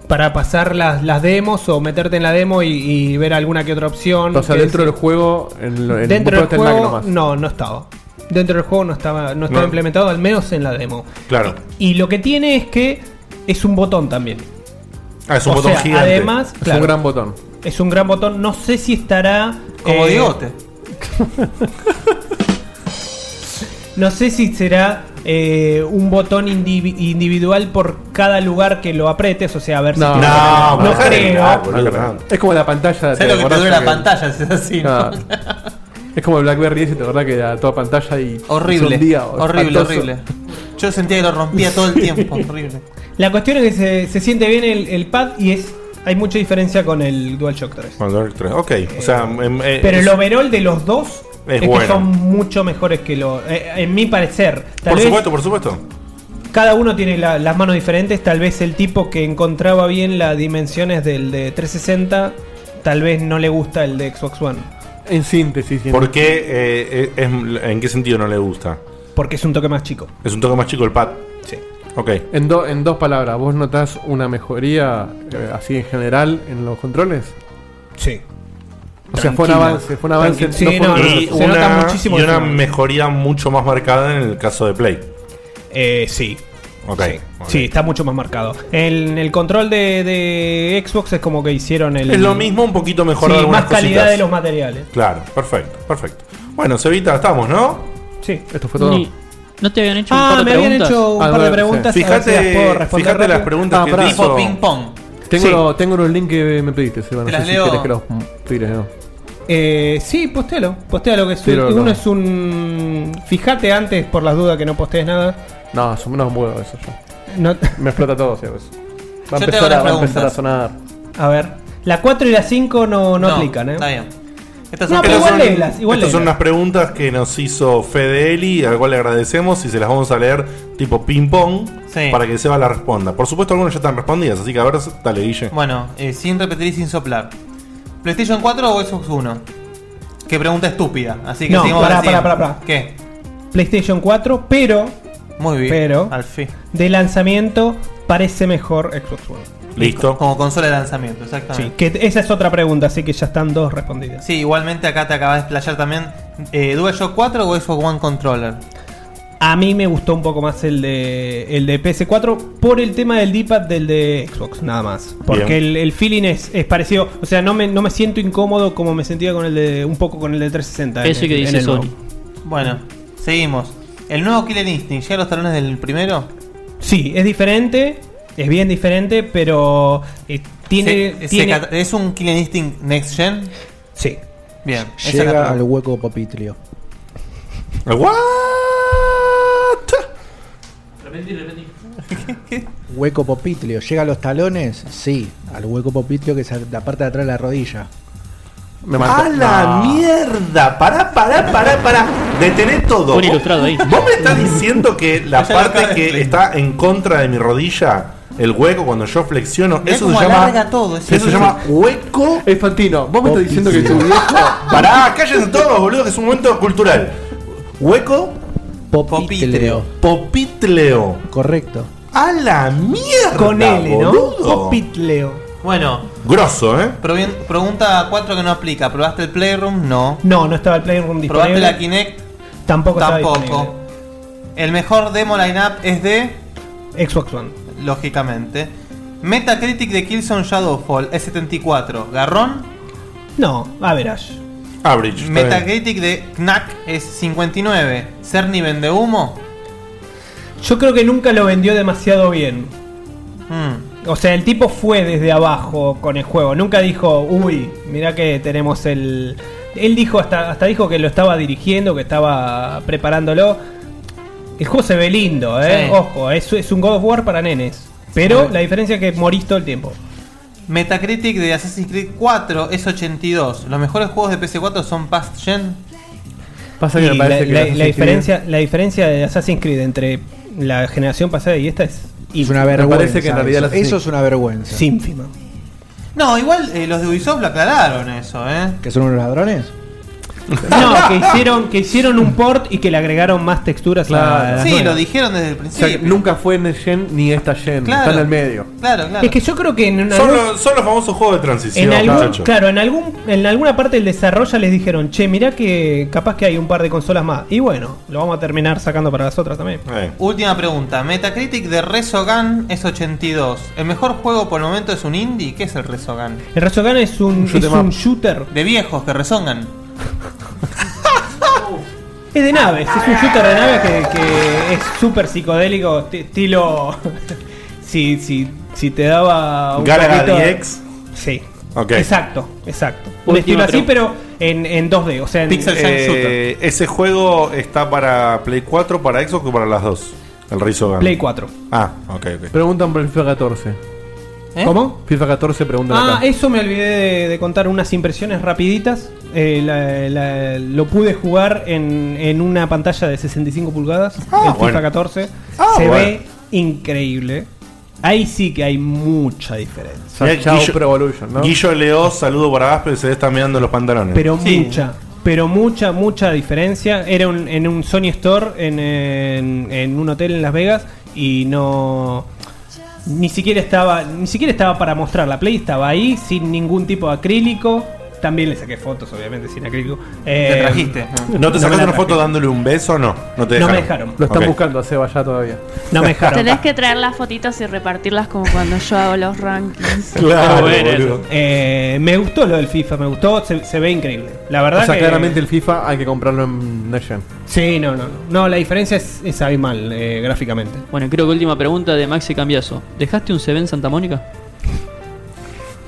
S7: Para pasar las, las demos o meterte en la demo y, y ver alguna que otra opción.
S8: O sea,
S7: que
S8: dentro
S7: es-
S8: del juego, en lo- en-
S7: Dentro
S8: vos
S7: del
S8: probaste el Mac
S7: juego,
S8: nomás.
S7: no, no estaba. Dentro del juego no estaba, no estaba
S8: No.
S7: implementado, al menos en la demo.
S2: Claro.
S7: Y lo que tiene es que es un botón también.
S2: Ah, es un
S7: O
S2: botón
S7: sea,
S2: gigante.
S7: Además,
S2: Es un
S7: claro,
S2: gran
S8: botón. Eh,
S7: Es un gran botón. No sé si estará.
S6: Como
S7: eh,
S6: Diegote.
S7: No sé si será eh, un botón indivi- individual por cada lugar que lo apretes. O sea, a ver
S8: No,
S7: si.
S8: no,
S7: no
S8: boludo,
S7: creo.
S8: no, no, no. Es como la pantalla.
S6: ¿Sabes lo que te
S8: acordás
S6: dura la
S8: que-
S6: pantalla si es así, no?
S8: Ah. Es como el Blackberry ese, la verdad que era toda pantalla y
S6: Horrible.
S8: un día
S6: horrible,
S8: espantoso.
S6: horrible. Yo sentía que lo rompía todo el tiempo. horrible.
S7: La cuestión es que se, se siente bien el, el pad y es Hay mucha diferencia con el DualShock 3.
S2: Cuando era el 3. Ok, o sea, em, eh,
S7: Pero
S2: es-
S7: el overall de los dos
S2: Es
S7: es,
S2: bueno.
S7: que son mucho mejores que los. eh, en mi parecer. Tal
S2: por
S7: vez
S2: supuesto, por supuesto.
S7: Cada uno tiene la- las manos diferentes. Tal vez el tipo que encontraba bien las dimensiones del de 360, tal vez no le gusta el de Xbox One.
S8: En síntesis.
S2: ¿Por qué? eh, es- ¿En qué sentido no le gusta?
S7: Porque es un toque más chico.
S2: Es un toque más chico el pad.
S7: Sí.
S2: Ok.
S8: En, do- en dos palabras, ¿vos notás una mejoría eh, así en general en los controles?
S7: Sí.
S8: O sea, fue un avance, fue un avance. no fue un
S2: y
S8: retroceso.
S2: una, y una mejoría mucho más marcada en el caso de Play.
S7: Eh, sí.
S2: Ok.
S7: Sí. Sí, está mucho más marcado. En el control de, de Xbox es como que hicieron el.
S2: Es lo mismo, un poquito mejor
S7: Sí,
S2: algunas
S7: más calidad
S2: cositas.
S7: de los materiales.
S2: Claro, perfecto, perfecto. Bueno, Cevita, estamos, ¿no?
S7: Sí.
S8: Esto fue
S1: todo. Ni- ¿No te habían hecho
S7: Ah,
S1: un par de
S7: me habían
S1: preguntas?
S7: hecho un par de preguntas.
S2: Fíjate-
S7: a ver si las puedo responder
S2: fíjate
S7: rápido.
S2: las preguntas que
S8: pará.
S2: te hizo- Tipo ping-pong.
S8: Tengo,
S7: Sí.
S8: los- tengo los links que me pediste, Seba. No
S7: Te
S8: sé
S7: las
S8: si
S7: leo.
S8: querés que los tires, ¿no?
S7: Eh, sí, postéalo. Postéalo que es un-
S8: Tíralo,
S7: uno
S8: no.
S7: es un. Fíjate antes por las dudas que no postees nada.
S8: No, son unos huevos eso yo.
S7: No-
S8: Me explota todo, Seba. eso. Va a
S7: Yo te hago
S8: empezar,
S7: las
S8: a, va a empezar a
S7: preguntas.
S6: Ah.
S8: sonar.
S7: A ver. La 4 y la 5 no, no, aplican, ¿eh?
S6: Estas
S7: no,
S6: son-
S7: pero
S6: estas
S7: igual
S6: son-
S7: léelas, igual
S2: Estas son
S7: léelas.
S2: las preguntas que nos hizo Fede Eli, al cual le agradecemos y se las vamos a leer tipo ping-pong para que Seba la responda. Por supuesto, algunas ya están respondidas, así que a ver, dale, Guille.
S6: Bueno, eh, sin repetir y sin soplar. ¿PlayStation 4 o Xbox 1? Qué pregunta estúpida. Así que
S7: No,
S6: seguimos
S7: pará,
S6: para
S7: pará, pará, pará.
S6: ¿Qué?
S7: PlayStation 4, pero.
S6: Muy bien.
S7: Pero.
S6: Al fin.
S7: De lanzamiento parece mejor Xbox One.
S2: Listo.
S6: Como consola de lanzamiento,
S7: Sí,
S6: exactamente.
S7: que esa es otra pregunta, así que ya están dos respondidas.
S6: Sí, igualmente acá te acabas de explayar también. Eh, ¿DualShock 4 o Xbox One Controller?
S7: A mí me gustó un poco más el de, el de PS4 por el tema del D-pad del de Xbox, nada más. Porque
S6: Bien.
S7: el, el feeling es, es parecido. O sea, no me, no me siento incómodo como me sentía con el de un poco con el de 360. en el- en el Move.
S6: Bueno, seguimos. ¿El nuevo Killer Instinct llega a los talones del primero?
S7: Sí, es diferente, es bien diferente, pero eh, tiene.
S6: Se- se
S7: tiene-
S6: cata- ¿Es un Killer Instinct Next Gen?
S7: Sí.
S6: Bien. esa es la
S10: Llega
S6: pregunta.
S10: al hueco papitrio.
S2: ¿What?
S10: Hueco popitlio. ¿Llega a los talones? Sí, al hueco popitlio que es la parte de atrás de la rodilla.
S8: Me
S2: ¡A la mierda! Pará, pará, pará, pará. Detené todo.
S10: Un
S2: ¿Vos-
S10: ilustrado ahí.
S2: ¿Vos me estás diciendo que la
S6: Ya lo
S2: parte
S6: acabas de
S2: que está en contra de mi rodilla, el hueco cuando yo flexiono,
S6: Mirá
S2: eso se
S6: cómo
S2: llama.
S6: alarga todo, es
S2: eso se
S6: increíble.
S2: llama hueco.
S8: Es Fantino, vos me estás diciendo que tu viejo.
S2: Pará, cállense todos, boludo, que es un momento cultural. Hueco.
S10: Popitleo.
S2: Popitleo.
S10: Correcto.
S2: ¡A la mierda!
S7: Con L, ¿no?
S2: Ah, boludo.
S7: Popitleo.
S6: Bueno,
S2: Grosso, ¿eh?
S6: provien- pregunta 4 que no aplica. ¿Probaste el Playroom? No.
S7: No, no estaba el Playroom
S6: ¿Probaste
S7: disponible.
S6: la Kinect?
S7: Tampoco estaba
S6: Tampoco. El mejor demo lineup es de.
S7: Xbox One.
S6: Lógicamente. Metacritic de Killzone Shadowfall es 74. Garrón.
S7: No, Average.
S2: Average. Ah, está bien.
S6: Metacritic de Knack es 59. Cerny vende humo.
S7: Yo creo que nunca lo vendió demasiado bien.
S8: Hmm.
S7: O sea, el tipo fue desde abajo con el juego. Nunca dijo, uy, mirá que tenemos el. Él dijo, hasta, hasta dijo que lo estaba dirigiendo, que estaba preparándolo. El juego se ve lindo, ¿eh?
S6: Sí.
S7: Ojo, es, es un God of War para nenes. Pero la diferencia es que morís todo el tiempo.
S6: Metacritic de Assassin's Creed 4 es 82. Los mejores juegos de PC4 son Past Gen.
S8: Pasa que
S7: Y
S8: me
S7: la,
S8: parece que
S7: la-
S8: Assassin's
S7: la
S8: Creed-
S7: diferencia, la diferencia de Assassin's Creed entre la generación pasada y esta es.
S10: Es una vergüenza. eso. Eso es una vergüenza.
S7: Es ínfima.
S6: No, igual eh, los de Ubisoft lo aclararon eso, ¿eh?
S10: ¿Que son unos ladrones?
S7: No, que hicieron, que hicieron un port y que le agregaron más texturas a
S8: Claro.
S7: las
S8: Sí,
S7: nuevas.
S8: lo
S6: dijeron desde el
S8: O sea,
S6: principio.
S8: nunca fue en Gen ni esta Gen.
S7: Claro.
S8: Está en el medio.
S6: Claro, claro.
S7: Es que yo creo que en una-
S2: Son, los, son los famosos juegos de transición.
S7: en algún-
S2: muchacho.
S7: claro, en algún en alguna parte del desarrollo les dijeron, "Che, mirá que capaz que hay un par de consolas más." Y bueno, lo vamos a terminar sacando para las otras también.
S6: Última pregunta. Metacritic de Resogun es 82. ¿El mejor juego por el momento es un indie? ¿Qué es el Resogun?
S7: El Razogan es un,
S6: shoot
S7: es
S6: em up.
S7: un shooter,
S6: De viejos que rezongan.
S7: es de naves, es un shooter de naves que, que es súper psicodélico, esti- estilo si si si te daba un
S2: Galaga
S7: poquito-
S2: DX.
S7: Sí.
S2: Ok.
S7: Exacto, exacto. Un
S2: Última
S7: estilo así,
S2: pregunta.
S7: pero en, en 2D, o sea, en
S2: Eh, Ese juego está para Play 4, para Xbox o para las dos. El Rizogan.
S7: Play 4.
S2: Ah, ok, ok.
S8: Preguntan por el FIFA 14.
S7: ¿Cómo?
S8: FIFA 14 pregunta
S7: ¿Eh? Ah,
S8: acá.
S7: eso me olvidé de, de contar unas impresiones rapiditas. Eh, la- la- lo pude jugar en, en una pantalla de 65 pulgadas, el FIFA
S8: bueno.
S7: 14.
S8: Ah,
S7: Se
S8: bueno.
S7: ve increíble. Ahí sí que hay mucha diferencia.
S2: Mirá, Guillo- Guillo Leoz, saludo para Gasper, se le está mirando los pantalones.
S7: Pero mucha, pero mucha, mucha diferencia. Era un- en un Sony Store, en, en- en un hotel en Las Vegas, y no. Ni siquiera estaba. Ni siquiera estaba para mostrar. La Play estaba ahí, sin ningún tipo de acrílico. También le saqué fotos, obviamente, sin acrílico. Eh,
S2: ¿No te
S7: me
S2: sacaste
S7: la
S2: una foto
S7: traje.
S2: dándole un beso o no? No, te
S7: No me dejaron.
S8: Lo están
S2: Ok.
S8: buscando a Seba ya todavía.
S7: No me
S9: Tenés que traer las fotitos y repartirlas como cuando yo hago los rankings.
S8: Claro,
S7: Bueno,
S8: boludo.
S7: eh, me gustó lo del FIFA, me gustó, se, se ve increíble. La
S8: O
S7: verdad
S8: sea,
S7: que-
S8: claramente el FIFA hay que comprarlo en Next Gen.
S7: Sí, no, no, no. No, la diferencia es, es abismal eh, gráficamente.
S1: Bueno, creo que última pregunta de Maxi Cambiaso. ¿Dejaste un Seven Santa Mónica?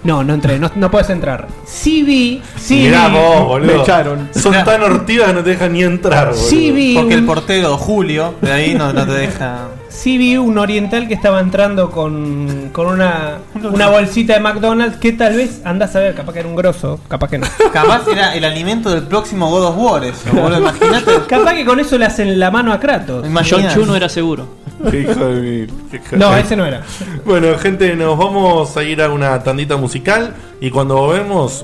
S7: No, no entré, no, no puedes entrar. Sí vi, sí
S2: Mirá
S7: vi.
S2: vos, boludo. Son tan hortivas que no te dejan ni entrar, boludo.
S7: Sí vi
S6: Porque el
S7: un-
S6: portero Julio de ahí no, no te deja.
S7: Sí vi un oriental que estaba entrando con, con una, una bolsita de McDonald's que tal vez, andás a ver, capaz que era un grosso, capaz que no.
S6: Capaz era el alimento del próximo God of War, eso, boludo. Imagínate.
S7: capaz que con eso le hacen la mano a Kratos.
S6: Imaginás. John Chu no
S1: era seguro.
S2: Qué hijo de mil, qué hijo de
S7: No,
S2: mil.
S7: ese no era.
S2: Bueno, gente, nos vamos a ir a una tandita musical y cuando volvemos.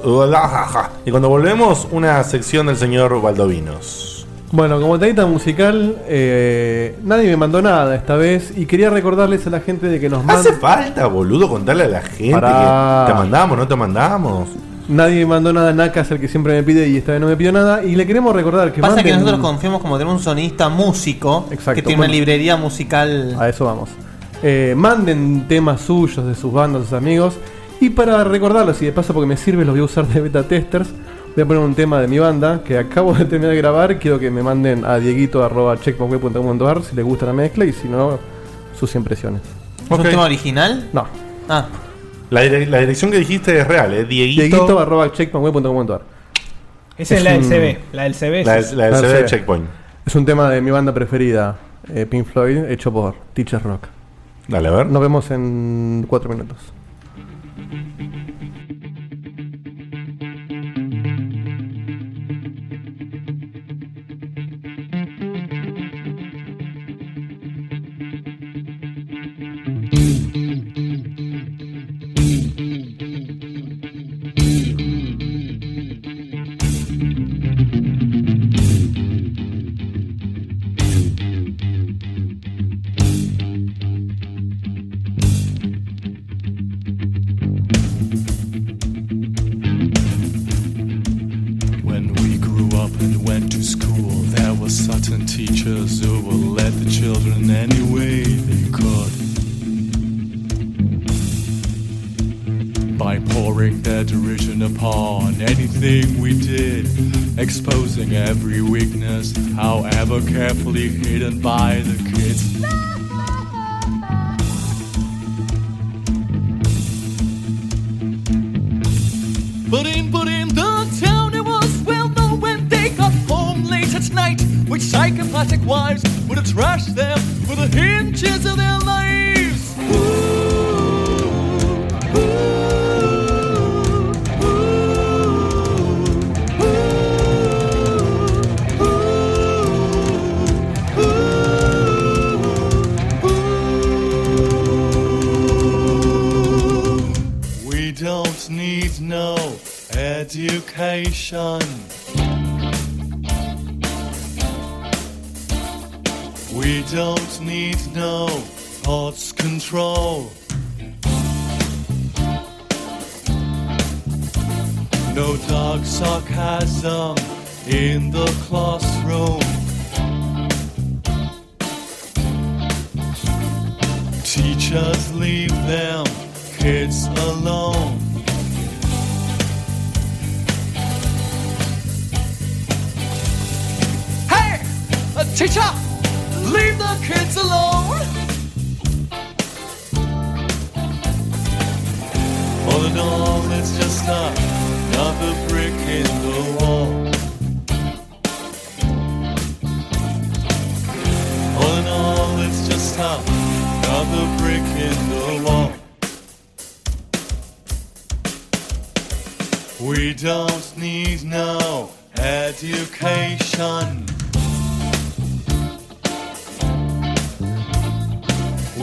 S2: Y cuando volvemos, una sección del señor Valdovinos.
S8: Bueno, como tadita musical, eh, nadie me mandó nada esta vez y quería recordarles a la gente de que
S7: Ah,
S8: nos manda.
S2: ¿Hace falta, boludo, contarle a la gente
S8: Pará.
S2: que te mandamos, no te mandamos?
S8: Nadie me mandó nada, Naka es el que siempre me pide y esta vez no me pidió nada. Y le queremos recordar que
S6: Pasa que
S8: manden-
S6: nosotros confiamos como tener un sonista músico que tiene
S8: bueno.
S6: una librería musical.
S8: A eso vamos. Eh, manden temas suyos, de sus bandas, de sus amigos. Y para recordarlos, y de paso porque me sirve, los voy a usar de beta testers. Voy a poner un tema de mi banda que acabo de terminar de grabar. Quiero que me manden a dieguito.checkpointweb.com.ar si les gusta la mezcla y si no, sus impresiones.
S6: ¿Es un tema original?
S8: No.
S6: Ah.
S2: La, dire- la dirección que dijiste es real, ¿eh? Dieguito.
S8: Dieguito.checkpointweb.com.ar
S7: Esa es la del CB, la del CB.
S2: La del- la del CB de
S8: CB.
S2: Checkpoint.
S8: Es un tema de mi banda preferida, eh, Pink Floyd, hecho por Teacher Rock.
S2: Dale, a ver.
S8: Nos vemos en cuatro minutos.
S13: When we grew up and went to school, there were certain teachers who would let the children any way they could. By pouring their derision upon anything we did, exposing every weakness, however carefully hidden by the kids.
S11: But in, but in the town it was well known when they got home late at night, which psychopathic wives would have trashed them for the hinges of their lives.
S13: We don't need no education. We don't need no thoughts control. No dark sarcasm in the classroom. Teachers leave them kids alone.
S11: Hey, uh, teacher, leave the kids alone.
S13: All in all, it's just another brick in the wall. All in all, it's just another brick in the wall. We don't need no education.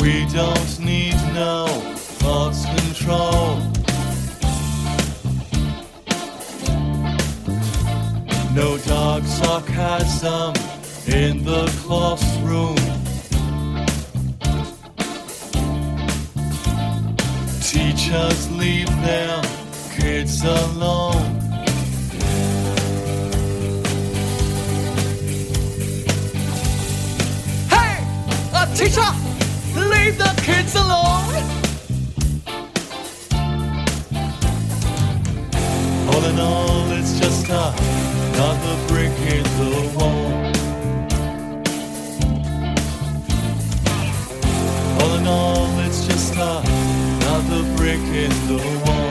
S13: We don't need no thought control. No dark sarcasm in the classroom. Teachers leave their kids alone.
S11: Hey, a teacher, leave the kids alone.
S13: All in all, it's just another brick in the wall. All in all, it's just another brick in the wall.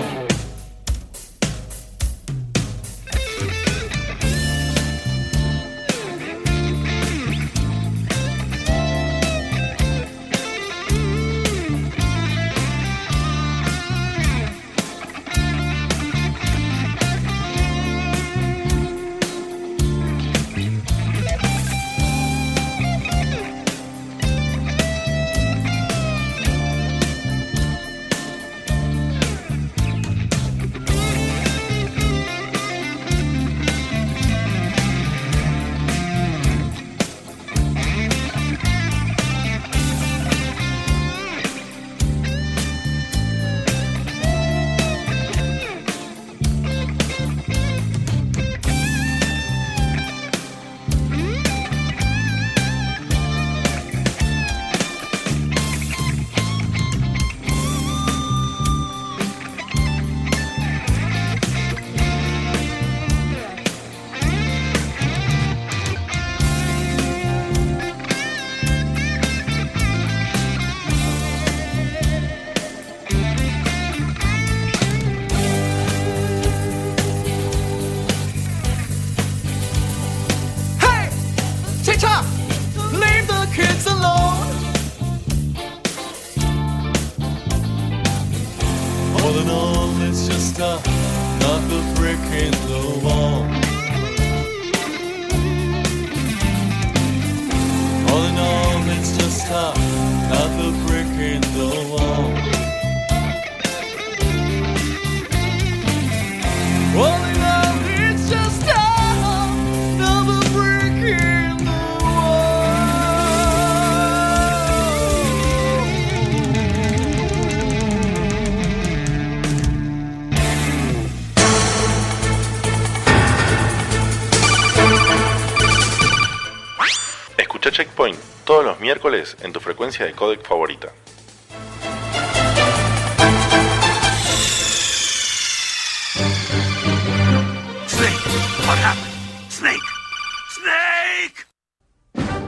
S11: Hey, teacher, leave the kids alone.
S13: All in all, it's just another brick in the wall. All in all, it's just another brick in the wall.
S11: All in all, it's just another brick in the
S2: Escucha Checkpoint todos los miércoles en tu frecuencia de codec favorita.
S11: Snake, what happened? Snake, snake!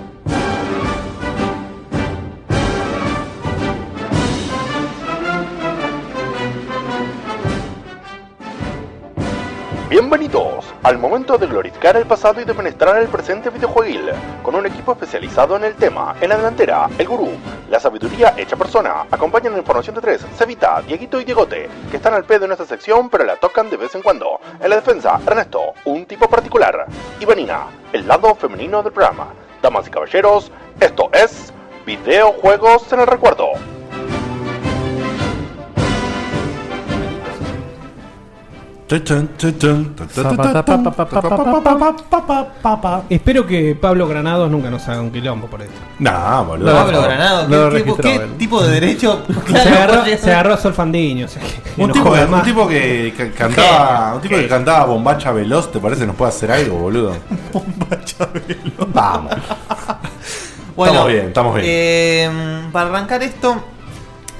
S2: Bienvenidos al momento de glorificar el pasado y de penetrar el presente videojueguil, con un equipo especializado en el tema. En la delantera, el gurú, la sabiduría hecha persona, acompañan en Información de Tres, Cevita, Dieguito y Diegote, que están al pedo en esta sección pero la tocan de vez en cuando. En la defensa, Ernesto, un tipo particular, y Vanina, el lado femenino del programa. Damas y caballeros, esto es Videojuegos en el Recuerdo.
S7: Espero que Pablo Granados nunca nos haga un quilombo por esto.
S2: Nah, boludo.
S7: No,
S6: Pablo Granado, ¿qué- qué- qué tipo de derecho?
S7: se, agarró, se agarró a Solfandiño. o sea que-
S2: Un
S7: no
S2: tipo,
S7: joda
S2: que, un
S7: más.
S2: tipo que ca- cantaba, un tipo que cantaba bombacha veloz, ¿te parece? ¿Nos puede hacer algo, boludo? bombacha veloz. Vamos. estamos bien, estamos bien.
S6: eh, para arrancar esto,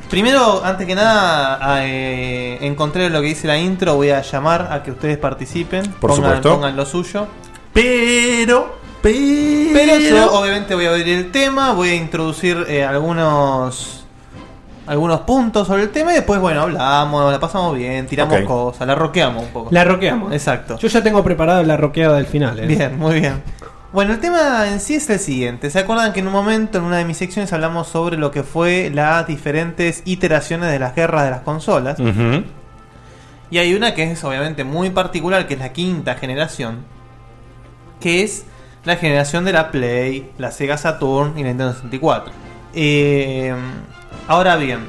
S6: primero, antes que nada, a, eh, encontré lo que dice la intro. Voy a llamar a que ustedes participen.
S2: Por
S6: pongan,
S2: supuesto.
S6: Pongan lo suyo.
S2: Pero, pero.
S6: Pero yo, obviamente, voy a abrir el tema. Voy a introducir eh, algunos. Algunos puntos sobre el tema y después, bueno, hablamos, la pasamos bien, tiramos
S7: Ok.
S6: cosas, la roqueamos un poco.
S7: La roqueamos.
S6: Exacto.
S7: Yo ya tengo preparada la roqueada del final. ¿eh?
S6: Bien, muy bien. Bueno, el tema en sí es el siguiente. ¿Se acuerdan que en un momento, en una de mis secciones, hablamos sobre
S5: Mm.
S6: lo que fue las diferentes iteraciones de las guerras de las consolas? Y hay una que es obviamente muy particular, que es la quinta generación, que es la generación de la Play, la Sega Saturn y la Nintendo 64. Eh, ahora bien,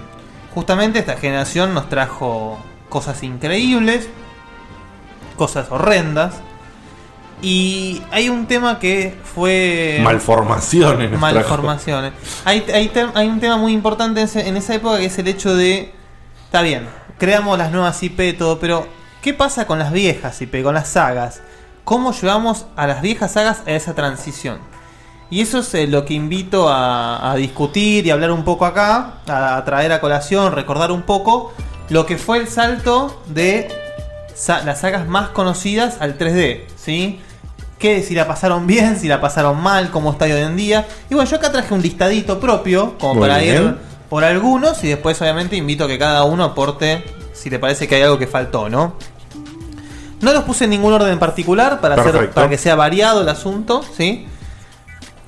S6: justamente esta generación nos trajo cosas increíbles, cosas horrendas. Y hay un tema que fue...
S2: Malformaciones nos
S6: Malformaciones. Hay, hay tem- hay un tema muy importante en, ese- en esa época que es el hecho de... Está bien, creamos las nuevas IP, todo, pero ¿qué pasa con las viejas IP, con las sagas? ¿Cómo llevamos a las viejas sagas a esa transición? Y eso es eh, lo que invito a, a discutir y hablar un poco acá, a, a traer a colación, recordar un poco lo que fue el salto de sa- las sagas más conocidas al 3D, ¿sí? Que si la pasaron bien, si la pasaron mal, cómo está hoy en día. Y bueno, yo acá traje un listadito propio, como
S2: Muy
S6: para
S2: bien.
S6: ir por algunos, y después obviamente invito a que cada uno aporte si le parece que hay algo que faltó, ¿no? No los puse en ningún orden en particular para, hacer,
S2: Perfecto.
S6: para que sea variado el asunto, ¿sí?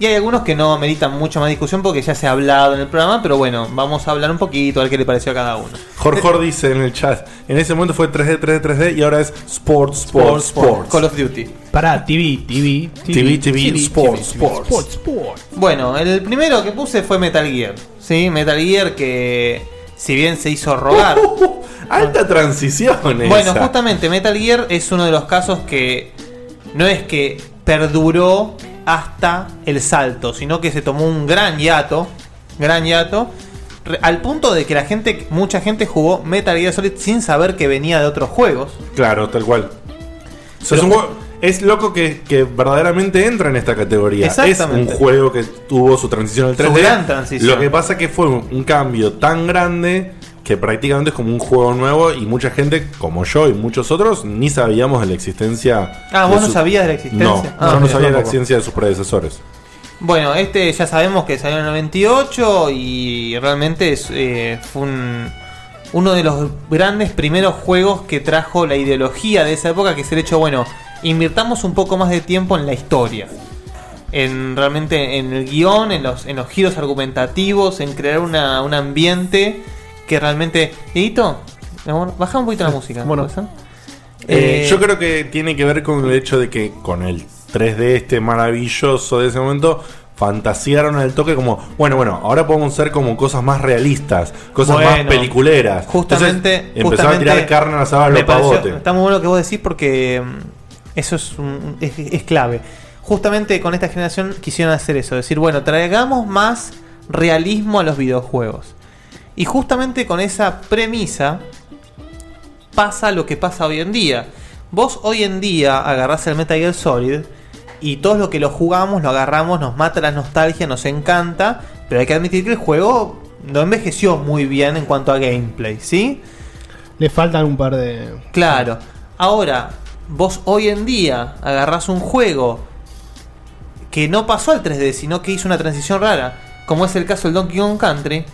S6: Y hay algunos que no meritan mucha más discusión porque ya se ha hablado en el programa, pero bueno, vamos a hablar un poquito, a ver qué le pareció a cada uno.
S2: Jorge Jorge dice en el chat, en ese momento fue 3D, 3D, 3D y ahora es Sport, Sport, Sport.
S6: Call of Duty.
S7: Pará, TV, TV,
S2: TV, TV, Sport, Sport.
S6: Bueno, el primero que puse fue Metal Gear, ¿sí? Metal Gear que, si bien se hizo rogar...
S2: Alta transición
S6: Bueno,
S2: esa.
S6: justamente Metal Gear es uno de los casos que no es que perduró hasta el salto, sino que se tomó un gran hiato, gran hiato, re- al punto de que la gente, mucha gente jugó Metal Gear Solid sin saber que venía de otros juegos.
S2: Claro, tal cual. O sea, es, un juego- es loco que, que verdaderamente entra en esta categoría. Es un
S6: Exactamente.
S2: juego que tuvo su transición al
S6: Su
S2: 3D.
S6: gran transición.
S2: Lo que pasa que fue un un cambio tan grande que prácticamente es como un juego nuevo y mucha gente, como yo y muchos otros, ni sabíamos de la existencia.
S6: Ah,
S2: de
S6: vos no
S2: su-
S6: sabías de la existencia.
S2: No,
S6: Ah,
S2: yo no
S6: mira,
S2: sabía de la
S6: tampoco.
S2: existencia de sus predecesores.
S6: Bueno, este ya sabemos que salió en el 98 y realmente es, eh, fue un- uno de los grandes primeros juegos que trajo la ideología de esa época, que es el hecho, bueno, invirtamos un poco más de tiempo en la historia. En realmente en el guión, en los, en los giros argumentativos, en crear una, un ambiente que realmente. Dieguito, mi amor, baja un poquito la música. Bueno,
S2: Eh, yo creo que tiene que ver con el hecho de que con el 3D este maravilloso de ese momento fantasearon al toque como, bueno, bueno, ahora podemos ser como cosas más realistas, cosas más
S6: Bueno,
S2: peliculeras.
S6: Justamente.
S2: Entonces, empezaron a tirar
S6: justamente
S2: carne en asada a
S6: me
S2: los
S6: pareció-
S2: pavotes.
S6: Está muy bueno lo que vos decís porque mm, eso es, un- es, es clave. Justamente con esta generación quisieron hacer eso: decir, bueno, traigamos más realismo a los videojuegos. Y justamente con esa premisa pasa lo que pasa hoy en día. Vos hoy en día agarrás el Metal Gear Solid y todos los que lo jugamos, lo agarramos, nos mata la nostalgia, nos encanta, pero hay que admitir que el juego no envejeció muy bien en cuanto a gameplay, ¿sí?
S7: Le faltan un par de.
S6: Claro. Ahora, vos hoy en día agarrás un juego que no pasó al 3D, sino que hizo una transición rara, como es el caso del Donkey Kong Country.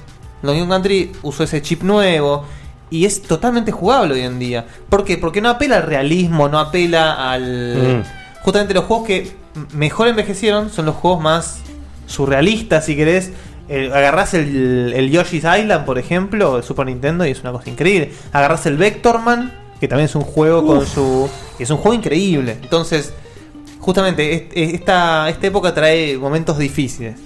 S6: Donkey Kong Country usó ese chip nuevo y es totalmente jugable hoy en día. ¿Por qué? Porque no apela al realismo, no apela al... Justamente los juegos que m- mejor envejecieron son los juegos más surrealistas, si querés. Eh, agarrás el, el Yoshi's Island, por ejemplo, de Super Nintendo, y es una cosa increíble. Agarrás el Vectorman, que también es un juego con su. Es un juego increíble. Entonces, justamente, est- esta, esta época trae momentos difíciles.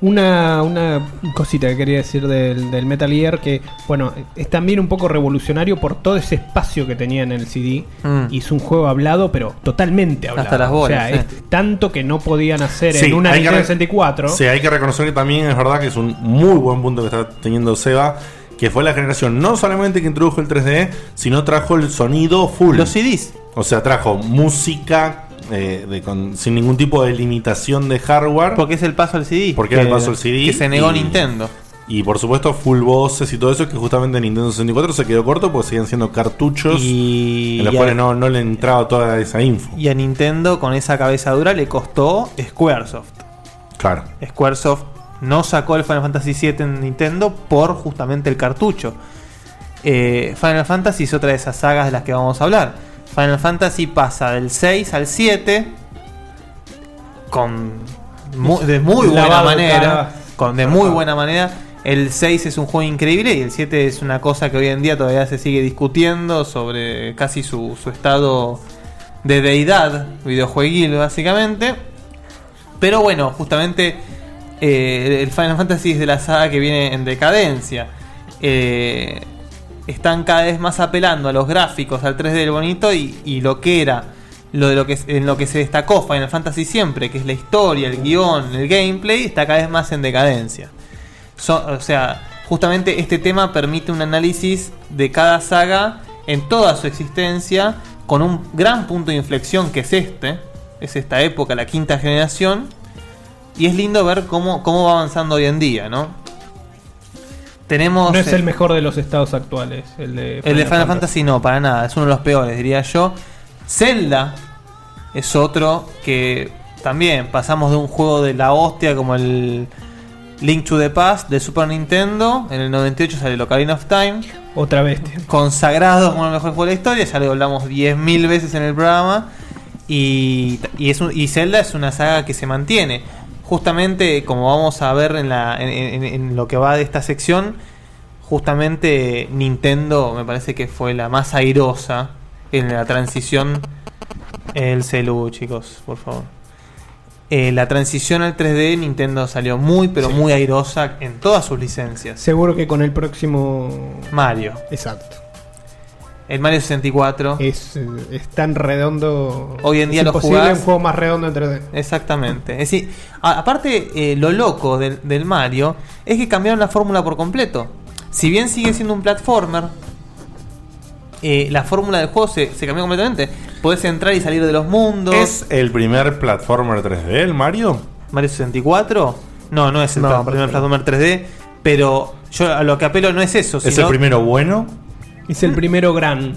S7: Una, una cosita que quería decir del, del Metal Gear que, bueno, es también un poco revolucionario por todo ese espacio que tenía en el CD.
S6: Mm.
S7: Hizo un juego hablado, pero totalmente hablado.
S6: Hasta las bolas,
S7: O sea,
S6: sí.
S7: es tanto que no podían hacer
S2: Sí,
S7: en una
S2: hay que
S7: Nintendo
S2: re-
S7: 64.
S2: Sí, hay que reconocer que también es verdad que es un muy buen punto que está teniendo Seba, que fue la generación no solamente que introdujo el 3D, sino trajo el sonido full. Los
S6: CDs.
S2: O sea, trajo música eh, de- con- sin ningún tipo de limitación de hardware.
S6: Porque es el paso al CD.
S2: Porque
S6: Que-
S2: era el paso al CD.
S6: que se negó Nintendo.
S2: Y por supuesto, full voces y todo eso, que justamente Nintendo 64 se quedó corto porque siguen siendo cartuchos en los
S6: y
S2: cuales
S6: a-
S2: no, no le entraba toda esa info.
S6: Y a Nintendo, con esa cabeza dura, le costó Squaresoft.
S2: Claro.
S6: Squaresoft no sacó el Final Fantasy VII en Nintendo por justamente el cartucho. Eh, Final Fantasy es otra de esas sagas de las que vamos a hablar. Final Fantasy pasa del 6 al 7 con mu- de muy buena
S7: Lavado de
S6: manera,
S7: cara.
S6: con de muy buena manera El 6 es un juego increíble y el 7 es una cosa que hoy en día todavía se sigue discutiendo sobre casi su, su estado de deidad videojueguil, básicamente. Pero bueno, justamente eh, el Final Fantasy es de la saga que viene en decadencia. Eh, están cada vez más apelando a los gráficos, al 3D del bonito y, y lo que era, lo de lo que, en lo que se destacó Final Fantasy siempre, que es la historia, el guión, el gameplay, está cada vez más en decadencia. So- o sea, justamente este tema permite un análisis de cada saga en toda su existencia, con un gran punto de inflexión que es este, es esta época, la quinta generación, y es lindo ver cómo, cómo va avanzando hoy en día, ¿no? Tenemos...
S7: No es
S6: eh,
S7: el mejor de los estados actuales, el de
S6: el de Final Fantasy no, para nada, es uno de los peores, diría yo. Zelda es otro que también pasamos de un juego de la hostia como el Link to the Past de Super Nintendo. En el 98 sale el Ocarina of Time.
S7: Otra bestia.
S6: Consagrado como el mejor juego de la historia, ya lo hablamos 10.000 veces en el programa. Y, y es un- y Zelda es una saga que se mantiene. Justamente como vamos a ver en, la, en- en- en lo que va de esta sección, justamente Nintendo me parece que fue la más airosa en la transición. El celu, chicos, por favor. Eh, la transición al 3D, Nintendo salió muy, pero muy airosa en todas sus licencias.
S7: Seguro que con el próximo
S6: Mario.
S7: Exacto.
S6: El Mario 64.
S7: Es, tan redondo.
S6: Hoy en día
S7: es
S6: lo
S7: imposible
S6: jugás.
S7: un juego más redondo en 3D.
S6: Exactamente. Es decir, a- aparte, eh, lo loco del, del Mario es que cambiaron la fórmula por completo. Si bien sigue siendo un platformer, eh, la fórmula del juego se, se cambió completamente. Podés entrar y salir de los mundos.
S2: ¿Es el primer platformer 3D, el Mario?
S6: ¿Mario 64? No, no es el pla- primer platformer 3D, pero yo a lo que apelo no es eso.
S2: ¿Es el primero bueno?
S7: Es el primero gran.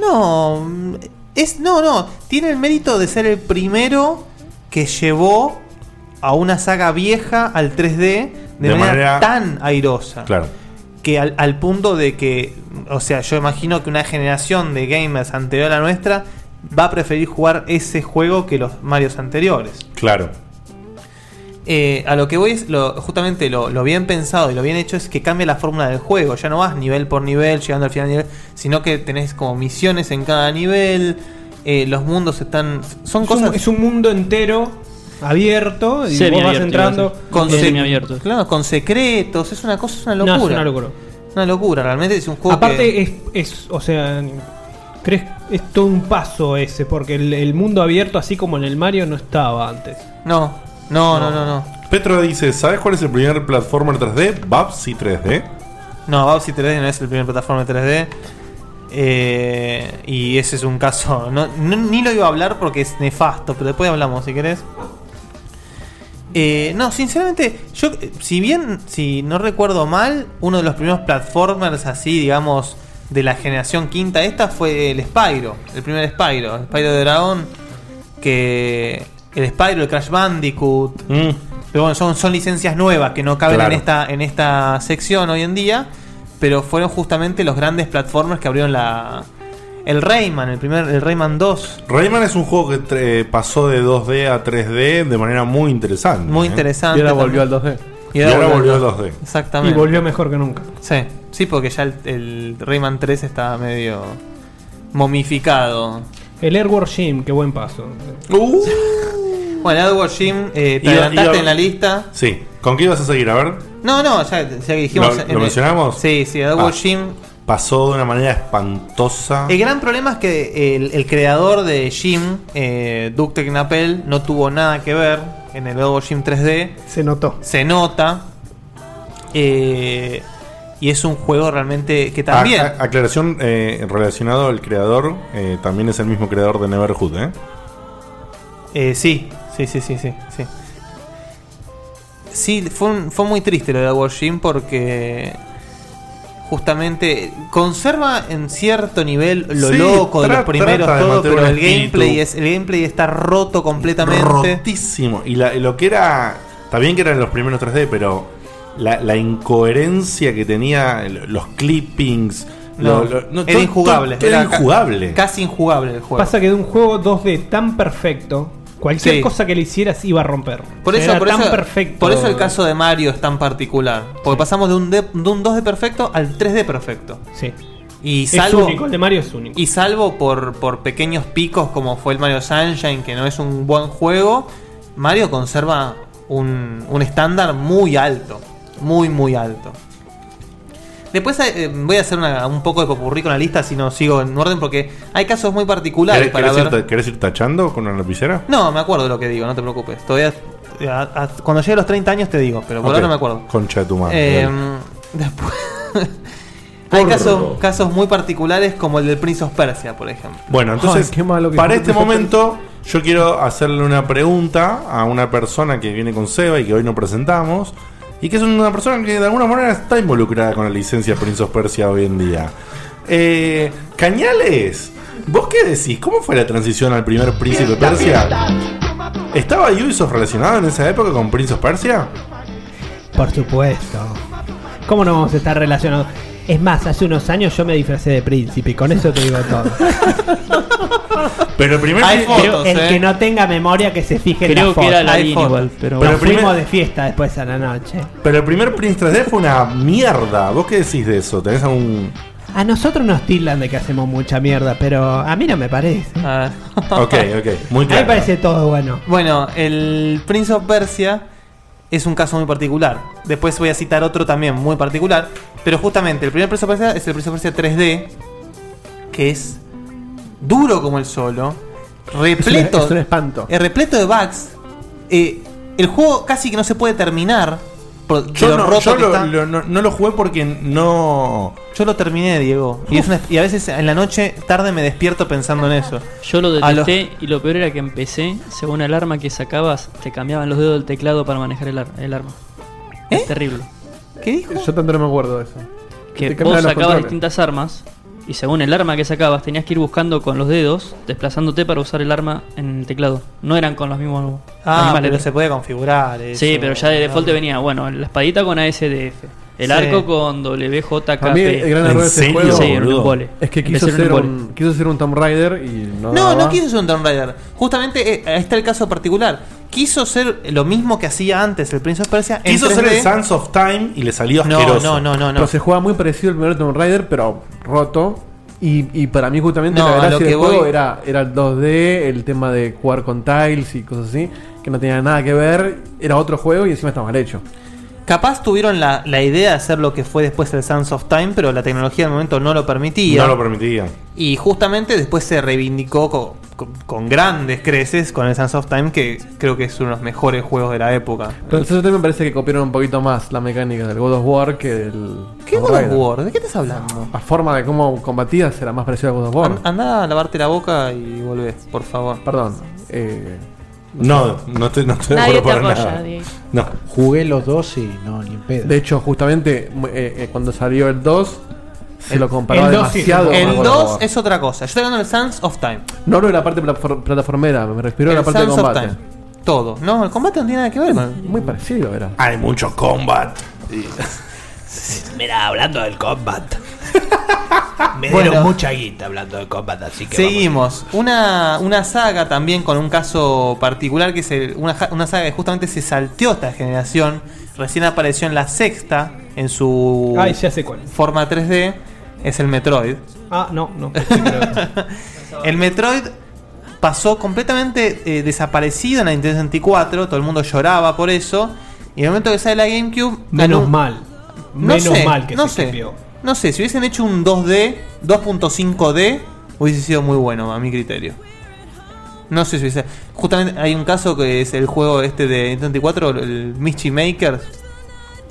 S6: No, mm, es no, no, tiene el mérito de ser el primero que llevó a una saga vieja al 3D de,
S2: De
S6: manera,
S2: manera-
S6: tan airosa.
S2: Claro.
S6: Que al, al punto de que, o sea, yo imagino que una generación de gamers anterior a la nuestra va a preferir jugar ese juego que los Marios anteriores.
S2: Claro.
S6: Eh, a lo que voy es lo- justamente lo, lo bien pensado y lo bien hecho es que cambia la fórmula del juego. Ya no vas nivel por nivel, llegando al final del nivel, sino que tenés como misiones en cada nivel. eh, los mundos están. Son
S7: Es
S6: cosas.
S7: un- es un mundo entero abierto y vos vas entrando
S6: con,
S7: eh,
S6: se- claro, con secretos. Es una cosa, es una
S7: No, es
S6: locura.
S7: una locura.
S6: Una locura, realmente es un juego.
S7: Aparte, eh,
S6: que-
S7: es, es, o sea, crees, es todo un paso ese, porque el, el mundo abierto, así como en el Mario, no estaba antes.
S6: No, no, no, no. no.
S2: Petro dice, ¿sabes cuál es el primer platformer 3D? Babsy 3D.
S6: No, Babsy 3D no es el primer plataforma 3D. Eh, y ese es un caso. No, no- ni lo iba a hablar porque es nefasto, pero después hablamos si querés. Eh, no, sinceramente, yo, eh, si bien, si no recuerdo mal, uno de los primeros platformers así, digamos, de la generación quinta esta fue el Spyro, el primer Spyro, el Spyro de Dragón, que el Spyro, el Crash Bandicoot, pero bueno, son, son licencias nuevas que no caben
S2: Claro.
S6: en, esta, en esta sección hoy en día, pero fueron justamente los grandes platformers que abrieron la... El Rayman, el primer, el Rayman 2.
S2: Rayman es un juego que eh, pasó de 2D a 3D de manera muy interesante.
S6: Muy
S2: ¿eh?
S6: interesante.
S2: Y ahora, volvió al 2D.
S6: Exactamente.
S7: Y volvió mejor que nunca.
S6: Sí, sí, porque ya el, el Rayman 3 está medio momificado.
S7: El Airward Gym, qué buen paso.
S6: Bueno, Edward Jim, eh, te
S2: ¡Uh! Iba-
S6: adelantaste
S2: iba-
S6: en la lista.
S2: Sí. ¿Con qué ibas a seguir? A ver.
S6: No, no, ya, ya que dijimos.
S2: ¿Lo,
S6: en
S2: lo
S6: el-
S2: mencionamos? Ah,
S6: Sí, sí, Edward Jim.
S2: Pasó de una manera espantosa.
S6: El gran problema es que el, el creador de Jim, eh, Duke Tecnapel, no tuvo nada que ver en el nuevo Jim 3D.
S7: Se notó.
S6: Se nota. Eh, y es un juego realmente que
S2: A-
S6: también.
S2: a- aclaración eh, relacionado al creador, eh, también es el mismo creador de Neverhood, ¿eh?
S6: Eh, sí, sí, sí, sí, sí. Sí, sí fue, un- fue muy triste lo de Edward Jim porque justamente conserva en cierto nivel lo
S2: Sí,
S6: loco de
S2: tra-
S6: los primeros
S2: trata de
S6: todo,
S2: mantener
S6: pero
S2: un
S6: el gameplay, es,
S2: espíritu.
S6: el gameplay está roto completamente.
S2: Rotísimo. Y la- lo que era. También que eran los primeros 3D, pero la, la incoherencia que tenía, el- los clippings. lo-
S6: No,
S2: lo- no,
S6: era
S2: todo-
S6: injugable.
S2: todo- todo era
S6: ca-
S2: injugable.
S6: Casi injugable el juego.
S7: Pasa que de un juego 2D tan perfecto, Cualquier
S6: Sí.
S7: cosa que le hicieras iba a romper.
S6: Por eso,
S7: Era
S6: por
S7: tan
S6: eso-
S7: perfecto.
S6: por eso el caso de Mario es tan particular. Porque pasamos de un, de, de un 2D perfecto al 3D perfecto.
S7: Sí.
S6: Y
S7: Es
S6: salvo,
S7: único, el de Mario es único.
S6: Y salvo por, por pequeños picos como fue el Mario Sunshine, que no es un buen juego, Mario conserva un, un estándar muy alto. Muy, muy alto. Después eh, voy a hacer una- un poco de popurrí con la lista si no sigo en orden, porque hay casos muy particulares
S2: ¿Querés,
S6: para
S2: querés
S6: ver.
S2: ir, ta- querés ir tachando con una lapicera?
S6: No, me acuerdo lo que digo, no te preocupes. Todavía. eh, a- a- cuando llegue a los 30 años te digo, pero por
S2: Ok,
S6: ahora no me acuerdo.
S2: Concha de tu madre.
S6: Eh,
S2: dale.
S6: después. Hay casos, casos muy particulares como el del Prince of Persia, por ejemplo.
S2: Bueno, entonces,
S6: Ay, qué malo que
S2: para
S6: fue.
S2: este momento, yo quiero hacerle una pregunta a una persona que viene con Seba y que hoy no presentamos. Y que es una persona que de alguna manera está involucrada con la licencia Prince of Persia hoy en día. Eh, Cañales, ¿vos qué decís? ¿Cómo fue la transición al primer Príncipe de Persia? ¿Estaba Ubisoft relacionado en esa época con Prince of Persia?
S7: Por supuesto. ¿Cómo no vamos a estar relacionados? Es más, hace unos años yo me disfracé de príncipe y con eso te digo todo.
S2: Pero el primer
S7: Hay fotos, el eh. que no tenga memoria que se fije en
S2: Creo
S7: la
S2: que
S7: foto.
S2: era Aladdin Hay fotos. igual, pero bueno.
S7: Nos
S2: Pero
S7: fuimos
S2: primer-
S7: de fiesta después a la noche.
S2: Pero el primer Prince 3D fue una mierda. ¿Vos qué decís de eso? ¿Tenés algún.?
S7: A nosotros nos tildan de que hacemos mucha mierda, pero a mí no me parece.
S6: Ah.
S2: Ok, ok, muy
S7: A mí me parece todo bueno.
S6: Bueno, el Prince of Persia es un caso muy particular. Después voy a citar otro también muy particular. Pero justamente, el primer Prince of Persia es el Prince of Persia 3D, que es duro como el solo, repleto,
S8: es un espanto.
S6: eh, repleto de bugs. Eh, el juego casi que no se puede terminar. por- de
S2: Yo,
S6: lo
S2: no,
S6: roto
S2: yo
S6: que
S2: lo-
S6: está.
S2: lo- no- no lo jugué porque no.
S6: Yo lo terminé, Diego. Y, es una- y a veces en la noche tarde me despierto pensando en eso.
S1: Yo lo
S6: A los-
S1: detesté y lo peor era que empecé, según el arma que sacabas, te cambiaban los dedos del teclado para manejar el, ar- el arma. Es terrible.
S6: ¿Qué dijo?
S8: Yo tanto no me acuerdo de eso.
S1: Que
S8: Te
S1: vos
S8: cambiaban los
S1: sacabas
S8: controles.
S1: distintas armas y según el arma que sacabas tenías que ir buscando con los dedos, desplazándote para usar el arma en el teclado. No eran con los mismos
S6: Ah,
S1: animales.
S6: pero se puede configurar. eso.
S1: Sí, pero ya de default te venía, bueno, la espadita con ASDF, el
S6: Sí.
S1: arco con WJKP.
S8: A mí el gran error de ese juego
S1: Sí, era un
S8: boludo,
S1: embole.
S8: es que
S1: Empecé
S8: quiso
S1: en un
S8: ser,
S1: embole.
S8: un, quiso ser un Tomb Raider y no
S6: No,
S2: Ah.
S8: daba.
S6: no quiso ser un Tomb Raider. Justamente eh, ahí está el caso particular. Quiso ser lo mismo que hacía antes el Prince of Persia. en
S2: Quiso ser
S6: 3D.
S2: el Sands of Time y le salió
S6: No,
S2: asqueroso.
S6: no, no, no.
S8: Pero se juega muy parecido al primer Tomb Raider, pero roto. Y, y para mí justamente
S6: No,
S8: la
S6: a
S8: gracia
S6: lo que
S8: del juego
S6: voy-
S8: era, era el 2D, el tema de jugar con tiles y cosas así, que no tenía nada que ver, era otro juego y encima estaba mal hecho.
S6: Capaz tuvieron la, la idea de hacer lo que fue después el Sands of Time, pero la tecnología del momento no lo permitía.
S2: No lo permitía.
S6: Y justamente después se reivindicó co- co- con, grandes creces con el Sands of Time, que creo que es uno de los mejores juegos de la época.
S8: Pero entonces también me parece que copiaron un poquito más la mecánica del God of War que del.
S6: ¿Qué God of War? ¿De qué estás hablando? Ah,
S8: La forma de cómo combatías era más parecida al God of War.
S6: Andá a lavarte la boca y volvés, por favor.
S8: Perdón. Eh,
S2: No, no estoy, no estoy de
S8: Nadie
S2: acuerdo para
S8: te apoya,
S2: nada.
S8: Diego.
S2: No.
S10: Jugué los dos y no, ni en pedo.
S8: De hecho, justamente mu- eh, eh, cuando salió el 2, se lo comparaba demasiado. con
S6: El
S8: God of
S6: 2
S8: War.
S6: es otra cosa. Yo estoy hablando del Sands of Time.
S8: No hablo de la parte platfor- plataformera, me refiero a
S6: El
S8: la parte de
S6: Sands of
S8: combate.
S6: Time. Todo. No, el combate no tiene nada que ver con.
S8: Muy parecido era.
S2: Hay mucho combat.
S14: Mira, hablando del combat. Me
S6: Bueno.
S14: dieron mucha guita hablando de combat, así que.
S6: Seguimos. Una, una saga también con un caso particular que es el- una, ja- una saga que justamente se salteó esta generación. Recién apareció en la sexta en su
S7: Ay, ya sé cuál
S6: forma 3D. Es el Metroid.
S7: Ah, no, no.
S6: el Metroid pasó completamente eh, desaparecido en la Nintendo 64. Todo el mundo lloraba por eso. Y en el momento que sale la GameCube.
S7: Menos
S6: ganó-
S7: mal.
S6: No
S7: Menos
S6: sé,
S7: mal que
S6: no
S7: se
S6: sé.
S7: esquipeó.
S6: No sé, si hubiesen hecho un 2D, 2.5D, hubiese sido muy bueno, a mi criterio. No sé si hubiese. Justamente hay un caso que es el juego este de Nintendo 64, el Mischief Makers,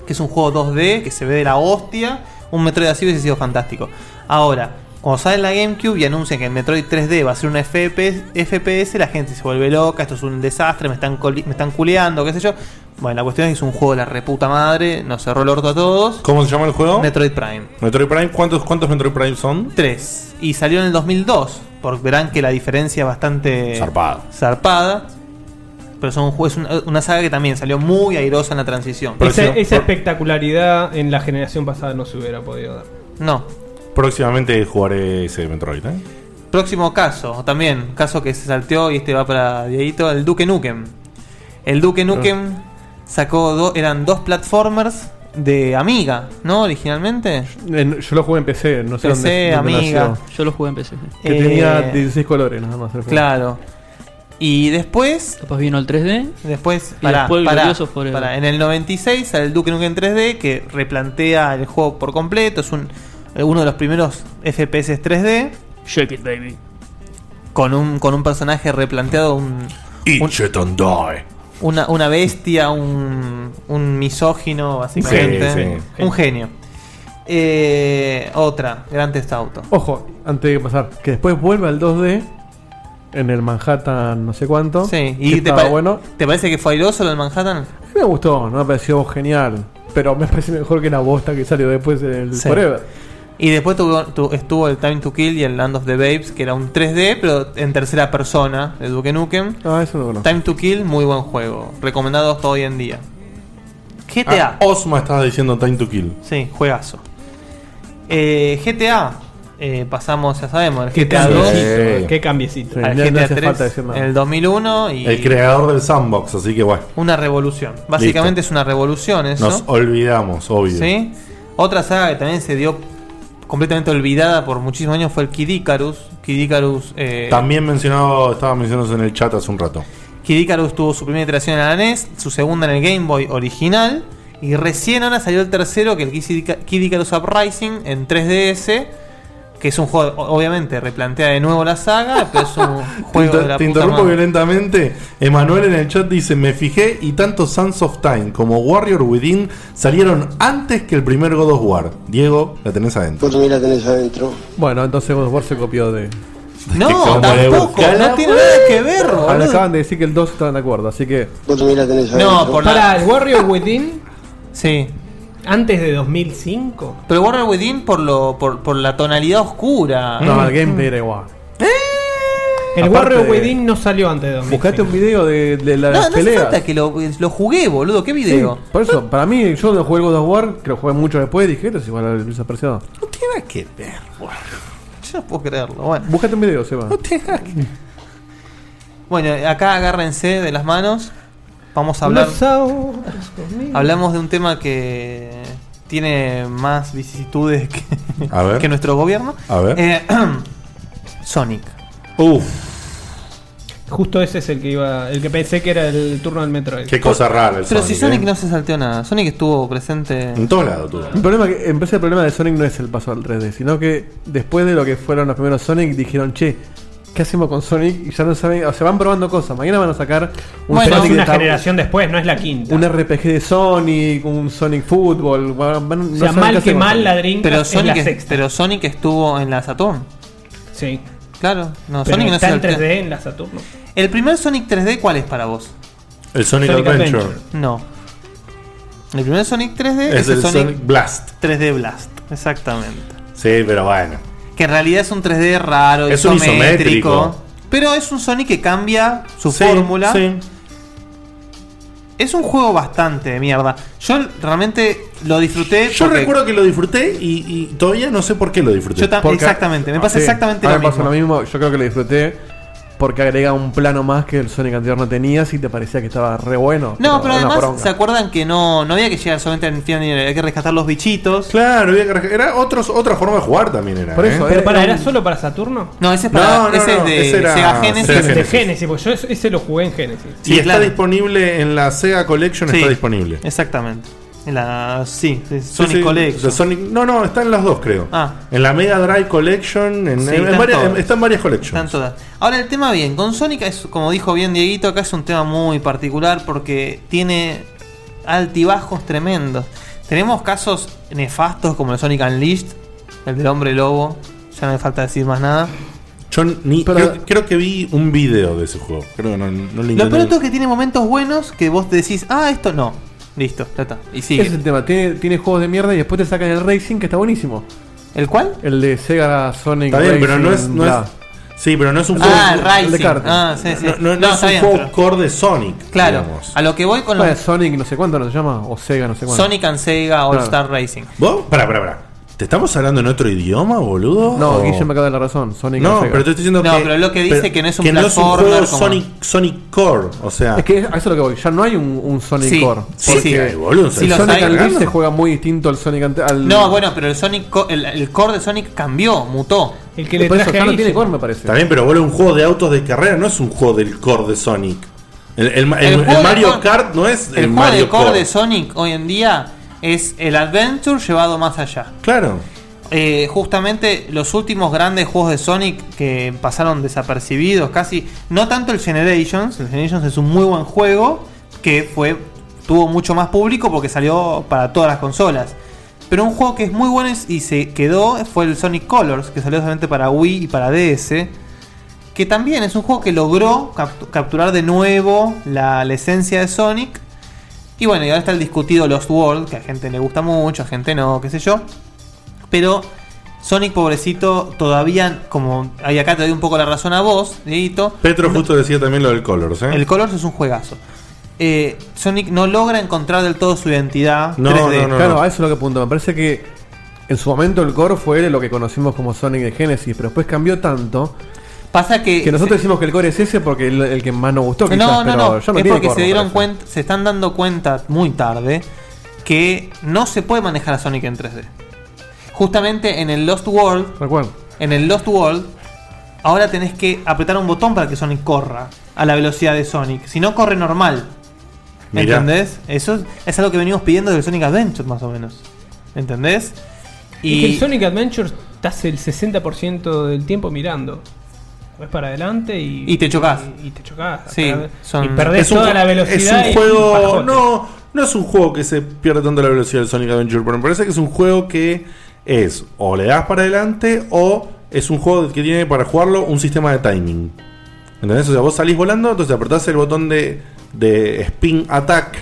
S6: que es un juego 2D que se ve de la hostia. Un Metroid así hubiese sido fantástico. Ahora, cuando sale la GameCube y anuncian que el Metroid 3D va a ser una FPS, FPS, la gente se vuelve loca, esto es un desastre, me están, coli- me están culeando, qué sé yo. Bueno, la cuestión es que es un juego de la reputa madre, nos cerró el orto a todos.
S2: ¿Cómo se llama el juego?
S6: Metroid Prime.
S2: Metroid Prime, ¿cuántos, cuántos Metroid Prime son?
S6: Tres. Y salió en el 2002, porque verán que la diferencia es bastante zarpada. Pero son, jue- es una, una saga que también salió muy airosa en la transición.
S7: Esa, esa espectacularidad en la generación pasada no se hubiera podido dar.
S6: No.
S2: Próximamente jugaré ese Metroid, ¿eh?
S6: Próximo caso, también, caso que se salteó y este va para Dieguito, el Duque Nukem. El Duque Nukem sacó, do- eran dos platformers de Amiga, ¿no? Originalmente.
S8: En- Eh, yo lo jugué en PC, no sé
S6: PC,
S8: dónde, dónde
S6: Amiga.
S8: nació.
S1: Yo lo jugué en PC.
S8: Que
S6: Eh,
S8: tenía 16 colores nada más.
S6: Claro. Y después.
S1: Después vino el 3D.
S6: Después.
S1: Y
S6: Pará,
S1: después
S6: pará,
S1: Glorioso Forever.
S6: pará. En el 96 sale el Duke Nukem 3D que replantea el juego por completo. Es un, uno de los primeros FPS 3D.
S1: Shake it, baby.
S6: Con un, con un personaje replanteado. Un,
S2: Eat shit and die.
S6: una, una bestia, un, un misógino, básicamente.
S8: Sí, sí.
S6: Un genio. Eh, otra, Grand Theft este Auto.
S8: Ojo, antes de pasar, que después vuelva al 2D en el Manhattan, no sé cuánto.
S6: Sí,
S8: y
S6: y te,
S8: estaba
S6: pa-
S8: bueno.
S6: ¿te parece que fue airoso lo del Manhattan?
S8: A mí me gustó, no me pareció genial. Pero me parece mejor que la bosta que salió después en el
S6: Sí.
S8: Forever.
S6: Y después tuvo- tu- estuvo el Time to Kill y el Land of the Babes, que era un 3D, pero en tercera persona, de Duke Nukem.
S8: Ah, eso no conozco.
S6: Time to Kill, muy buen juego. Recomendado hasta hoy en día.
S2: Ah,
S6: GTA.
S2: Osma estaba diciendo Time to Kill.
S6: Sí, juegazo. Eh, GTA. eh, pasamos, ya sabemos, el
S7: Qué
S6: GTA 2.
S2: cambiecito,
S7: qué cambiecito.
S6: Al
S7: No- no
S6: GTA
S7: hace falta
S6: 3,
S7: decir nada.
S6: el 2001 y
S2: El creador del sandbox, así que bueno.
S6: una revolución. Básicamente es una revolución eso.
S2: Nos olvidamos, obvio.
S6: ¿Sí? Otra saga que también se dio completamente olvidada por muchísimos años fue el Kid Icarus. Kid Icarus, eh,
S2: También mencionado, estaba mencionándose en el chat hace un rato.
S6: Kid Icarus tuvo su primera iteración en la NES, su segunda en el Game Boy original. Y recién ahora salió el tercero, que el Kid Ica- Kid Icarus Uprising en 3DS. Que es un juego, o- obviamente, replantea de nuevo la saga, pero es un
S2: Te,
S6: juego de la
S2: te
S6: puta
S2: interrumpo
S6: madre.
S2: violentamente. Emanuel en el chat dice: Me fijé y tanto Sons of Time como Warrior Within salieron antes que el primer God of War. Diego, la tenés adentro.
S15: Vos también la tenés adentro.
S8: Bueno, entonces God of War se copió de.
S6: No, tampoco, no tiene nada que ver,
S8: Ahora
S6: boludo.
S8: Ah, acaban de decir que el 2 estaban de acuerdo, así que.
S15: Vos también la tenés
S6: No, por la-
S7: Para el Warrior Within.
S6: Sí.
S7: Antes de 2005.
S6: Pero Warrior Within por, lo, por, por la tonalidad oscura. Mm.
S8: No, el gameplay era igual.
S7: El
S8: Aparte
S7: Warrior
S8: de-
S7: Within no salió antes de 2005.
S8: Buscate un video de, de la
S6: No, no hace
S8: pelea.
S6: falta que lo, lo jugué, boludo. ¿Qué video?
S8: por eso, para mí, yo no jugué el God of War, que lo jugué mucho después, dije, esto es igual al Luis Apreciado.
S6: No tiene nada que ver, boludo. Yo no puedo creerlo. Bueno,
S8: Búscate un video, Seba.
S6: No tiene nada que- Bueno, acá agárrense de las manos. Vamos a hablar.
S7: Los ahorros conmigo.
S6: Hablamos de un tema que tiene más vicisitudes que,
S2: A ver.
S6: que nuestro gobierno.
S2: A ver.
S6: Eh, Sonic.
S2: Uf,
S7: Justo ese es el que iba. El que pensé que era el turno del Metroid.
S2: Qué cosa rara el
S6: Pero si Sonic
S2: ¿eh?
S6: no se salteó nada. Sonic estuvo presente.
S2: En todos lados, tú.
S8: El problema que, en vez el problema de Sonic no es el paso al 3D, sino que después de lo que fueron los primeros Sonic, dijeron, che, ¿qué hacemos con Sonic? Y ya no saben, o sea, van probando cosas. Mañana van a sacar un
S7: Bueno,
S8: Sonic
S7: es una
S8: de-
S7: generación después, no es la quinta.
S8: Un RPG de Sonic, un Sonic Football. van- van- no saben qué hacer con Sonic.
S6: pero Sonic, es- pero Sonic estuvo en la Saturn.
S7: Sí.
S6: Claro, no,
S7: Pero
S6: Sonic no
S7: está
S6: se
S7: en
S6: saltea.
S7: 3D en la Saturno.
S6: ¿El primer Sonic 3D cuál es para vos?
S2: El Sonic,
S7: Sonic
S2: Adventure.
S7: Adventure.
S6: No. El primer Sonic 3D
S2: Es el Sonic Blast.
S6: 3D Blast, exactamente.
S2: Sí, pero bueno.
S6: Que en realidad es un 3D raro,
S2: Es un
S6: isométrico.
S2: isométrico.
S6: Pero es un Sonic que cambia su
S2: Sí,
S6: fórmula.
S2: sí.
S6: Es un juego bastante de mierda. Yo realmente lo disfruté.
S2: Yo
S6: porque-
S2: recuerdo que lo disfruté y, y todavía no sé por qué lo disfruté.
S6: Yo tam-
S8: Porque- Ah,
S6: exactamente, me pasa
S8: Sí,
S6: exactamente
S8: a mí
S6: lo
S8: me pasa
S6: mismo.
S8: Yo creo que lo disfruté porque agrega un plano más que el Sonic anterior no tenía. Si te parecía que estaba re bueno.
S6: No, pero
S8: era una
S6: además,
S8: poronga.
S6: ¿se acuerdan que no, no había que llegar solamente al final? Había que rescatar los bichitos.
S2: Claro, había que rescatar- era otros, otra forma de jugar también. Era,
S6: Por
S2: ¿eh?
S6: eso,
S7: Pero para, ¿era solo para Saturno?
S6: No, ese es para- No, no, ese es no, de ese era- Sega Genesis. Sega
S7: De
S2: Genesis.
S7: Genesis, porque yo ese ese lo jugué en Genesis.
S2: y está disponible en la Sega Collection,
S6: Sí,
S2: está disponible.
S6: Exactamente. En la, sí, sí,
S2: Sí,
S6: Sonic
S2: sí,
S6: Collection.
S2: de Sonic- no, no, está en las dos, creo.
S6: Ah.
S2: En la Mega Drive Collection, en,
S6: Sí,
S2: en- en
S6: están
S2: varias,
S6: todas.
S2: en- están varias collections.
S6: Están todas. Ahora el tema bien, con Sonic es como dijo bien Dieguito, acá es un tema muy particular porque tiene altibajos tremendos. Tenemos casos nefastos como el Sonic Unleashed, el del hombre lobo, ya no me falta decir más nada.
S2: Yo ni, creo, creo que vi un video de ese juego. Creo que no, no lo
S6: Lo
S2: intenté.
S6: pronto es que tiene momentos buenos que vos decís, ah, esto no. Listo, ya está. Y sigue.
S8: Ese es el tema. Tiene, tiene juegos de mierda y después te sacan el Racing que está buenísimo.
S6: ¿El cuál?
S8: El de Sega Sonic.
S2: Está bien, pero no es-
S8: Racing,
S2: no es-
S8: bla.
S2: Sí, pero no es un
S8: Ah,
S2: juego.
S8: el de
S2: de
S8: karting.
S6: Ah, sí, sí.
S2: No, no- no
S6: No,
S2: es
S6: está
S2: un
S6: bien,
S2: juego
S6: pero-
S2: core de Sonic.
S6: Claro,
S2: digamos.
S6: a lo que voy con
S8: Bueno,
S6: los-
S8: Sonic no sé cuánto no se llama, o Sega no sé cuánto.
S6: Sonic and Sega All
S8: Claro.
S6: Star Racing.
S2: ¿Vos? Pará, pará, pará. ¿Te estamos hablando en otro idioma, boludo?
S8: No,
S2: O-
S8: Guille me acaba de la razón. Sonic
S2: Oh. No,
S8: es Sega.
S2: pero te estoy diciendo que. pero
S8: platformer
S2: juego
S8: como-
S2: Sonic, Sonic Core, o sea.
S8: Es que a eso es lo que voy. Ya no hay un, un Sonic
S2: Sí,
S8: Core.
S2: sí,
S8: Porque
S2: sí. Ay, boludo,
S8: el
S2: sí los
S8: Sonic
S2: hay.
S8: al Gris se juega muy distinto al Sonic ante- al.
S6: No, bueno, pero el Sonic co- el, el core de Sonic cambió, mutó.
S7: El
S8: que le Por eso traje ya a no Guille. tiene core, me parece.
S2: Está bien, pero boludo, un juego de autos de carrera no es un juego del Core de Sonic. El, el- el- el
S6: juego de
S2: Mario
S6: core-
S2: Kart no es
S6: El,
S2: el,
S6: juego
S2: Mario
S6: de core
S2: Kart.
S6: de Sonic hoy en día es el Adventure llevado más allá.
S2: Claro.
S6: Eh, justamente los últimos grandes juegos de Sonic que pasaron desapercibidos, casi no tanto el Generations, el Generations es un muy buen juego que fue tuvo mucho más público porque salió para todas las consolas. Pero un juego que es muy bueno es- y se quedó fue el Sonic Colors, que salió solamente para Wii y para DS, que también es un juego que logró capt- capturar de nuevo la, la esencia de Sonic. Y bueno, y ahora está el discutido Lost World, que a gente le gusta mucho, a gente no, qué sé yo. Pero Sonic, pobrecito, todavía, como ahí acá te doy un poco la razón a vos, Dieguito.
S2: Petro justo decía también lo del Colors, ¿eh?
S6: El Colors es un juegazo. Eh, Sonic no logra encontrar del todo su identidad. 3D.
S8: claro, a Ah, eso es lo que apunto. Me parece que en su momento el core fue lo que conocimos como Sonic de Genesis, pero después cambió tanto.
S6: Pasa que.
S8: Que nosotros decimos que el core es ese porque el, el que más nos gustó. quizás,
S6: no, no,
S8: pero
S6: no.
S8: ya no
S6: es
S8: tiene
S6: porque
S8: core,
S6: se
S8: me
S6: dieron
S8: parece.
S6: cuenta, se están dando cuenta muy tarde que no se puede manejar a Sonic en 3D. Justamente en el Lost World, en el Lost World, ahora tenés que apretar un botón para que Sonic corra a la velocidad de Sonic. Si no corre normal,
S2: Mirá.
S6: ¿entendés? Eso es, es algo que venimos pidiendo del Sonic Adventure más o menos, ¿entendés?
S7: Y que el Sonic Adventure estás el 60% del tiempo mirando. Ves para adelante y.
S6: Y te chocás.
S7: Y, y te chocás.
S6: Sí,
S7: Para-
S6: son-
S7: y perdés
S6: Es un
S7: toda
S6: ju-
S7: la velocidad.
S2: Es un
S7: y-
S2: juego.
S7: bajote.
S2: No, no es un juego que se pierde tanto la velocidad del Sonic Adventure, pero me parece que es un juego que es o le das para adelante o es un juego que tiene para jugarlo un sistema de timing. ¿Entendés? O sea, vos salís volando, entonces apretás el botón de, de spin attack.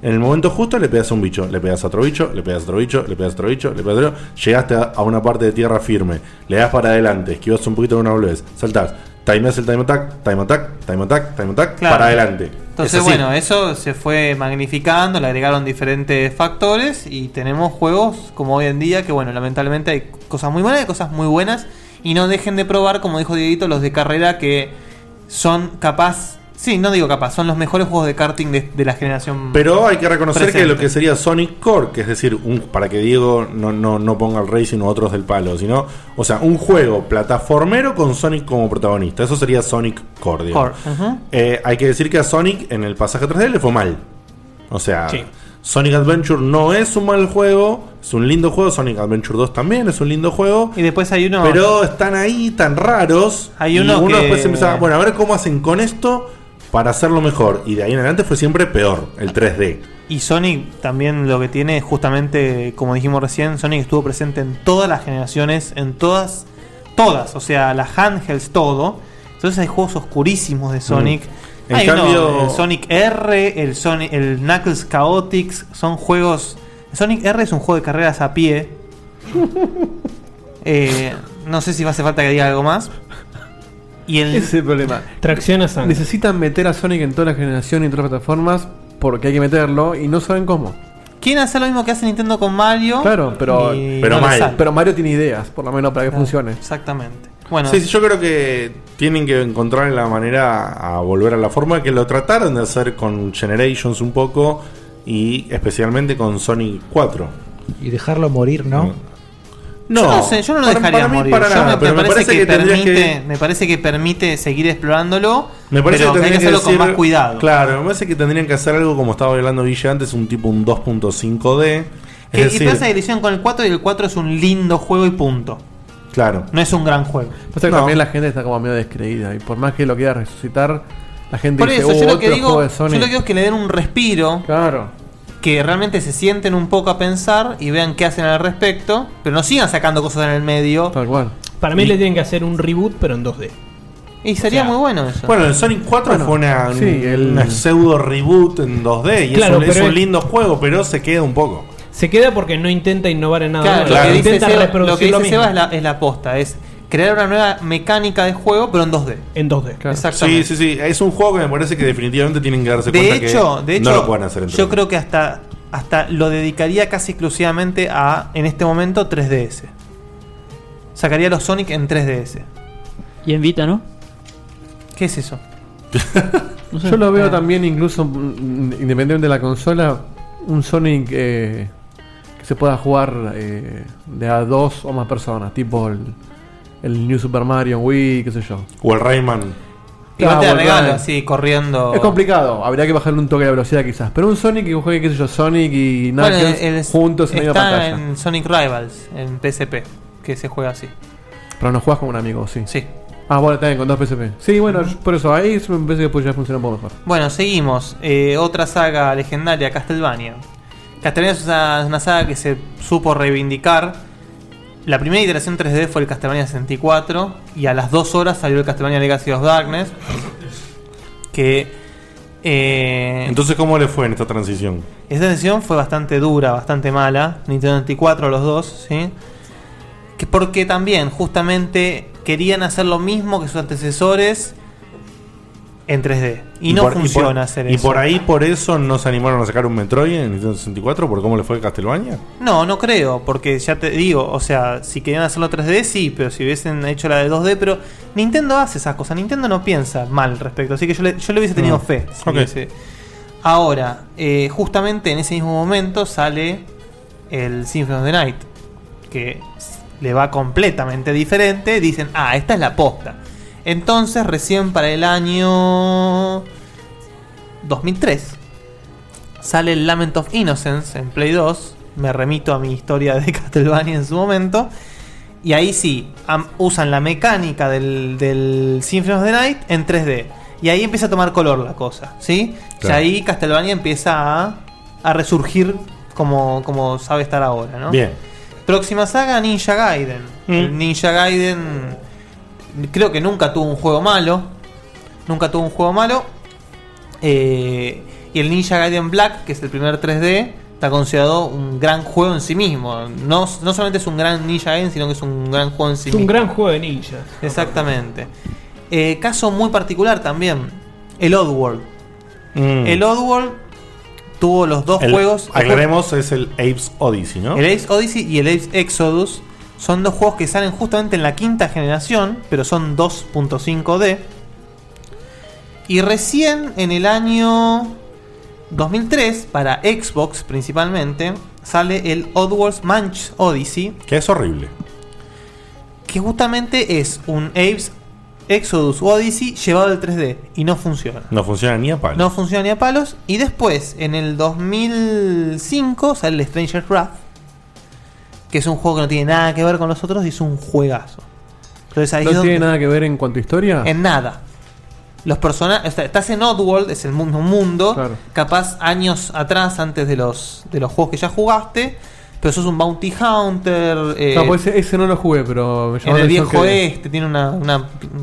S2: En el momento justo le pegas a un bicho, le pegas a otro bicho, le pegas a otro bicho, le pegas a otro bicho, le pegas a otro. Llegaste a, a una parte de tierra firme, le das para adelante, esquivas un poquito de una boludez, saltás, timeás el time attack, time attack, time attack, time attack,
S6: Claro.
S2: para adelante.
S6: Entonces,
S2: Es así.
S6: bueno, eso se fue magnificando, le agregaron diferentes factores y tenemos juegos como hoy en día que, bueno, lamentablemente hay cosas muy buenas y cosas muy buenas. Y no dejen de probar, como dijo Dieguito, los de carrera que son capaz. Sí, no digo capaz, son los mejores juegos de karting de, de la generación.
S2: Pero hay que reconocer que lo
S6: presente.
S2: que sería Sonic Core, que es decir, un- para que Diego no, no, no ponga el Racing o otros del palo, sino, o sea, un juego plataformero con Sonic como protagonista. Eso sería Sonic Core, digamos.
S6: Core, ujú.
S2: Eh, hay que decir que a Sonic en el pasaje 3D le fue mal. O sea,
S6: Sí.
S2: Sonic Adventure no es un mal juego, es un lindo juego. Sonic Adventure 2 también es un lindo juego.
S6: Y después hay uno.
S2: Pero están ahí tan raros.
S6: Hay
S2: y
S6: uno que-
S2: después empezaba, bueno, a ver cómo hacen con esto para hacerlo mejor. Y de ahí en adelante fue siempre peor, el 3D.
S6: Y Sonic también lo que tiene, justamente, como dijimos recién, Sonic estuvo presente en todas las generaciones, en todas, todas, o sea, las handhelds, todo. Entonces hay juegos oscurísimos de Sonic.
S2: Mm. En
S6: Hay uno,
S2: cambio-
S6: el Sonic R, el, Sonic, el Knuckles Chaotix, son juegos... Sonic R es un juego de carreras a pie. Eh, no sé si va a hacer falta que diga algo más. Y el...
S8: Ese es el problema.
S7: Tracción a sangre.
S8: Necesitan meter a Sonic en toda la generación y en todas las plataformas porque hay que meterlo y no saben cómo.
S6: Quieren hacer lo mismo que hace Nintendo con Mario.
S8: Claro, pero,
S6: y no le sale.
S8: pero Mario tiene ideas, por lo menos para que funcione.
S6: Exactamente. Bueno,
S2: Sí, sí, yo creo que tienen que encontrar la manera a volver a la forma que lo trataron de hacer con Generations un poco y especialmente con Sonic 4.
S10: Y dejarlo morir, ¿no?
S2: No,
S6: yo no sé, yo no lo
S2: para-
S6: dejaría
S2: para mí
S6: morir.
S2: para
S6: Yo
S2: nada,
S6: me, me
S2: pero me
S6: parece
S2: parece
S6: que,
S2: que tendrías
S6: permite,
S2: que-
S6: me parece que permite seguir explorándolo,
S2: Me parece
S6: pero
S2: que tendrían
S6: hay que
S2: que
S6: hacerlo con
S2: decir-
S6: más cuidado.
S2: Claro, me parece que tendrían que hacer algo como estaba hablando Guille antes, un tipo un 2.5D.
S6: Que,
S2: Es
S6: y pasa
S2: decir,
S6: que lo hicieron con el 4 y el 4 es un lindo juego y punto.
S2: claro.
S6: No es un gran juego.
S8: Pasa que también la gente está como medio descreída y por más que lo quiera resucitar, la gente
S6: Por eso,
S8: "Uh,
S6: yo lo,
S8: otro
S6: que digo,
S8: juego de
S6: yo
S8: Sonic".
S6: lo que digo es que le den un respiro.
S8: Claro.
S6: Que realmente se sienten un poco a pensar y vean qué hacen al respecto, pero no sigan sacando cosas en el medio.
S8: Tal cual.
S7: Para mí le tienen que hacer un reboot, pero en 2D.
S6: Y sería muy bueno eso.
S2: Bueno, el Sonic 4 fue una,
S7: sí, el-
S2: una pseudo reboot en 2D y es
S7: Claro,
S2: un- es
S7: pero
S2: un
S7: es-
S2: lindo juego, pero se queda un poco.
S7: Se queda porque no intenta innovar en nada.
S6: Claro,
S7: nuevo,
S6: Lo, que dice
S7: intenta
S6: Seba,
S7: reproducir
S6: lo que dice
S7: mismo.
S6: Seba es la, es la posta, es crear una nueva mecánica de juego, pero en 2D.
S7: En 2D,
S6: Exactamente.
S2: Sí, sí, sí. Es un juego que me parece que definitivamente tienen que darse
S6: De
S2: cuenta
S6: hecho,
S2: que
S6: de
S2: no
S6: hecho,
S2: lo pueden hacer en
S6: yo
S2: 3D.
S6: creo que hasta hasta lo dedicaría casi exclusivamente a, en este momento, 3DS. Sacaría los Sonic en 3DS.
S1: Y en Vita, ¿no?
S6: ¿Qué es eso? Ah.
S8: Yo lo veo también, incluso mm, independientemente de la consola, un Sonic eh, que se pueda jugar eh, de a dos o más personas, tipo el, el New Super Mario en Wii, qué sé yo.
S2: O el Rayman.
S6: Igual te la
S8: o el
S6: regalo
S8: Rayman.
S6: así, corriendo.
S8: Ah, Es complicado, habría que bajarle un toque de velocidad quizás. Pero un Sonic que juegue, qué sé yo, Sonic y
S6: Bueno,
S8: Knuckles
S6: el- el-
S8: juntos en la misma
S6: está
S8: pantalla.
S6: en Sonic Rivals, en PSP, que se juega así.
S8: Pero no jugás con un amigo, sí.
S6: Sí.
S8: Ah, bueno, también con dos PSP. Sí, bueno, yo- por eso ahí me parece que pues ya funciona un poco mejor.
S6: Bueno, seguimos. Eh, otra saga legendaria, Castlevania. Castlevania es una, una saga que se supo reivindicar. La primera iteración 3D fue el Castlevania 64 y a las dos horas salió el Castlevania Legacy of Darkness. Que eh,
S2: Entonces, ¿cómo le fue en esta transición?
S6: esta decisión fue bastante dura, bastante mala. Nintendo 64 los dos, ¿sí? Que porque también, justamente, querían hacer lo mismo que sus antecesores en 3D. Y, no
S2: por-
S6: funciona
S2: por-
S6: hacer
S2: Y
S6: eso.
S2: por ahí, por eso, no se animaron a sacar un Metroid en Nintendo 64, por cómo le fue a Castlevania.
S6: No, no creo, porque ya te digo, o sea, si querían hacerlo 3D, sí, pero si hubiesen hecho la de 2D, pero Nintendo hace esas cosas, Nintendo no piensa mal al respecto, así que yo le, yo le hubiese tenido
S2: Mm.
S6: fe. si
S2: Ok.
S6: hubiese- Ahora, eh, justamente en ese mismo momento sale el Symphony of the Night, que s- le va completamente diferente, dicen, ah, esta es la posta. Entonces, recién para el año 2003 sale el Lament of Innocence en Play 2. Me remito a mi historia de Castlevania en su momento. Y ahí sí, am- usan la mecánica del, del Symphony of the Night en 3D. Y ahí empieza a tomar color la cosa, ¿sí? Y
S2: Claro.
S6: ahí Castlevania empieza a, a resurgir como, como sabe estar ahora, ¿no?
S2: Bien.
S6: Próxima saga, Ninja Gaiden.
S7: Mm.
S6: El Ninja Gaiden creo que nunca tuvo un juego malo. Nunca tuvo un juego malo. Eh, y el Ninja Gaiden Black, que es el primer 3D, está considerado un gran juego en sí mismo. No, no solamente es un gran Ninja Gaiden, sino que es un gran juego en sí
S7: Es
S6: mismo.
S7: un gran juego de ninjas.
S6: Exactamente. Eh, caso muy particular también, el Oddworld. El Oddworld tuvo los dos
S2: Mm. El-
S6: juegos.
S2: Aclaremos, es el Apes Odyssey, ¿no?
S6: El Apes Odyssey y el Apes Exodus son dos juegos que salen justamente en la quinta generación, pero son 2.5D. Y recién en el año 2003, para Xbox principalmente, sale el Oddworld Manch Odyssey,
S2: que es horrible.
S6: que justamente es un Apes Exodus Odyssey llevado al 3D y no funciona.
S2: No funciona ni a palo.
S6: No funciona ni a palos. Y después, en el 2005, sale el Stranger Wrath. Que es un juego que no tiene nada que ver con los otros y es un juegazo. Entonces ahí
S8: ¿No
S6: es donde-
S8: tiene nada que ver en cuanto a historia?
S6: en nada. Los personajes. Estás en Oddworld, es el mismo mundo. Capaz años atrás, antes de los, de los juegos que ya jugaste. Pero sos un Bounty Hunter. eh,
S8: no, pues ese, ese no lo jugué, pero me
S6: en
S8: llamó
S6: el
S8: la atención
S6: viejo
S8: que-
S6: este tiene una. una,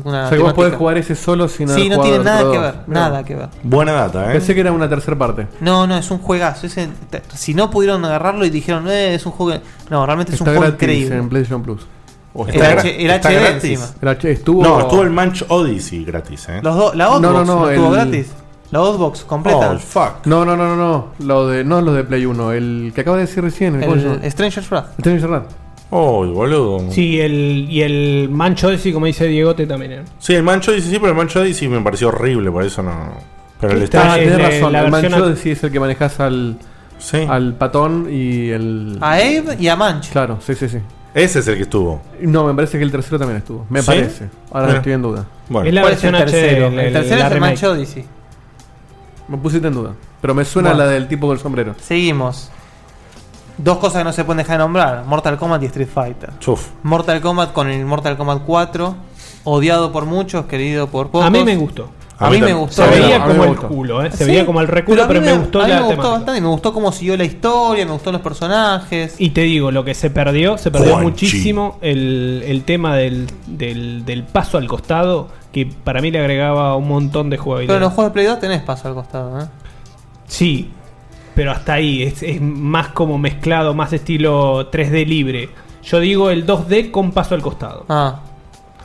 S6: una
S8: O sea, que vos
S6: temática.
S8: podés jugar ese solo sin
S6: Sí,
S8: haber
S6: no
S8: jugado
S6: tiene
S8: el
S6: nada
S8: otro
S6: que
S8: dos.
S6: ver.
S8: Mirá.
S6: Nada que ver. Este
S2: Buena data, ¿eh?
S8: Pensé que era una tercera parte.
S6: No, no, es un juegazo. Ese- te- si no pudieron agarrarlo y dijeron, eh, es un juego. que-". No, realmente es
S8: Está
S6: un juego
S8: gratis
S6: increíble. Eh,
S8: en PlayStation Plus. O
S6: El
S8: está
S6: H-
S8: gratis.
S6: el
S8: Está
S6: HD
S8: gratis.
S6: encima.
S8: El H- estuvo-
S2: No, estuvo el Manch Odyssey gratis, ¿eh?
S6: Los dos, la Xbox
S8: No,
S6: no,
S8: no, no,
S6: estuvo
S8: el-
S6: gratis. La Xbox completa.
S8: Oh, No, no, no, no, no. Lo de, no los de Play 1, el que acaba de decir recién.
S6: El
S8: ¿cómo se llama?
S6: Stranger's Wrath.
S8: Stranger's Wrath.
S2: Oh, boludo.
S7: Sí, el, y el Mancho Odyssey, como dice Diegote, también. ¿eh?
S2: Sí, el Manch Odyssey sí, pero el Manch Odyssey me pareció horrible, por eso no. Pero el
S8: Ah,
S2: Star-
S8: tenés razón.
S7: la
S8: el
S7: versión
S8: Mancho
S7: ac-
S8: sí es el que manejas al, al patón y el.
S6: A Abe y a Manch.
S8: Claro, sí, sí, sí.
S2: Ese es el que estuvo.
S8: No, me parece que el tercero también estuvo. Me
S2: ¿Sí?
S8: parece. Ahora
S2: Mira.
S8: estoy en duda.
S2: Bueno. Es la
S8: ¿Cuál el
S6: versión HD,
S8: tercero?
S6: el- el tercero
S8: la
S6: es el
S8: remake.
S6: Manch Odyssey.
S8: Me pusiste en duda. Pero me suena
S6: Bueno.
S8: la del tipo con el sombrero.
S6: Seguimos. Dos cosas que no se pueden dejar de nombrar: Mortal Kombat y Street Fighter.
S2: Chuf.
S6: Mortal Kombat con el Mortal Kombat 4. Odiado por muchos, querido por pocos.
S7: A mí me gustó.
S6: A, mí, me gustó.
S7: Se veía como el culo, ¿eh? Se veía como el reculo, pero, me gustó
S6: a mí
S7: la
S6: me gustó
S7: temática.
S6: bastante y me gustó cómo siguió la historia, me gustaron los personajes.
S7: Y te digo, lo que se perdió, se perdió
S6: Juanchi.
S7: muchísimo el, el tema del, del, del paso al costado, que para mí le agregaba un montón de jugabilidad.
S6: Pero en los juegos de Play 2 tenés paso al costado, ¿eh?
S7: Sí, pero hasta ahí, es, es más como mezclado, más estilo 3D libre. Yo digo el 2D con paso al costado.
S6: Ah.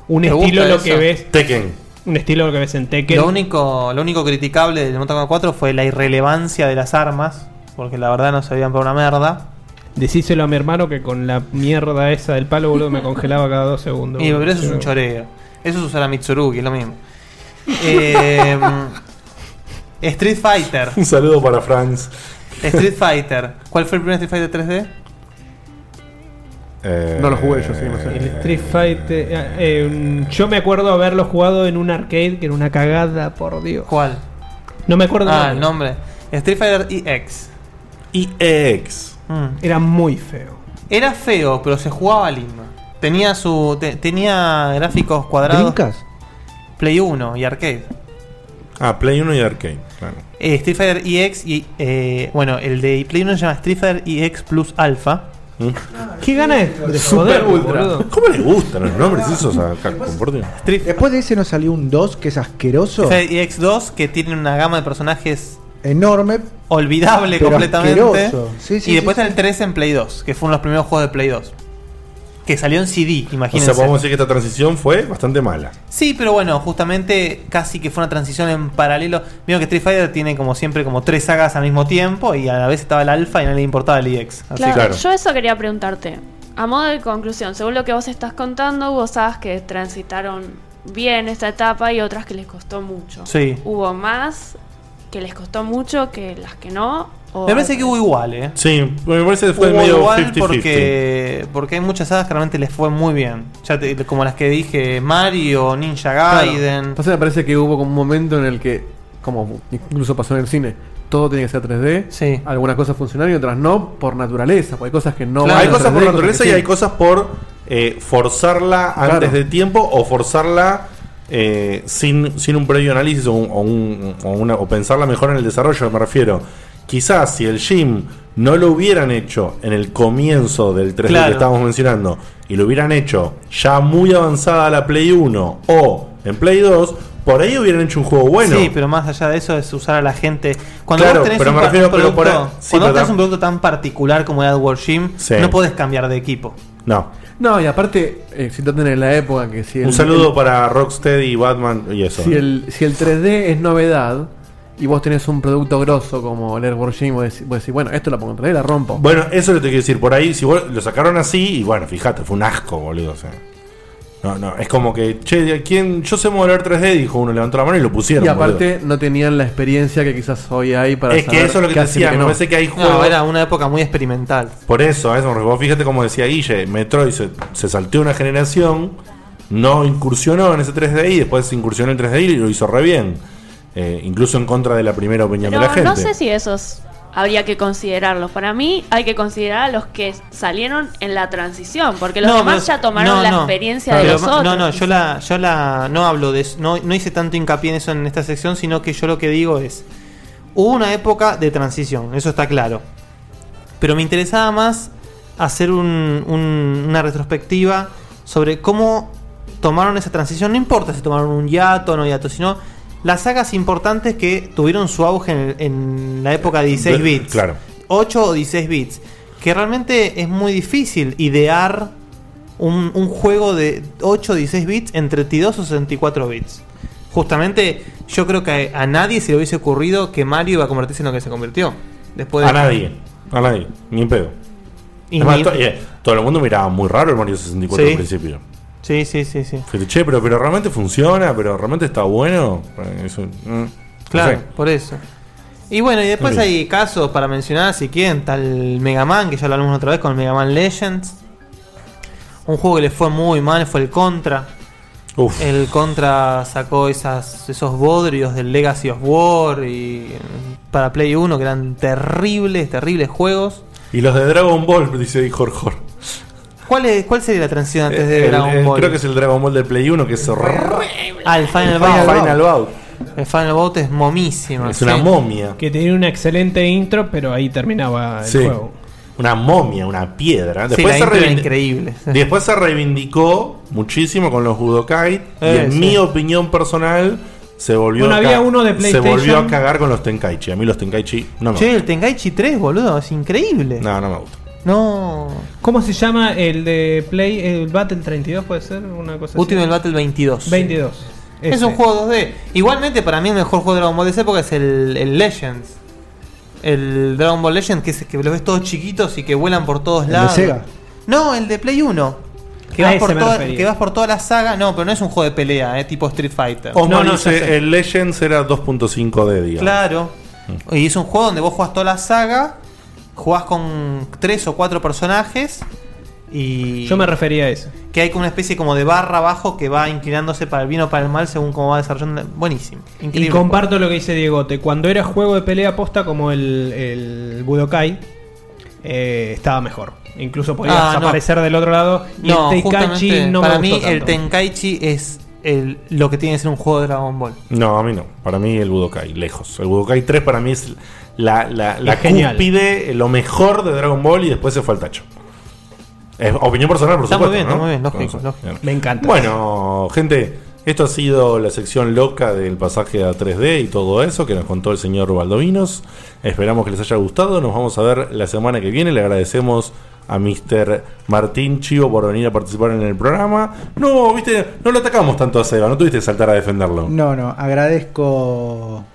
S7: Un
S6: ¿Te gusta
S7: estilo lo
S6: eso?
S7: que ves.
S2: Tekken.
S7: Un estilo lo que ves en Tekken.
S6: Lo único, lo único criticable del Mortal Kombat 4 fue la irrelevancia de las armas. porque la verdad no sabían para una merda.
S7: Decíselo a mi hermano que con la mierda esa del palo, boludo, me congelaba cada dos segundos.
S6: Y, pero
S7: boludo.
S6: eso es un choreo. Eso es usar a Mitsurugi, es lo mismo. Eh, Street Fighter.
S2: Un saludo para Franz.
S6: Street Fighter. ¿Cuál fue el primer Street Fighter 3D?
S2: Eh,
S8: No lo jugué yo, sí, no
S7: El
S8: sé.
S7: Street Fighter. eh, eh, un- yo me acuerdo haberlo jugado en un arcade que era una cagada, por Dios.
S6: ¿Cuál?
S7: No me acuerdo.
S6: Ah, el nombre. Street Fighter E EX.
S2: EX.
S7: Era muy feo.
S6: Era feo, pero se jugaba lindo. Tenía su te- tenía gráficos cuadrados. Play 1 y arcade.
S2: Ah, Play 1 y Arcade. Claro.
S6: Eh, Street Fighter EX y eh, bueno, el de Play 1 se llama Street Fighter EX Plus Alpha.
S7: ¿Qué gana es de
S2: Super
S7: joder,
S2: Ultra.
S7: boludo?
S2: ¿Cómo les gustan los nombres esos a Capcom? por Dios?
S10: Después de ese nos salió un 2 que es asqueroso.
S6: Street Fighter EX 2 que tiene una gama de personajes
S10: Enorme.
S6: olvidable
S10: Pero
S6: completamente.
S10: asqueroso. Sí, sí,
S6: y
S10: sí,
S6: después
S10: sí.
S6: el 3 en Play 2, que fueron los primeros juegos de Play 2. Que salió en CD,
S2: O
S6: imagínense.
S2: sea, podemos decir que esta transición fue bastante mala.
S6: Sí, pero bueno, justamente casi que fue una transición en paralelo. Vieron que Street Fighter tiene como siempre como tres sagas al mismo tiempo y a la vez estaba el alfa y no le importaba el EX. Así
S9: Claro,
S6: que-
S9: yo eso quería preguntarte. A modo de conclusión, según lo que vos estás contando, hubo sagas que transitaron bien esta etapa y otras que les costó mucho.
S6: Sí.
S9: Hubo más que les costó mucho que las que no. o-
S6: Me parece que hubo igual, ¿eh?
S2: Sí, me parece que fue
S6: Hubo
S2: medio
S6: igual
S2: 50-50.
S6: porque, porque hay muchas sagas que realmente les fue muy bien. Ya te- como las que dije, Mario, Ninja Gaiden.
S8: Entonces me parece que hubo como un momento en el que, como incluso pasó en el cine, todo tiene que ser 3D. Algunas cosas funcionaron y otras no, por naturaleza. Porque hay cosas que no.
S2: Claro,
S8: van
S2: hay
S8: a
S2: cosas por
S8: 3D,
S2: naturaleza
S8: que
S2: y
S8: sí.
S2: hay cosas por eh, forzarla
S8: Claro.
S2: antes de tiempo o forzarla eh, sin, sin un previo análisis o, un- o un- o una- o pensarla mejor en el desarrollo, me refiero. Quizás si el gym no lo hubieran hecho en el comienzo del 3D que
S6: Claro.
S2: estábamos mencionando y lo hubieran hecho ya muy avanzada la Play 1 o en Play 2, por ahí hubieran hecho un juego bueno.
S6: Sí, pero más allá de eso es usar a la gente. Cuando
S2: Claro,
S6: vos tenés,
S2: pero
S6: un,
S2: me
S6: pa-
S2: refiero, pero
S6: producto,
S2: por ahí- sí,
S6: cuando
S2: pero
S6: vos tenés
S2: tam-
S6: un producto tan particular como el AdWords Gym,
S2: Sí.
S6: no podés cambiar de equipo.
S2: No.
S8: No, y aparte, eh, si traten en la época que si el-
S2: un saludo para Rocksteady y Batman y eso. ¿eh?
S8: si el, si el 3D es novedad y vos tenés un producto grosso como el Airborne Gym, vos decís, vos decís, bueno, esto lo pongo en 3D y la rompo.
S2: Bueno, eso es lo que te quiero decir. Por ahí, si vos lo sacaron así, y bueno, fíjate, fue un asco, boludo. o sea. No, no, es como que, che, ¿a ¿quién? Yo sé modelar 3D, dijo uno, levantó la mano y lo pusieron.
S8: y
S2: boludo.
S8: aparte, no tenían la experiencia que quizás hoy hay para
S2: Es que
S8: saber
S2: eso es lo que te
S8: qué hacen y
S2: decía,
S8: qué
S2: me parece que hay juegos-
S6: era una época muy experimental.
S2: Por eso, a eso me refiero. Vos fíjate como decía Guille, Metroid se, se salteó una generación, no incursionó en ese 3D y después se incursionó en 3D y lo hizo re bien. Eh, incluso en contra de la primera opinión
S9: Pero
S2: de la gente.
S9: no sé si esos habría que considerarlos. Para mí hay que considerar a los que salieron en la transición, porque los
S6: No,
S9: demás
S6: pero-
S9: ya tomaron
S6: no,
S9: la
S6: no.
S9: experiencia de
S6: Pero
S9: los
S6: ma-
S9: otros.
S6: No, no, yo la, yo la no hablo de eso, no, no hice tanto hincapié en eso en esta sección, sino que yo lo que digo es, hubo una época de transición, eso está claro. Pero me interesaba más hacer un- un- una retrospectiva sobre cómo tomaron esa transición, no importa si tomaron un hiato o no hiato, sino las sagas importantes que tuvieron su auge en, en la época de 16 bits.
S2: Claro.
S6: 8 o 16 bits. Que realmente es muy difícil idear un, un juego de 8 o 16 bits entre 32 o 64 bits. Justamente yo creo que a nadie se le hubiese ocurrido que Mario iba a convertirse en lo que se convirtió. Después de-
S2: A nadie, a nadie, ni en pedo.
S6: Y
S2: Es más,
S6: ni-
S2: to- eh, todo el mundo miraba muy raro el Mario 64
S6: Sí.
S2: al principio.
S6: Sí, sí, sí, sí.
S2: Fue, Che, pero, pero realmente funciona, pero realmente está bueno. Eh, eso, mm, no
S6: Claro,
S2: sé.
S6: por eso. Y bueno, y después
S2: Sí.
S6: hay casos para mencionar, si quieren, tal Mega Man, que ya lo hablamos otra vez con el Mega Man Legends. Un juego que le fue muy mal fue el Contra. El Contra sacó esas, esos bodrios del Legacy of War y mm, para Play 1 que eran terribles, terribles juegos.
S2: Y los de Dragon Ball, dice Jorjor.
S6: ¿Cuál, es, ¿Cuál sería la transición antes de
S2: Eh, El-
S6: Dragon
S2: el-
S6: Ball?
S2: Creo que es el Dragon Ball del Play 1 que es horror.
S6: Ah, el Final
S2: el
S6: Bout.
S2: Final Bout.
S6: El Final Bout es momísima.
S2: Es una
S6: sí.
S2: momia.
S7: Que tenía una excelente intro, pero ahí terminaba el
S2: Sí.
S7: juego.
S2: Una momia, una piedra.
S7: Sí,
S2: Después,
S7: la
S2: se,
S7: intro era
S2: reivind-
S7: increíble.
S2: después se reivindicó muchísimo con los Budokai. y
S7: Eh,
S2: en
S7: sí.
S2: mi opinión personal, se volvió,
S7: Bueno,
S2: a
S7: había
S2: ca-
S7: uno de
S2: se volvió a
S7: PlayStation.
S2: cagar con los Tenkaichi. A mí los Tenkaichi no me
S6: Che, el Tenkaichi 3, boludo, es increíble.
S2: No, no me gusta.
S6: No.
S7: ¿Cómo se llama el de Play? ¿El Battle 32 puede ser? Una cosa
S6: Ultimate
S7: así.
S6: Battle 22.
S7: 22.
S6: Es
S7: Ese.
S6: un juego 2D. Igualmente, para mí, el mejor juego de Dragon Ball de esa época es el, el Legends. El Dragon Ball Legend, que es que los ves todos chiquitos y que vuelan por todos
S10: ¿El de
S6: lados.
S10: Sega?
S6: No, el de Play 1. Que,
S10: A
S6: vas
S10: ese
S6: por
S10: me
S6: toda,
S10: refería.
S6: que vas por toda la saga. No, pero no es un juego de pelea, eh, tipo Street Fighter.
S2: Osman
S6: no, ya sé.
S2: dice, el Legends era 2.5D, digamos.
S6: Claro. Y es un juego donde vos jugás toda la saga, jugás con tres o cuatro personajes y...
S7: Yo me refería a eso.
S6: Que hay como una especie como de barra abajo que va inclinándose para el bien o para el mal según cómo va desarrollando. Buenísimo. Increíble.
S7: Y comparto lo que dice Diegote. Cuando era juego de pelea posta como el, el Budokai, eh, estaba mejor. Incluso podías
S6: Ah, no.
S7: aparecer del otro lado. Y
S6: No,
S7: el Tenkaichi
S6: justamente,
S7: no me
S6: para
S7: gustó
S6: mí el
S7: tanto.
S6: Tenkaichi es el- lo que tiene que ser un juego de Dragon Ball.
S2: No, a mí no. Para mí el Budokai, lejos. El Budokai 3 para mí es la, la, la
S6: Es genial.
S2: cúspide, lo mejor de Dragon Ball y después se fue al tacho. Es opinión personal, por
S6: Está muy
S2: supuesto.
S6: bien,
S2: ¿no?
S6: está muy bien, lógico,
S2: Entonces,
S6: lógico.
S2: bien.
S7: Me encanta.
S2: Bueno, gente, esto ha sido la sección loca del pasaje a 3D y todo eso que nos contó el señor Baldovinos. Esperamos que les haya gustado. Nos vamos a ver la semana que viene. Le agradecemos a Mr. Martín Chivo por venir a participar en el programa. No, viste, no lo atacamos tanto a Seba, no tuviste que saltar a defenderlo.
S10: No, no, agradezco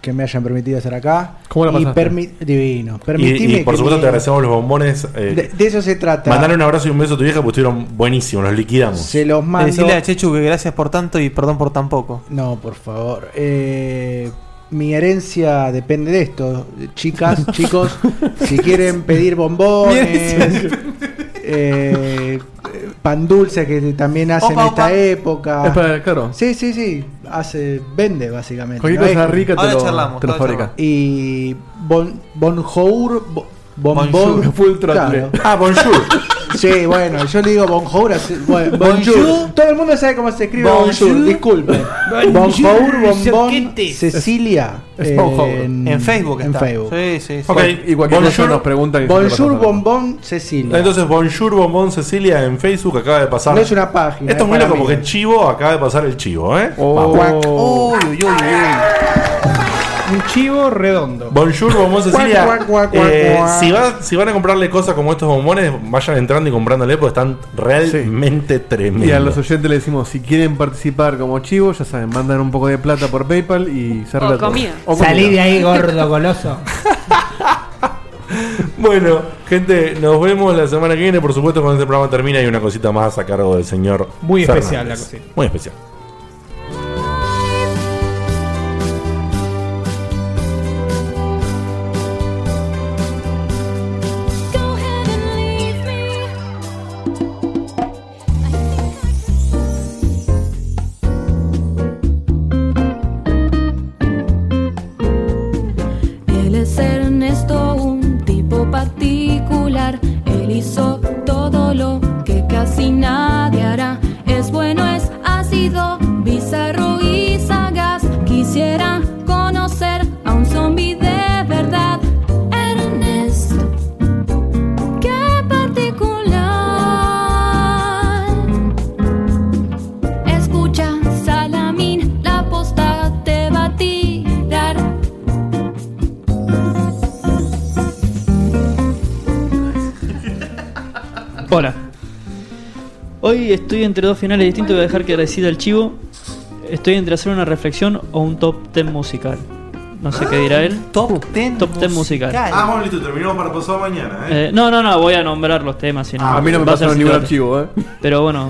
S10: que me hayan permitido estar acá.
S2: ¿Cómo la
S10: Y
S2: pasaste?
S10: permi- divino.
S2: Y,
S10: Permitime
S2: y por
S10: que
S2: supuesto
S10: me-
S2: te agradecemos los bombones. eh,
S10: De, de eso se trata.
S2: Mandale un abrazo y un beso a tu vieja, porque estuvieron buenísimos, los liquidamos.
S10: Se los mando.
S6: Decirle a Chechu que gracias por tanto y perdón por tan poco.
S10: No, por favor. Eh, mi herencia depende de esto. Chicas, chicos, si quieren pedir bombones, eh, pan dulce que también hacen en
S8: Opa,
S10: esta
S8: opa.
S10: época.
S8: Es para- claro.
S10: Sí, sí, sí. Hace, vende básicamente.
S8: Cualquier cosa rica te Ahora lo- charlamos, te lo ahora fabrica. charlamos.
S10: Y Bon, Bonjour. Bo- Bon,
S8: Bonjour,
S10: bon-
S8: full throttle.
S2: Ah, bonjour.
S10: Sí, bueno, yo le digo bonjour. así- bueno, bonjour.
S8: Bonjour.
S10: Todo el mundo sabe cómo se escribe bonjour.
S8: Bonjour.
S10: Disculpen.
S8: Bonjour,
S10: bonjour, bombón,
S8: soquete.
S10: Cecilia. eh,
S8: En, Facebook
S10: en
S8: está.
S10: Facebook.
S6: Sí, sí, sí.
S2: Ok,
S8: Y
S2: Bonjour.
S8: cualquier cosa nos preguntan. y se lo
S10: Bonjour,
S8: pasamos.
S10: bombón, Cecilia.
S2: Entonces, Bonjour Bombón Cecilia en Facebook acaba de pasar.
S10: No es una página,
S2: Esto
S10: es
S2: es muy
S10: para
S2: loco
S10: mí.
S2: porque el chivo acaba de pasar el chivo, ¿eh?
S7: Oh.
S10: Cuac.
S7: Un chivo redondo.
S2: Bonjour Bombón Cecilia.
S7: Cuac, cuac, cuac,
S2: Eh,
S7: cuac.
S2: si, va- si van a comprarle cosas como estos bombones, vayan entrando y comprándole porque están realmente tremendos.
S8: Y a los oyentes le decimos, si quieren participar como chivo, ya saben, mandan un poco de plata por PayPal y se arregla todo. O comida.
S7: Salí de ahí, gordo goloso.
S2: Bueno, gente, nos vemos la semana que viene. Por supuesto, cuando este programa termina hay una cosita más a cargo del señor.
S7: Muy
S2: Fernández.
S7: especial la cosita.
S2: Muy especial.
S16: Él es Ernesto, un tipo particular. Él hizo todo lo que casi nadie hará. Es bueno, es ácido, bizarro y sagaz. Quisiera conocer a un zombie de verdad. Ernesto, qué particular. Escucha, Salamín, la posta te va a tirar.
S1: Hola. Hoy estoy entre dos finales distintos. Voy a dejar que decida el chivo. Estoy entre hacer una reflexión o un top 10 musical. No sé qué dirá él.
S6: Top 10
S1: Top 10 musical.
S2: Ah, bueno, listo, terminamos para pasado mañana, ¿eh?
S1: Eh, no, no, no, voy a nombrar los temas. si
S8: Ah, a mí no me
S1: va ser
S8: pasaron ningún
S1: sin
S8: archivo, ¿eh?
S1: Pero bueno,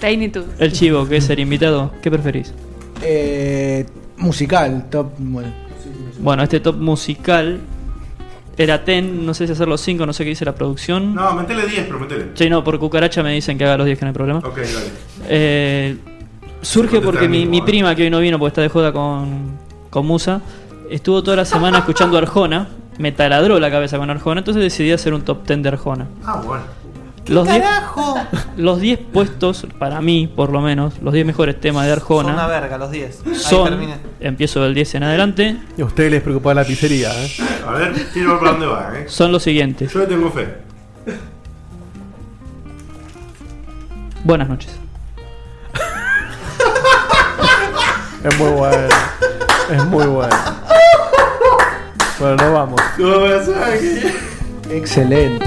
S9: Tiny Toon.
S1: el chivo, que es el invitado, ¿qué preferís?
S10: Eh, musical, top. bueno.
S1: Bueno, este top musical era 10, no sé si hacer los 5, no sé qué dice la producción.
S2: No, metele 10, pero metele.
S1: Che, no, por cucaracha me dicen que haga los 10 que no hay problema.
S2: Ok, dale.
S1: Eh, surge
S2: Contestá
S1: porque mi,
S2: mismo,
S1: mi
S2: eh.
S1: prima, que hoy no vino porque está de joda con, con Musa, estuvo toda la semana escuchando Arjona, me taladró la cabeza con Arjona, entonces decidí hacer un top 10 de Arjona.
S2: Ah, bueno.
S1: Los 10
S6: ¡Carajo!
S1: los 10 puestos, para mí por lo menos, los 10 mejores temas de
S6: Son
S1: Arjona
S6: una verga los 10. Ahí
S1: son-
S6: terminé.
S1: empiezo del 10 en adelante,
S8: Y a ustedes les preocupaba la pizzería, ¿eh?
S2: A ver, tiro para dónde va, ¿eh?
S1: son los siguientes.
S2: Yo le tengo fe.
S1: Buenas noches.
S8: Es muy bueno. Es muy bueno. Bueno, nos vamos.
S10: Excelente.